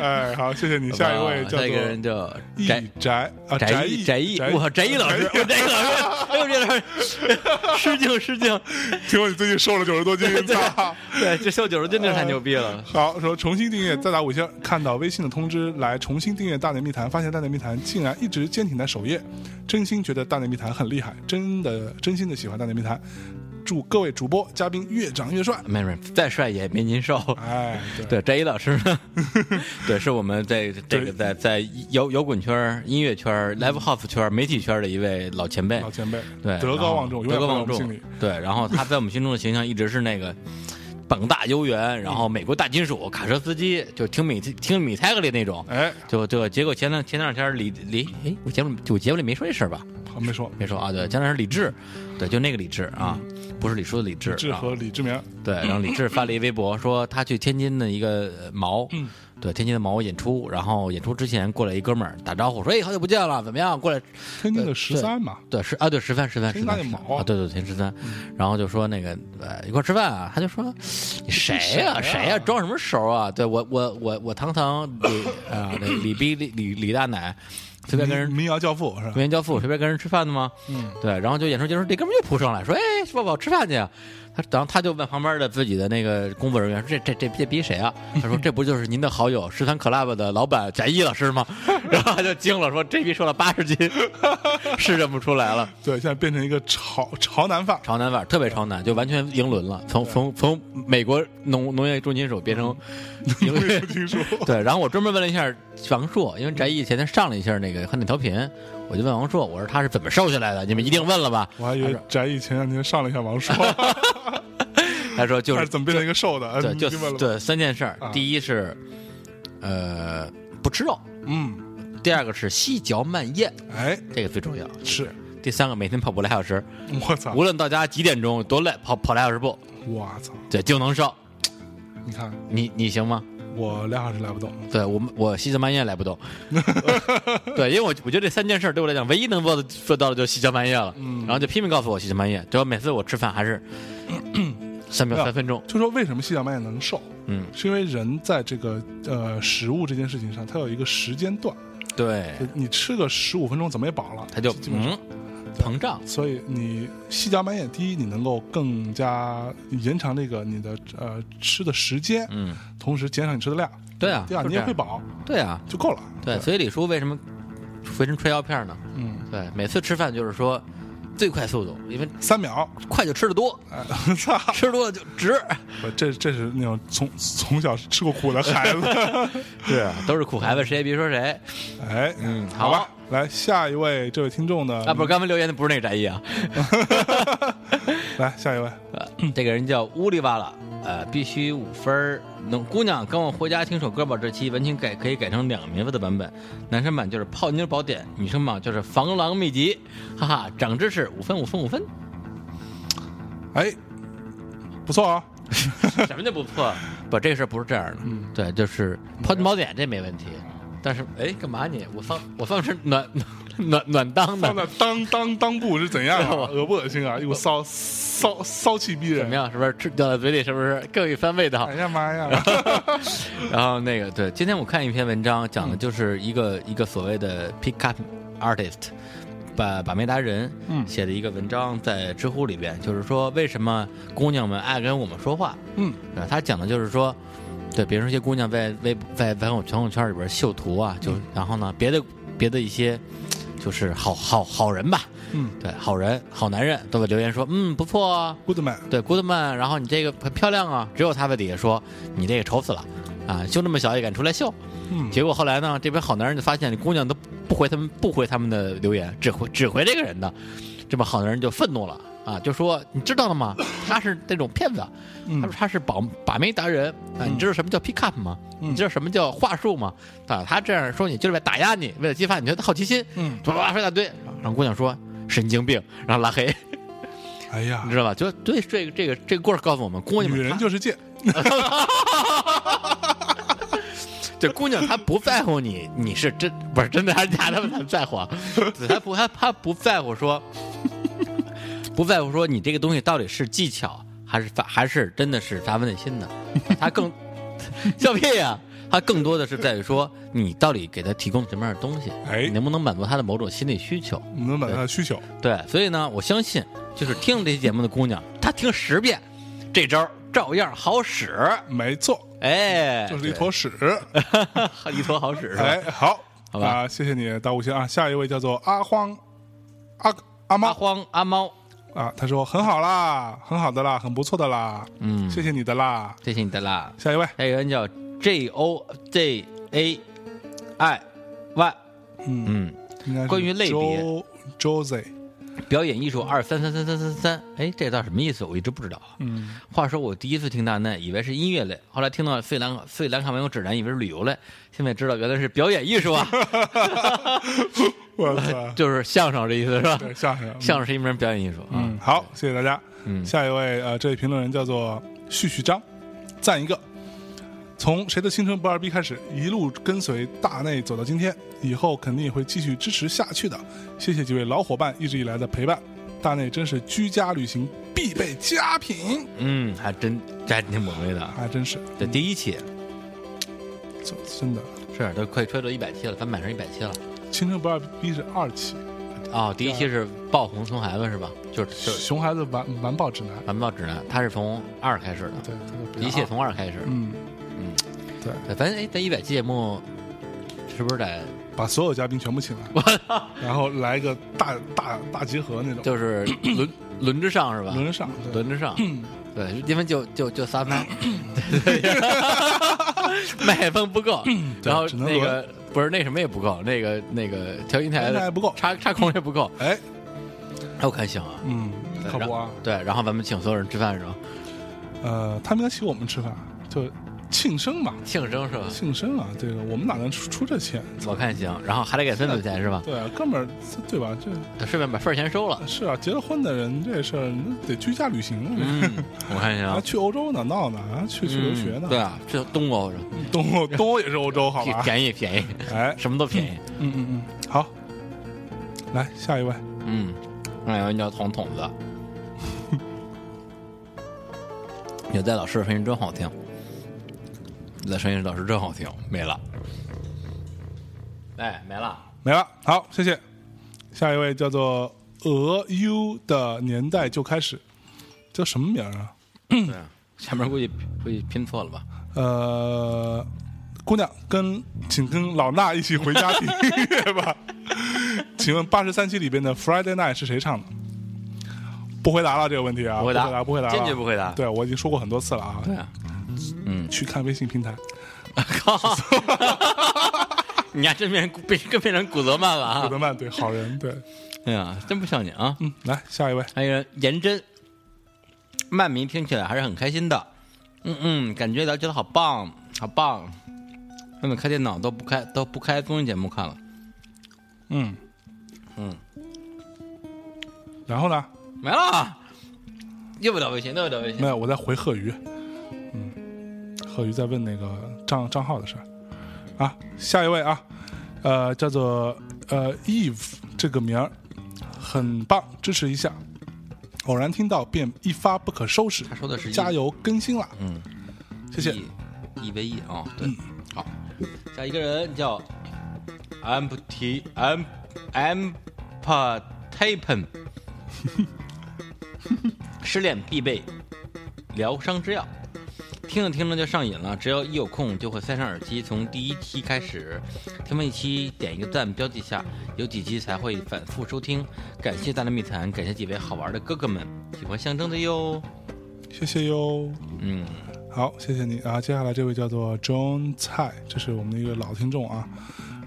S1: 哎，好，谢谢你。下一位
S2: 好吧
S1: 叫
S2: 下一个人
S1: 做
S2: 叫翟
S1: 易宅啊，
S2: 翟
S1: 易
S2: 翟
S1: 翟
S2: 毅，我翟毅老师，我翟毅老师，哎呦这老师，失敬失敬，
S1: 听说你最近瘦了九十多斤，啊操！
S2: 对，这瘦九十斤这太牛逼了。
S1: 好，说重新订阅，再打五星儿。看到微信的通知来重新订阅《大内密谈》，发现《大内密谈》竟然一直坚挺在首页，真心觉得《大内密谈》很厉害，真的真心的喜欢《大内密谈》。祝各位主播嘉宾越长越帅！
S2: 没没，再帅也没您瘦。
S1: 哎，对，
S2: 对，翟一老师呢， 对，是我们在这个在在摇摇滚圈儿、音乐圈儿、live house 圈儿、媒体圈儿的一位老前辈
S1: 老，前辈，
S2: 对，
S1: 德
S2: 然
S1: 高
S2: 后
S1: 望重，永
S2: 德
S1: 远
S2: 高
S1: 放在
S2: 望
S1: 我们心
S2: 重
S1: 里。，
S2: 对，然后他在我们心中的形象一直是那个膀大腰圆，然后美国大金属、卡车司机，就听米听米泰格里那种，
S1: 哎，
S2: 就就结果前两前两天李李，哎，我节目我节目里没说这事儿吧？
S1: 好没说，哎
S2: 没说啊，对，前两天李志，对，就那个李志啊，不是李叔的李志，
S1: 志
S2: 啊
S1: 和李志明，
S2: 对，然后李 志发了一微博说他去天津的一个呃毛，对天津的毛演出，然后演出之前过来一哥们儿打招呼说：“哎，好久不见了，怎么样？过来。
S1: 天津的
S2: 对
S1: 十三嘛，”
S2: 对，十啊，对十三十三十
S1: 天津
S2: 三
S1: 那
S2: 十三
S1: 毛
S2: 啊，对对天十三，然后就说那个呃一块儿吃饭啊，他就说你谁呀、
S1: 谁
S2: 谁
S1: 啊
S2: 呀、装什么熟啊？对我我我我堂堂李啊李李逼李李李大奶，随便跟人
S1: 民民谣教父是吧？
S2: 文员教父随便跟人吃饭的吗？
S1: 嗯，
S2: 对，然后就演出结束，这哥们儿又扑上来说：“哎，抱抱吃饭去啊。”他然后他就问旁边的自己的那个工作人员说：“这这这这逼谁啊？”他说：“这不就是您的好友十三 club 的老板翟一老师吗？” 然后他就惊了，说：“这逼瘦了八十斤， 是认不出来了。”
S1: 对，现在变成一个潮潮男范儿，
S2: 朝南范儿特别朝南，就完全英伦了，从从从美国农农业重金属变成英
S1: 我也
S2: 伦
S1: 不。清楚。
S2: 对，然后我专门问了一下王硕，因为翟毅前天上了一下那个《汉典调频》，我就问王硕，我说他是怎么瘦下来的？你们一定问了吧？
S1: 我还以为翟毅前两天上了一下王朔，
S2: 他说 就
S1: 他
S2: 是
S1: 是怎么变成一个瘦的？哎
S2: 对，
S1: 你
S2: 就
S1: 明白了吗，
S2: 对三件事儿
S1: 啊，
S2: 第一是呃不吃肉，
S1: 嗯，
S2: 第二个是细嚼慢咽，
S1: 哎，
S2: 这个最重要。
S1: 是，
S2: 第三个，每天跑步俩小时，
S1: 我操
S2: 无，论到家几点钟多累，跑跑俩小时步，
S1: 我操，
S2: 对，就能瘦。
S1: 你看
S2: 你你行吗？
S1: 我俩小时来不动，
S2: 对我们，我细嚼慢咽来不 动。对，因为我我觉得这三件事儿对我来讲，唯一能做的做到的就是细嚼慢咽了。嗯，然后就拼命告诉我细嚼慢咽，结果每次我吃饭 还是三秒
S1: 没有
S2: 三分钟。
S1: 就说为什么细嚼慢咽能瘦，
S2: 嗯，
S1: 是因为人在这个呃食物这件事情上，它有一个时间段，
S2: 对，
S1: 就你吃个十五分钟怎么也饱了，
S2: 他就
S1: 基本上。
S2: 嗯膨胀。
S1: 所以你细嚼慢咽，第一，你能够更加呃延长这个你的呃吃的时间，
S2: 嗯，
S1: 同时减少你吃的量。
S2: 对啊
S1: 第二，
S2: 就
S1: 嗯你
S2: 这
S1: 也
S2: 样
S1: 会饱，
S2: 对啊，
S1: 就够了。
S2: 对，所以李叔为什么随身吹药片呢？
S1: 嗯，
S2: 对，每次吃饭就是说最快速度，因为
S1: 三秒，
S2: 快就吃的多，
S1: 哎，操！
S2: 吃多了就值。
S1: 我这这是那种从从小吃过苦的孩子。
S2: 对啊，都是苦孩子，谁也别说谁
S1: 哎，
S2: 嗯
S1: 好吧
S2: 好，
S1: 来下一位这位听众呢？
S2: 啊！不是，刚才留言的不是那个翟毅啊，
S1: 来下一位，
S2: 呃这个人叫乌里哇啦，呃，必须五分儿。能姑娘跟我回家听首歌吧，这期文青改可以改成两个名字的版本，男生版就是《泡妞宝典》，女生版就是《防狼秘籍》， 哈哈，长知识，五分五分五分，
S1: 哎，不错啊，
S2: 什么叫不破？ 嗯不，这事儿不是这样的，对，就是《泡妞宝典》这没问题，但是哎，干嘛你？我放我放是暖 暖暖裆
S1: 放
S2: 的，
S1: 在当当当部 是怎样
S2: 对
S1: 啊？
S2: 我
S1: 恶不恶心啊？一股骚骚骚气逼
S2: 怎么
S1: 人。
S2: 样？是不是吃掉在嘴里？是不是更一番味道
S1: 哎？呀妈呀！
S2: 然后那个对，今天我看一篇文章，讲的就是一个、一个所谓的 pickup artist，把把妹达人，
S1: 嗯
S2: 写的一个文章在知乎里边，就是说为什么姑娘们爱跟我们说话，
S1: 嗯，
S2: 对吧，他讲的就是说。对，比如说一些姑娘在微在在我朋友圈里边秀图啊，就、
S1: 嗯
S2: 然后呢，别的别的一些就是好好好人吧，
S1: 嗯，
S2: 对，好人好男人都会留言说，嗯，不错啊，
S1: ，Goodman，
S2: 对，Goodman，然后你这个很漂亮啊，只有他在底下说你这个丑死了啊，就那么小也敢出来秀。
S1: 嗯，
S2: 结果后来呢，这边好男人就发现姑娘都不回他们不回他们的留言，只回只回这个人的，这帮好男人就愤怒了啊，就说你知道了吗？他是那种骗子，
S1: 嗯
S2: 他说他是把把妹达人啊，你知道什么叫 pick up 吗？
S1: 嗯
S2: 你知道什么叫话术吗？啊，他这样说你就是为了打压你，为了激发你对他的好奇心，
S1: 嗯
S2: 叭叭叭说一大堆，让姑娘说神经病，然后拉黑。
S1: 哎呀
S2: 你，知道吧？就对这个这个这个故事告诉我们，姑娘
S1: 女
S2: 们
S1: 人
S2: 她
S1: 就是贱，
S2: 对姑娘她不在乎你，你是真不是真的还是假的，她不在乎啊，对她不她她不在乎说，不在乎说你这个东西到底是技巧还是发还是真的是发自内心的，她更笑屁呀、她更多的是在于说你到底给她提供什么样的东西，
S1: 哎
S2: 你能不能满足她的某种心理需求？
S1: 你能满足她的需求。
S2: 对，所以呢，我相信就是听了这期节目的姑娘，她听十遍，这招儿照样好使。
S1: 没错，
S2: 哎，
S1: 就是一坨屎。
S2: 对 一坨好使是吧？
S1: 哎，好，
S2: 好吧
S1: 啊，谢谢你，打五星啊。下一位叫做阿荒，阿阿
S2: 阿
S1: 猫
S2: 荒阿猫，
S1: 啊，他说很好啦，很好的啦，很不错的啦，
S2: 嗯
S1: 谢谢你的啦。
S2: 谢谢你的啦。
S1: 下一位，
S2: 还有人叫 J O J A I Y，
S1: 嗯
S2: 嗯，
S1: 应该是
S2: 关于类别
S1: Jo- Jose，
S2: 嗯表演艺术二三三三三三三，哎，这道什么意思？我一直不知道啊。
S1: 嗯，
S2: 话说我第一次听大奈，以为是音乐类，后来听到费兰费兰卡文有指南，以为是旅游类，现在知道原来是表演艺 术啊，
S1: 我 操，
S2: 就是相声这意思是吧？
S1: 对，相声，
S2: 相声是一门表演艺术啊。
S1: 嗯，好，谢谢大家。
S2: 嗯
S1: 下一位，呃，这位评论人叫做旭旭张，赞一个。从谁的青春不二逼开始，一路跟随大内走到今天，以后肯定也会继续支持下去的。谢谢几位老伙伴一直以来的陪伴，大内真是居家旅行必备佳品，
S2: 嗯，还真这还挺猛烈的啊。
S1: 还真是
S2: 这第一期
S1: 真真的。
S2: 是都快吹到一百期了，咱们买上一百期了。
S1: 青春不二逼是二期，
S2: 哦，第一期是爆红熊孩子是吧？就是就是
S1: 熊孩子完完爆指南，
S2: 环保指南，它是从二开始的，
S1: 对，这个不要
S2: 一切从二开始的。
S1: 嗯
S2: 哦嗯，
S1: 对，
S2: 对，咱哎，咱一百期节目是不是得
S1: 把所有嘉宾全部请来，然后来一个大大大集合那种，
S2: 就是 轮轮嗯着上是吧？
S1: 轮着上，对
S2: 轮着上，对，因为就就就仨 麦， 对对对麦克风不够，然后
S1: 只能
S2: 那
S1: 轮
S2: 个不是那什么也不够，那个那个调音台
S1: 现在
S2: 的
S1: 不够，
S2: 插插孔也不够，
S1: 哎，
S2: 哎我看行啊，嗯
S1: 嗯，
S2: 对
S1: 靠
S2: 然
S1: 谱
S2: 后
S1: 啊，
S2: 对，然后咱们请所有人吃饭是吧？
S1: 呃，他们应该请我们吃饭，就庆生嘛，
S2: 庆生是吧？
S1: 庆生啊，这个我们哪能出出这钱？
S2: 我看行，然后还得给孙子钱是吧？
S1: 对啊，哥们儿，对吧？这
S2: 顺便把份儿钱收了。
S1: 是啊，结了婚的人这事儿那得居家旅行啊，
S2: 嗯，我看 行
S1: 还。去欧洲呢，闹呢，啊，去去留学呢
S2: 嗯，对啊，这东欧是吧
S1: 东欧东欧也是欧洲，好 吧？
S2: 便宜便宜，
S1: 哎，
S2: 什么都便宜。
S1: 嗯嗯嗯，好，来下一位，
S2: 嗯，哎呦，你叫桶桶 子。有戴老师的声音真好听，有戴声音老师真好听，没了。哎，没了。
S1: 没了，好，谢谢。下一位叫做俄 U 的年代就开始，叫什么名儿啊？
S2: 对啊，下面估计估计拼错了吧？
S1: 呃，姑娘，跟请跟老衲一起回家听 音乐吧。请问八十三期里边的《Friday Night》是谁唱的？不回答了这个问题啊，
S2: 不
S1: 不
S2: 回答
S1: 答，不回答了，
S2: 坚决不回答
S1: 对，我已经说过很多次了啊，
S2: 对啊，嗯，
S1: 去看微信平台，
S2: 靠！你还真变成变更变成古德曼了
S1: 古
S2: 啊！
S1: 德曼对好人对，
S2: 哎呀，真不像你啊！
S1: 嗯，来下一位，
S2: 还有人颜真，曼迷听起来还是很开心的。嗯嗯，感觉了解的好棒，好棒。他们开电脑都不开都不开综艺节目看了，
S1: 嗯
S2: 嗯，
S1: 然后呢？
S2: 没了。又不聊微信，又不聊微信
S1: 没。有，我在回贺鱼。嗯，贺鱼在问那个账账号的事儿啊。下一位啊，呃，叫做呃 Eve 这个名儿很棒，支持一下。偶然听到便一发不可收拾，
S2: 他说的是
S1: 加油更新啦，
S2: 嗯，
S1: 谢谢。
S2: 一一 v 一啊，对，好。下一个人叫 empty em emptapen，失恋必备疗伤之药，听着听着就上瘾了。只要一有空，就会塞上耳机，从第一期开始，听完一期点一个赞，标记下，有几期才会反复收听。感谢大内密谈，感谢几位好玩的哥哥们，喜欢象征的哟。
S1: 谢谢哟。
S2: 嗯，
S1: 好，谢谢你啊。接下来这位叫做 John 蔡，这是我们的一个老听众啊。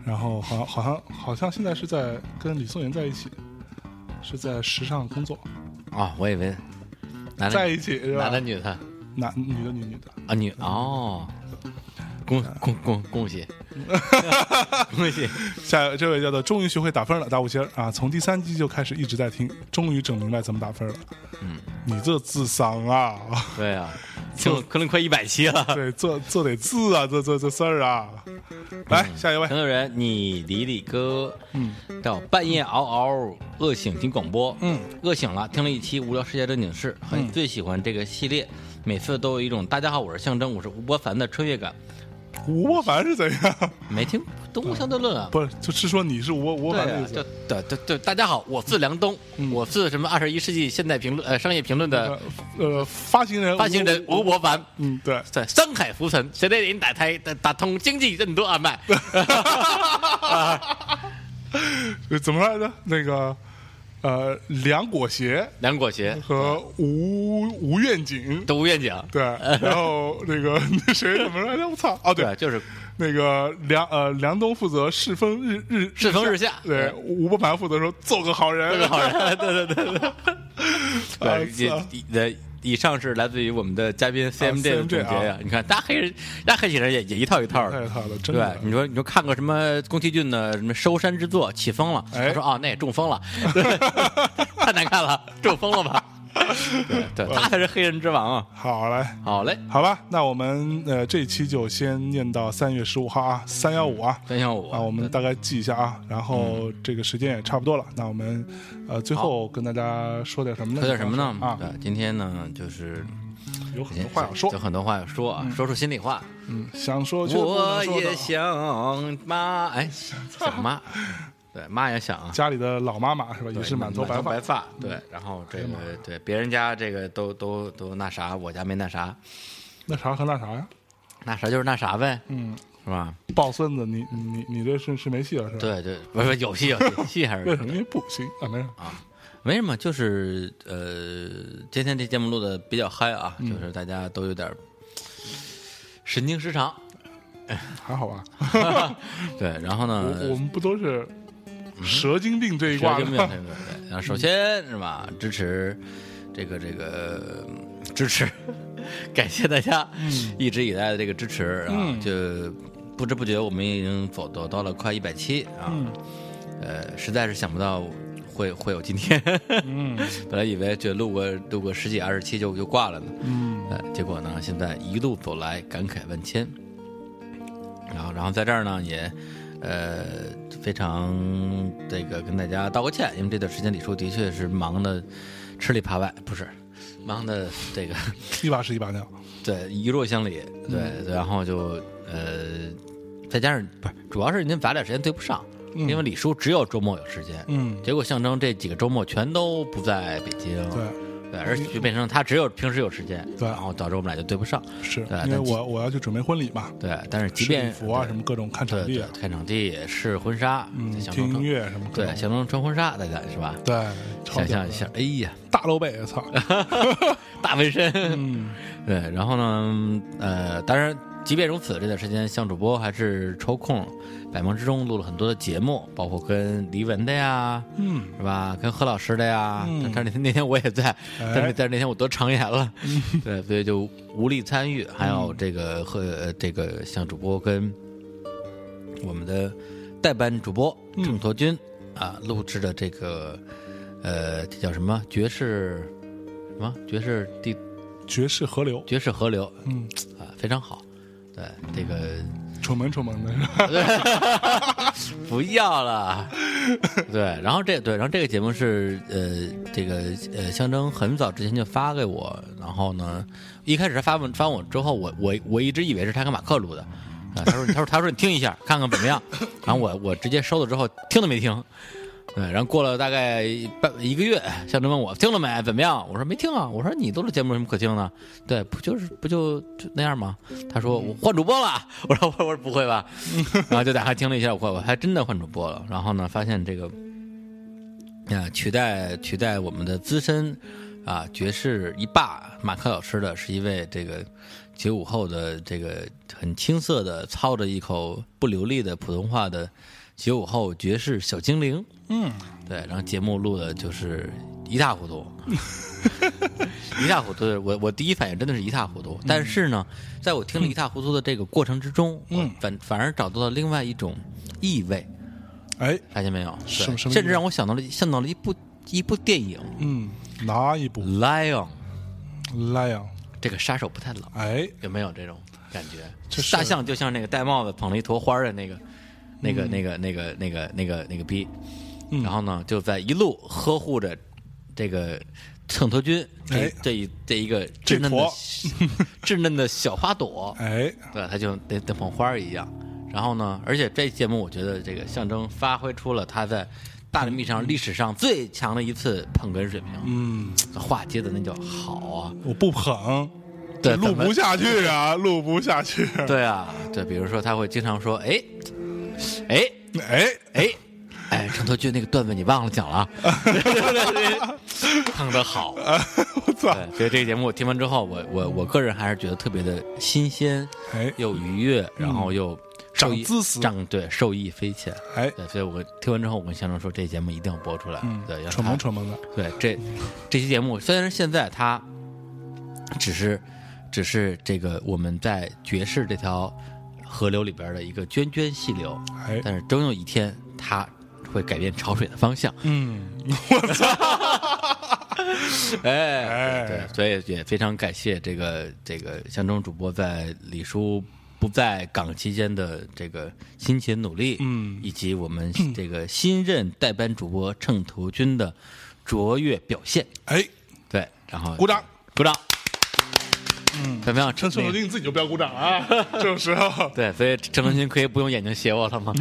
S1: 然后好像好像好像现在是在跟李颂言在一起，是在时尚工作，
S2: 啊，我以为男的
S1: 在一起是吧？
S2: 男的女的
S1: 男女的女女的，
S2: 啊女哦，恭恭恭 恭喜恭喜！
S1: 下一位这位叫做终于学会打分了，打五星儿啊！从第三季就开始一直在听，终于整明白怎么打分了。
S2: 嗯，
S1: 你这智商啊，
S2: 对啊，听了可能快一百期了。
S1: 对，这这得智啊，这这这事儿啊！来
S2: 嗯
S1: 下一位
S2: 陈，有人，你理理哥，
S1: 嗯，
S2: 到半夜嗷嗷饿醒听广播，
S1: 嗯，
S2: 饿醒了，听了一期《无聊世界正经事》，很最喜欢这个系列，每次都有一种大家好，我是象征，我是吴伯凡的穿越感。
S1: 吴伯凡是怎样？
S2: 没听东吴相对论啊，
S1: 不是，就是说你是吴吴伯
S2: 对
S1: 凡嗯的
S2: 啊
S1: 意，思嗯
S2: 就对对对，大家好，我是梁东，我是什么二十一世纪现代评论呃商业评论的
S1: 呃呃，发行人
S2: 发行人吴伯凡。
S1: 嗯，对，
S2: 在深海浮沉，谁带您打开打通经济任督二脉？
S1: 呃怎么来着？那个呃，梁果鞋
S2: 梁果鞋
S1: 和吴吴愿景。
S2: 都无愿景，
S1: 对，然后那个 那谁怎么来着？我操！哦，对，
S2: 就是
S1: 那个梁呃梁东负责世风日日
S2: 世风日下
S1: 对
S2: 嗯
S1: 吴伯凡负责说做个好人，
S2: 各个 好人，对对对对。
S1: 啊
S2: 对，以以以上是来自于我们的嘉宾 CMJ 的
S1: CMJ
S2: 总结呀
S1: 啊。
S2: 你看，大家黑人，大家黑起来也也一套一套
S1: 哎太
S2: 的。
S1: 他了，真
S2: 对
S1: 的，。
S2: 你说你说看个什么宫崎骏的什么收山之作起风了，
S1: 哎
S2: 他说啊那也中 风了，对太难看了，中风了吧？对
S1: 哎
S2: 对，他才是黑人之王啊！
S1: 好嘞，
S2: 好嘞，
S1: 好吧，那我们呃这一期就先念到三月十五号啊，三幺五啊。
S2: 分享我
S1: 啊，我们大概记一下啊，然后
S2: 嗯
S1: 这个时间也差不多了，那我们呃最后跟大家说点什么呢？
S2: 说点什么呢？嗯
S1: 啊，
S2: 对，今天呢，就是
S1: 有很多话要说
S2: 有，很多话要说啊，说出心里话。
S1: 嗯，想说却不
S2: 我
S1: 能说的
S2: 也想妈，哎，想妈，对，妈也想啊，
S1: 家里的老妈妈是吧？也
S2: 对
S1: 是满头白
S2: 白
S1: 发。
S2: 发，对，然后这
S1: 哎
S2: 个
S1: 呀妈
S2: 对别人家这个都都都那啥，我家没那啥，
S1: 那啥和那啥呀？
S2: 那啥就是那啥呗，
S1: 嗯，
S2: 是吧？
S1: 抱孙子，你你你这是是没戏了是吧？，
S2: 对对，不是不是有戏有戏，戏还 是
S1: 为什么？因为不行啊，没事。
S2: 没什么，就是呃，今天这节目录的比较嗨啊，
S1: 嗯
S2: 就是大家都有点儿神经失常，
S1: 还好吧。
S2: 对，然后呢，
S1: 我我们不都是蛇精病这一挂
S2: 神
S1: 的
S2: 嗯经病
S1: 吗？
S2: 对对对。然后首先是吧，支持这个这个嗯支持， 感谢大家一直以来的这个支持啊，
S1: 嗯
S2: 就不知不觉我们已经走走到了快一百期啊，
S1: 嗯
S2: 呃，实在是想不到。会会有今天，
S1: 嗯
S2: 本来以为就录个录个十几二十期就就挂了呢，
S1: 嗯
S2: 呃，结果呢，现在一路走来感慨万千，然后，然后在这儿呢也，呃，非常这个跟大家道个歉，因为这段时间李叔的确是忙的吃里扒外，不是忙的这个
S1: 一把屎一把尿。
S2: 对一落乡里，
S1: 嗯
S2: 对，然后就呃，再加上不是，主要是您咱俩时间对不上，
S1: 嗯
S2: 因为李叔只有周末有时间，
S1: 嗯，
S2: 结果象征这几个周末全都不在北京，
S1: 对，
S2: 对，而且就变成他只有平时有时间，
S1: 对
S2: 然后导致我们俩就对不上。
S1: 是
S2: 对
S1: 因为
S2: 但其
S1: 我我要去准备婚礼嘛，
S2: 对，但是即
S1: 试礼
S2: 便
S1: 服啊什么各种看
S2: 对
S1: 场
S2: 对
S1: 地
S2: 对
S1: 啊，，
S2: 看场地试婚纱，
S1: 嗯，
S2: 想
S1: 听音
S2: 成
S1: 乐什么各
S2: 对，
S1: 种
S2: 想成穿婚纱大家是吧？
S1: 对，超屌的
S2: 想象一下，哎呀，
S1: 大露背， 操，
S2: 大纹身，
S1: 嗯
S2: 对，然后呢，呃，当然，即便如此，这段时间向主播还是抽空百忙之中录了很多的节目，包括跟黎文的呀，
S1: 嗯，
S2: 是吧？跟何老师的呀，
S1: 嗯
S2: 但是那天那天我也在，但是
S1: 哎
S2: 但是那天我得肠炎了，对，所以就无力参与。还有这个和呃这个像主播跟我们的代班主播郑驼军啊录制的这个呃这叫什么爵士什么爵士地
S1: 爵士河流，
S2: 爵士河流
S1: 嗯，
S2: 啊非常好，对这个
S1: 丑萌丑萌的是吧？
S2: 不要了。对，然后这对，然后这个节目是呃，这个呃，象征很早之前就发给我，然后呢，一开始他发问发我之后，我我我一直以为是他跟马克录的，啊、他说他说他说你听一下，看看怎么样，然后我我直接收了之后听都没听。对，然后过了大概半一个月，象征问我听了没，怎么样？我说没听啊。我说你录的节目有什么可听的？对，不就是不就就那样吗？他说我换主播了。我说我说不会吧？然后就打开听了一下，我我还真的换主播了。然后呢，发现这个，啊，取代取代我们的资深啊爵士一霸马克老师的是一位这个九五后的这个很青涩的操着一口不流利的普通话的九五后爵士小精灵。
S1: 嗯，
S2: 对，然后节目录的就是一塌糊涂， 一塌糊涂。我我第一反应真的是一塌糊涂，但是呢，在我听了一塌糊涂的这个过程之中，我
S1: 嗯
S2: 反反而找到了另外一种意味，
S1: 哎，
S2: 发现没有？
S1: 什
S2: 对
S1: 什么
S2: 甚
S1: 意
S2: 至
S1: 味
S2: 让我想到了想到了一部一部电影
S1: 嗯，拿一
S2: 《
S1: 部
S2: Lion》，
S1: lion，
S2: 这个杀手不太冷，
S1: 哎，
S2: 有没有这种感觉？
S1: 这是
S2: 大象就像那个戴帽子捧了一坨花儿的那个。那个、那个、那个、那个、那个、那个逼，
S1: 嗯
S2: 然后呢，就在一路呵护着这个秤砣君，这
S1: 哎
S2: 这一这一个
S1: 这
S2: 稚嫩的
S1: 坨
S2: 稚嫩的小花朵，
S1: 哎，
S2: 对，它就那那捧花儿一样。然后呢，而且这节目我觉得这个象征发挥出了他在大龄历史上历史上最强的一次捧哏水平，
S1: 嗯，
S2: 话接的那叫好啊，
S1: 我不捧，
S2: 对，
S1: 录
S2: 怎么
S1: 不下去啊， 录不下去，
S2: 对啊，对，比如说他会经常说，哎，哎，
S1: 哎，
S2: 哎，哎，城头君那个段子你忘了讲了啊， 捧的好，
S1: 我操，
S2: 对，所以这个节目我听完之后，我我我个人还是觉得特别的新鲜，
S1: 哎
S2: 又愉悦，然后又受
S1: 嗯长
S2: 益
S1: 知识
S2: 长对，受益匪浅。
S1: 哎
S2: 对，所以我听完之后，我跟向征说，这节目一定要播出来，
S1: 嗯
S2: 对，要，
S1: 蠢萌
S2: 看
S1: 蠢萌的，
S2: 对，这这期节目虽然现在它只是只是这个我们在爵士这条河流里边的一个涓涓细流，
S1: 哎，
S2: 但是终有一天它会改变潮水的方向。
S1: 嗯，我操，
S2: 哎，
S1: 哎
S2: 对，所以也非常感谢这个这个象征主播在李叔不在岗期间的这个辛勤努力，
S1: 嗯
S2: 以及我们这个新任代班主播秤头君的卓越表现，
S1: 哎，
S2: 对，然后
S1: 鼓掌，
S2: 鼓掌。
S1: 嗯，
S2: 怎么样？
S1: 趁顺
S2: 那
S1: 口
S2: 个
S1: 令自己就不要鼓掌了 啊！这种时候，
S2: 对，所以陈文君可以不用眼睛斜我了吗？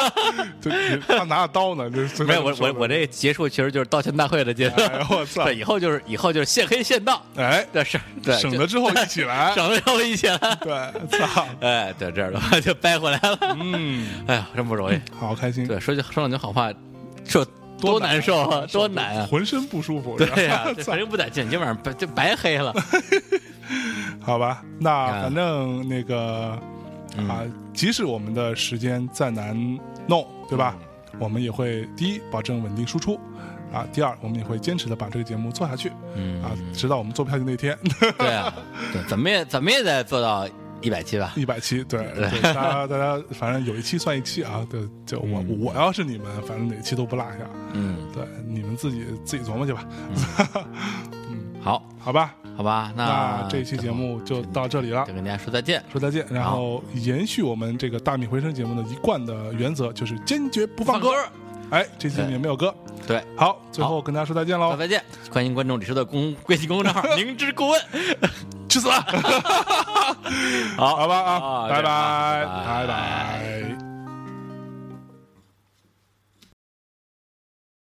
S1: 就你他拿着刀呢，就随
S2: 没
S1: 便
S2: 有，我
S1: 说
S2: 我
S1: 的
S2: 我这结束其实就是道歉大会的阶段。
S1: 哎我操
S2: 对，以后就是以后就是现黑现道
S1: 哎，
S2: 的事儿，对，
S1: 省
S2: 就
S1: 了之后一起来，
S2: 省了之后一起来。
S1: 对，操，
S2: 哎，对，这样的话就掰回来了。
S1: 嗯，
S2: 哎呀，真不容易。
S1: 好开心，
S2: 对，说句说两句好话，这
S1: 多
S2: 难受
S1: 嗯
S2: 啊，多难啊！
S1: 浑身不舒服，是吧
S2: 对呀、
S1: 操
S2: 反正不得劲，今晚上白就白 黑了。
S1: 好吧，那
S2: 啊
S1: 反正那个啊，
S2: 嗯
S1: 即使我们的时间再难弄，对吧？我们也会第一保证稳定输出，啊，第二我们也会坚持的把这个节目做下去，
S2: 嗯
S1: 啊，直到我们做不下去那天，
S2: 对啊，对，怎么也怎么也得做到一百期吧。
S1: 一百期，对，
S2: 对
S1: 对大家大家反正有一期算一期啊，对，就我
S2: 嗯
S1: 我要是你们，反正哪期都不落下，
S2: 嗯，
S1: 对，你们自己自己琢磨去吧，
S2: 嗯好，
S1: 好吧，
S2: 好吧，
S1: 那
S2: 那
S1: 这一期节目就到这里了
S2: 就。跟大家说再见。
S1: 说再见，然后延续我们这个大米回声节目的一贯的原则，就是坚决不放歌。哎，这期节目也没有歌。
S2: 对，
S1: 好，最后跟大家说再见
S2: 说
S1: 喽，
S2: 再见，欢迎关注李叔的公 微信公 众号“灵芝顾问
S1: 去死了，”。
S2: 好，
S1: 好吧
S2: 好
S1: 啊，拜
S2: 这样啊
S1: 拜，拜拜。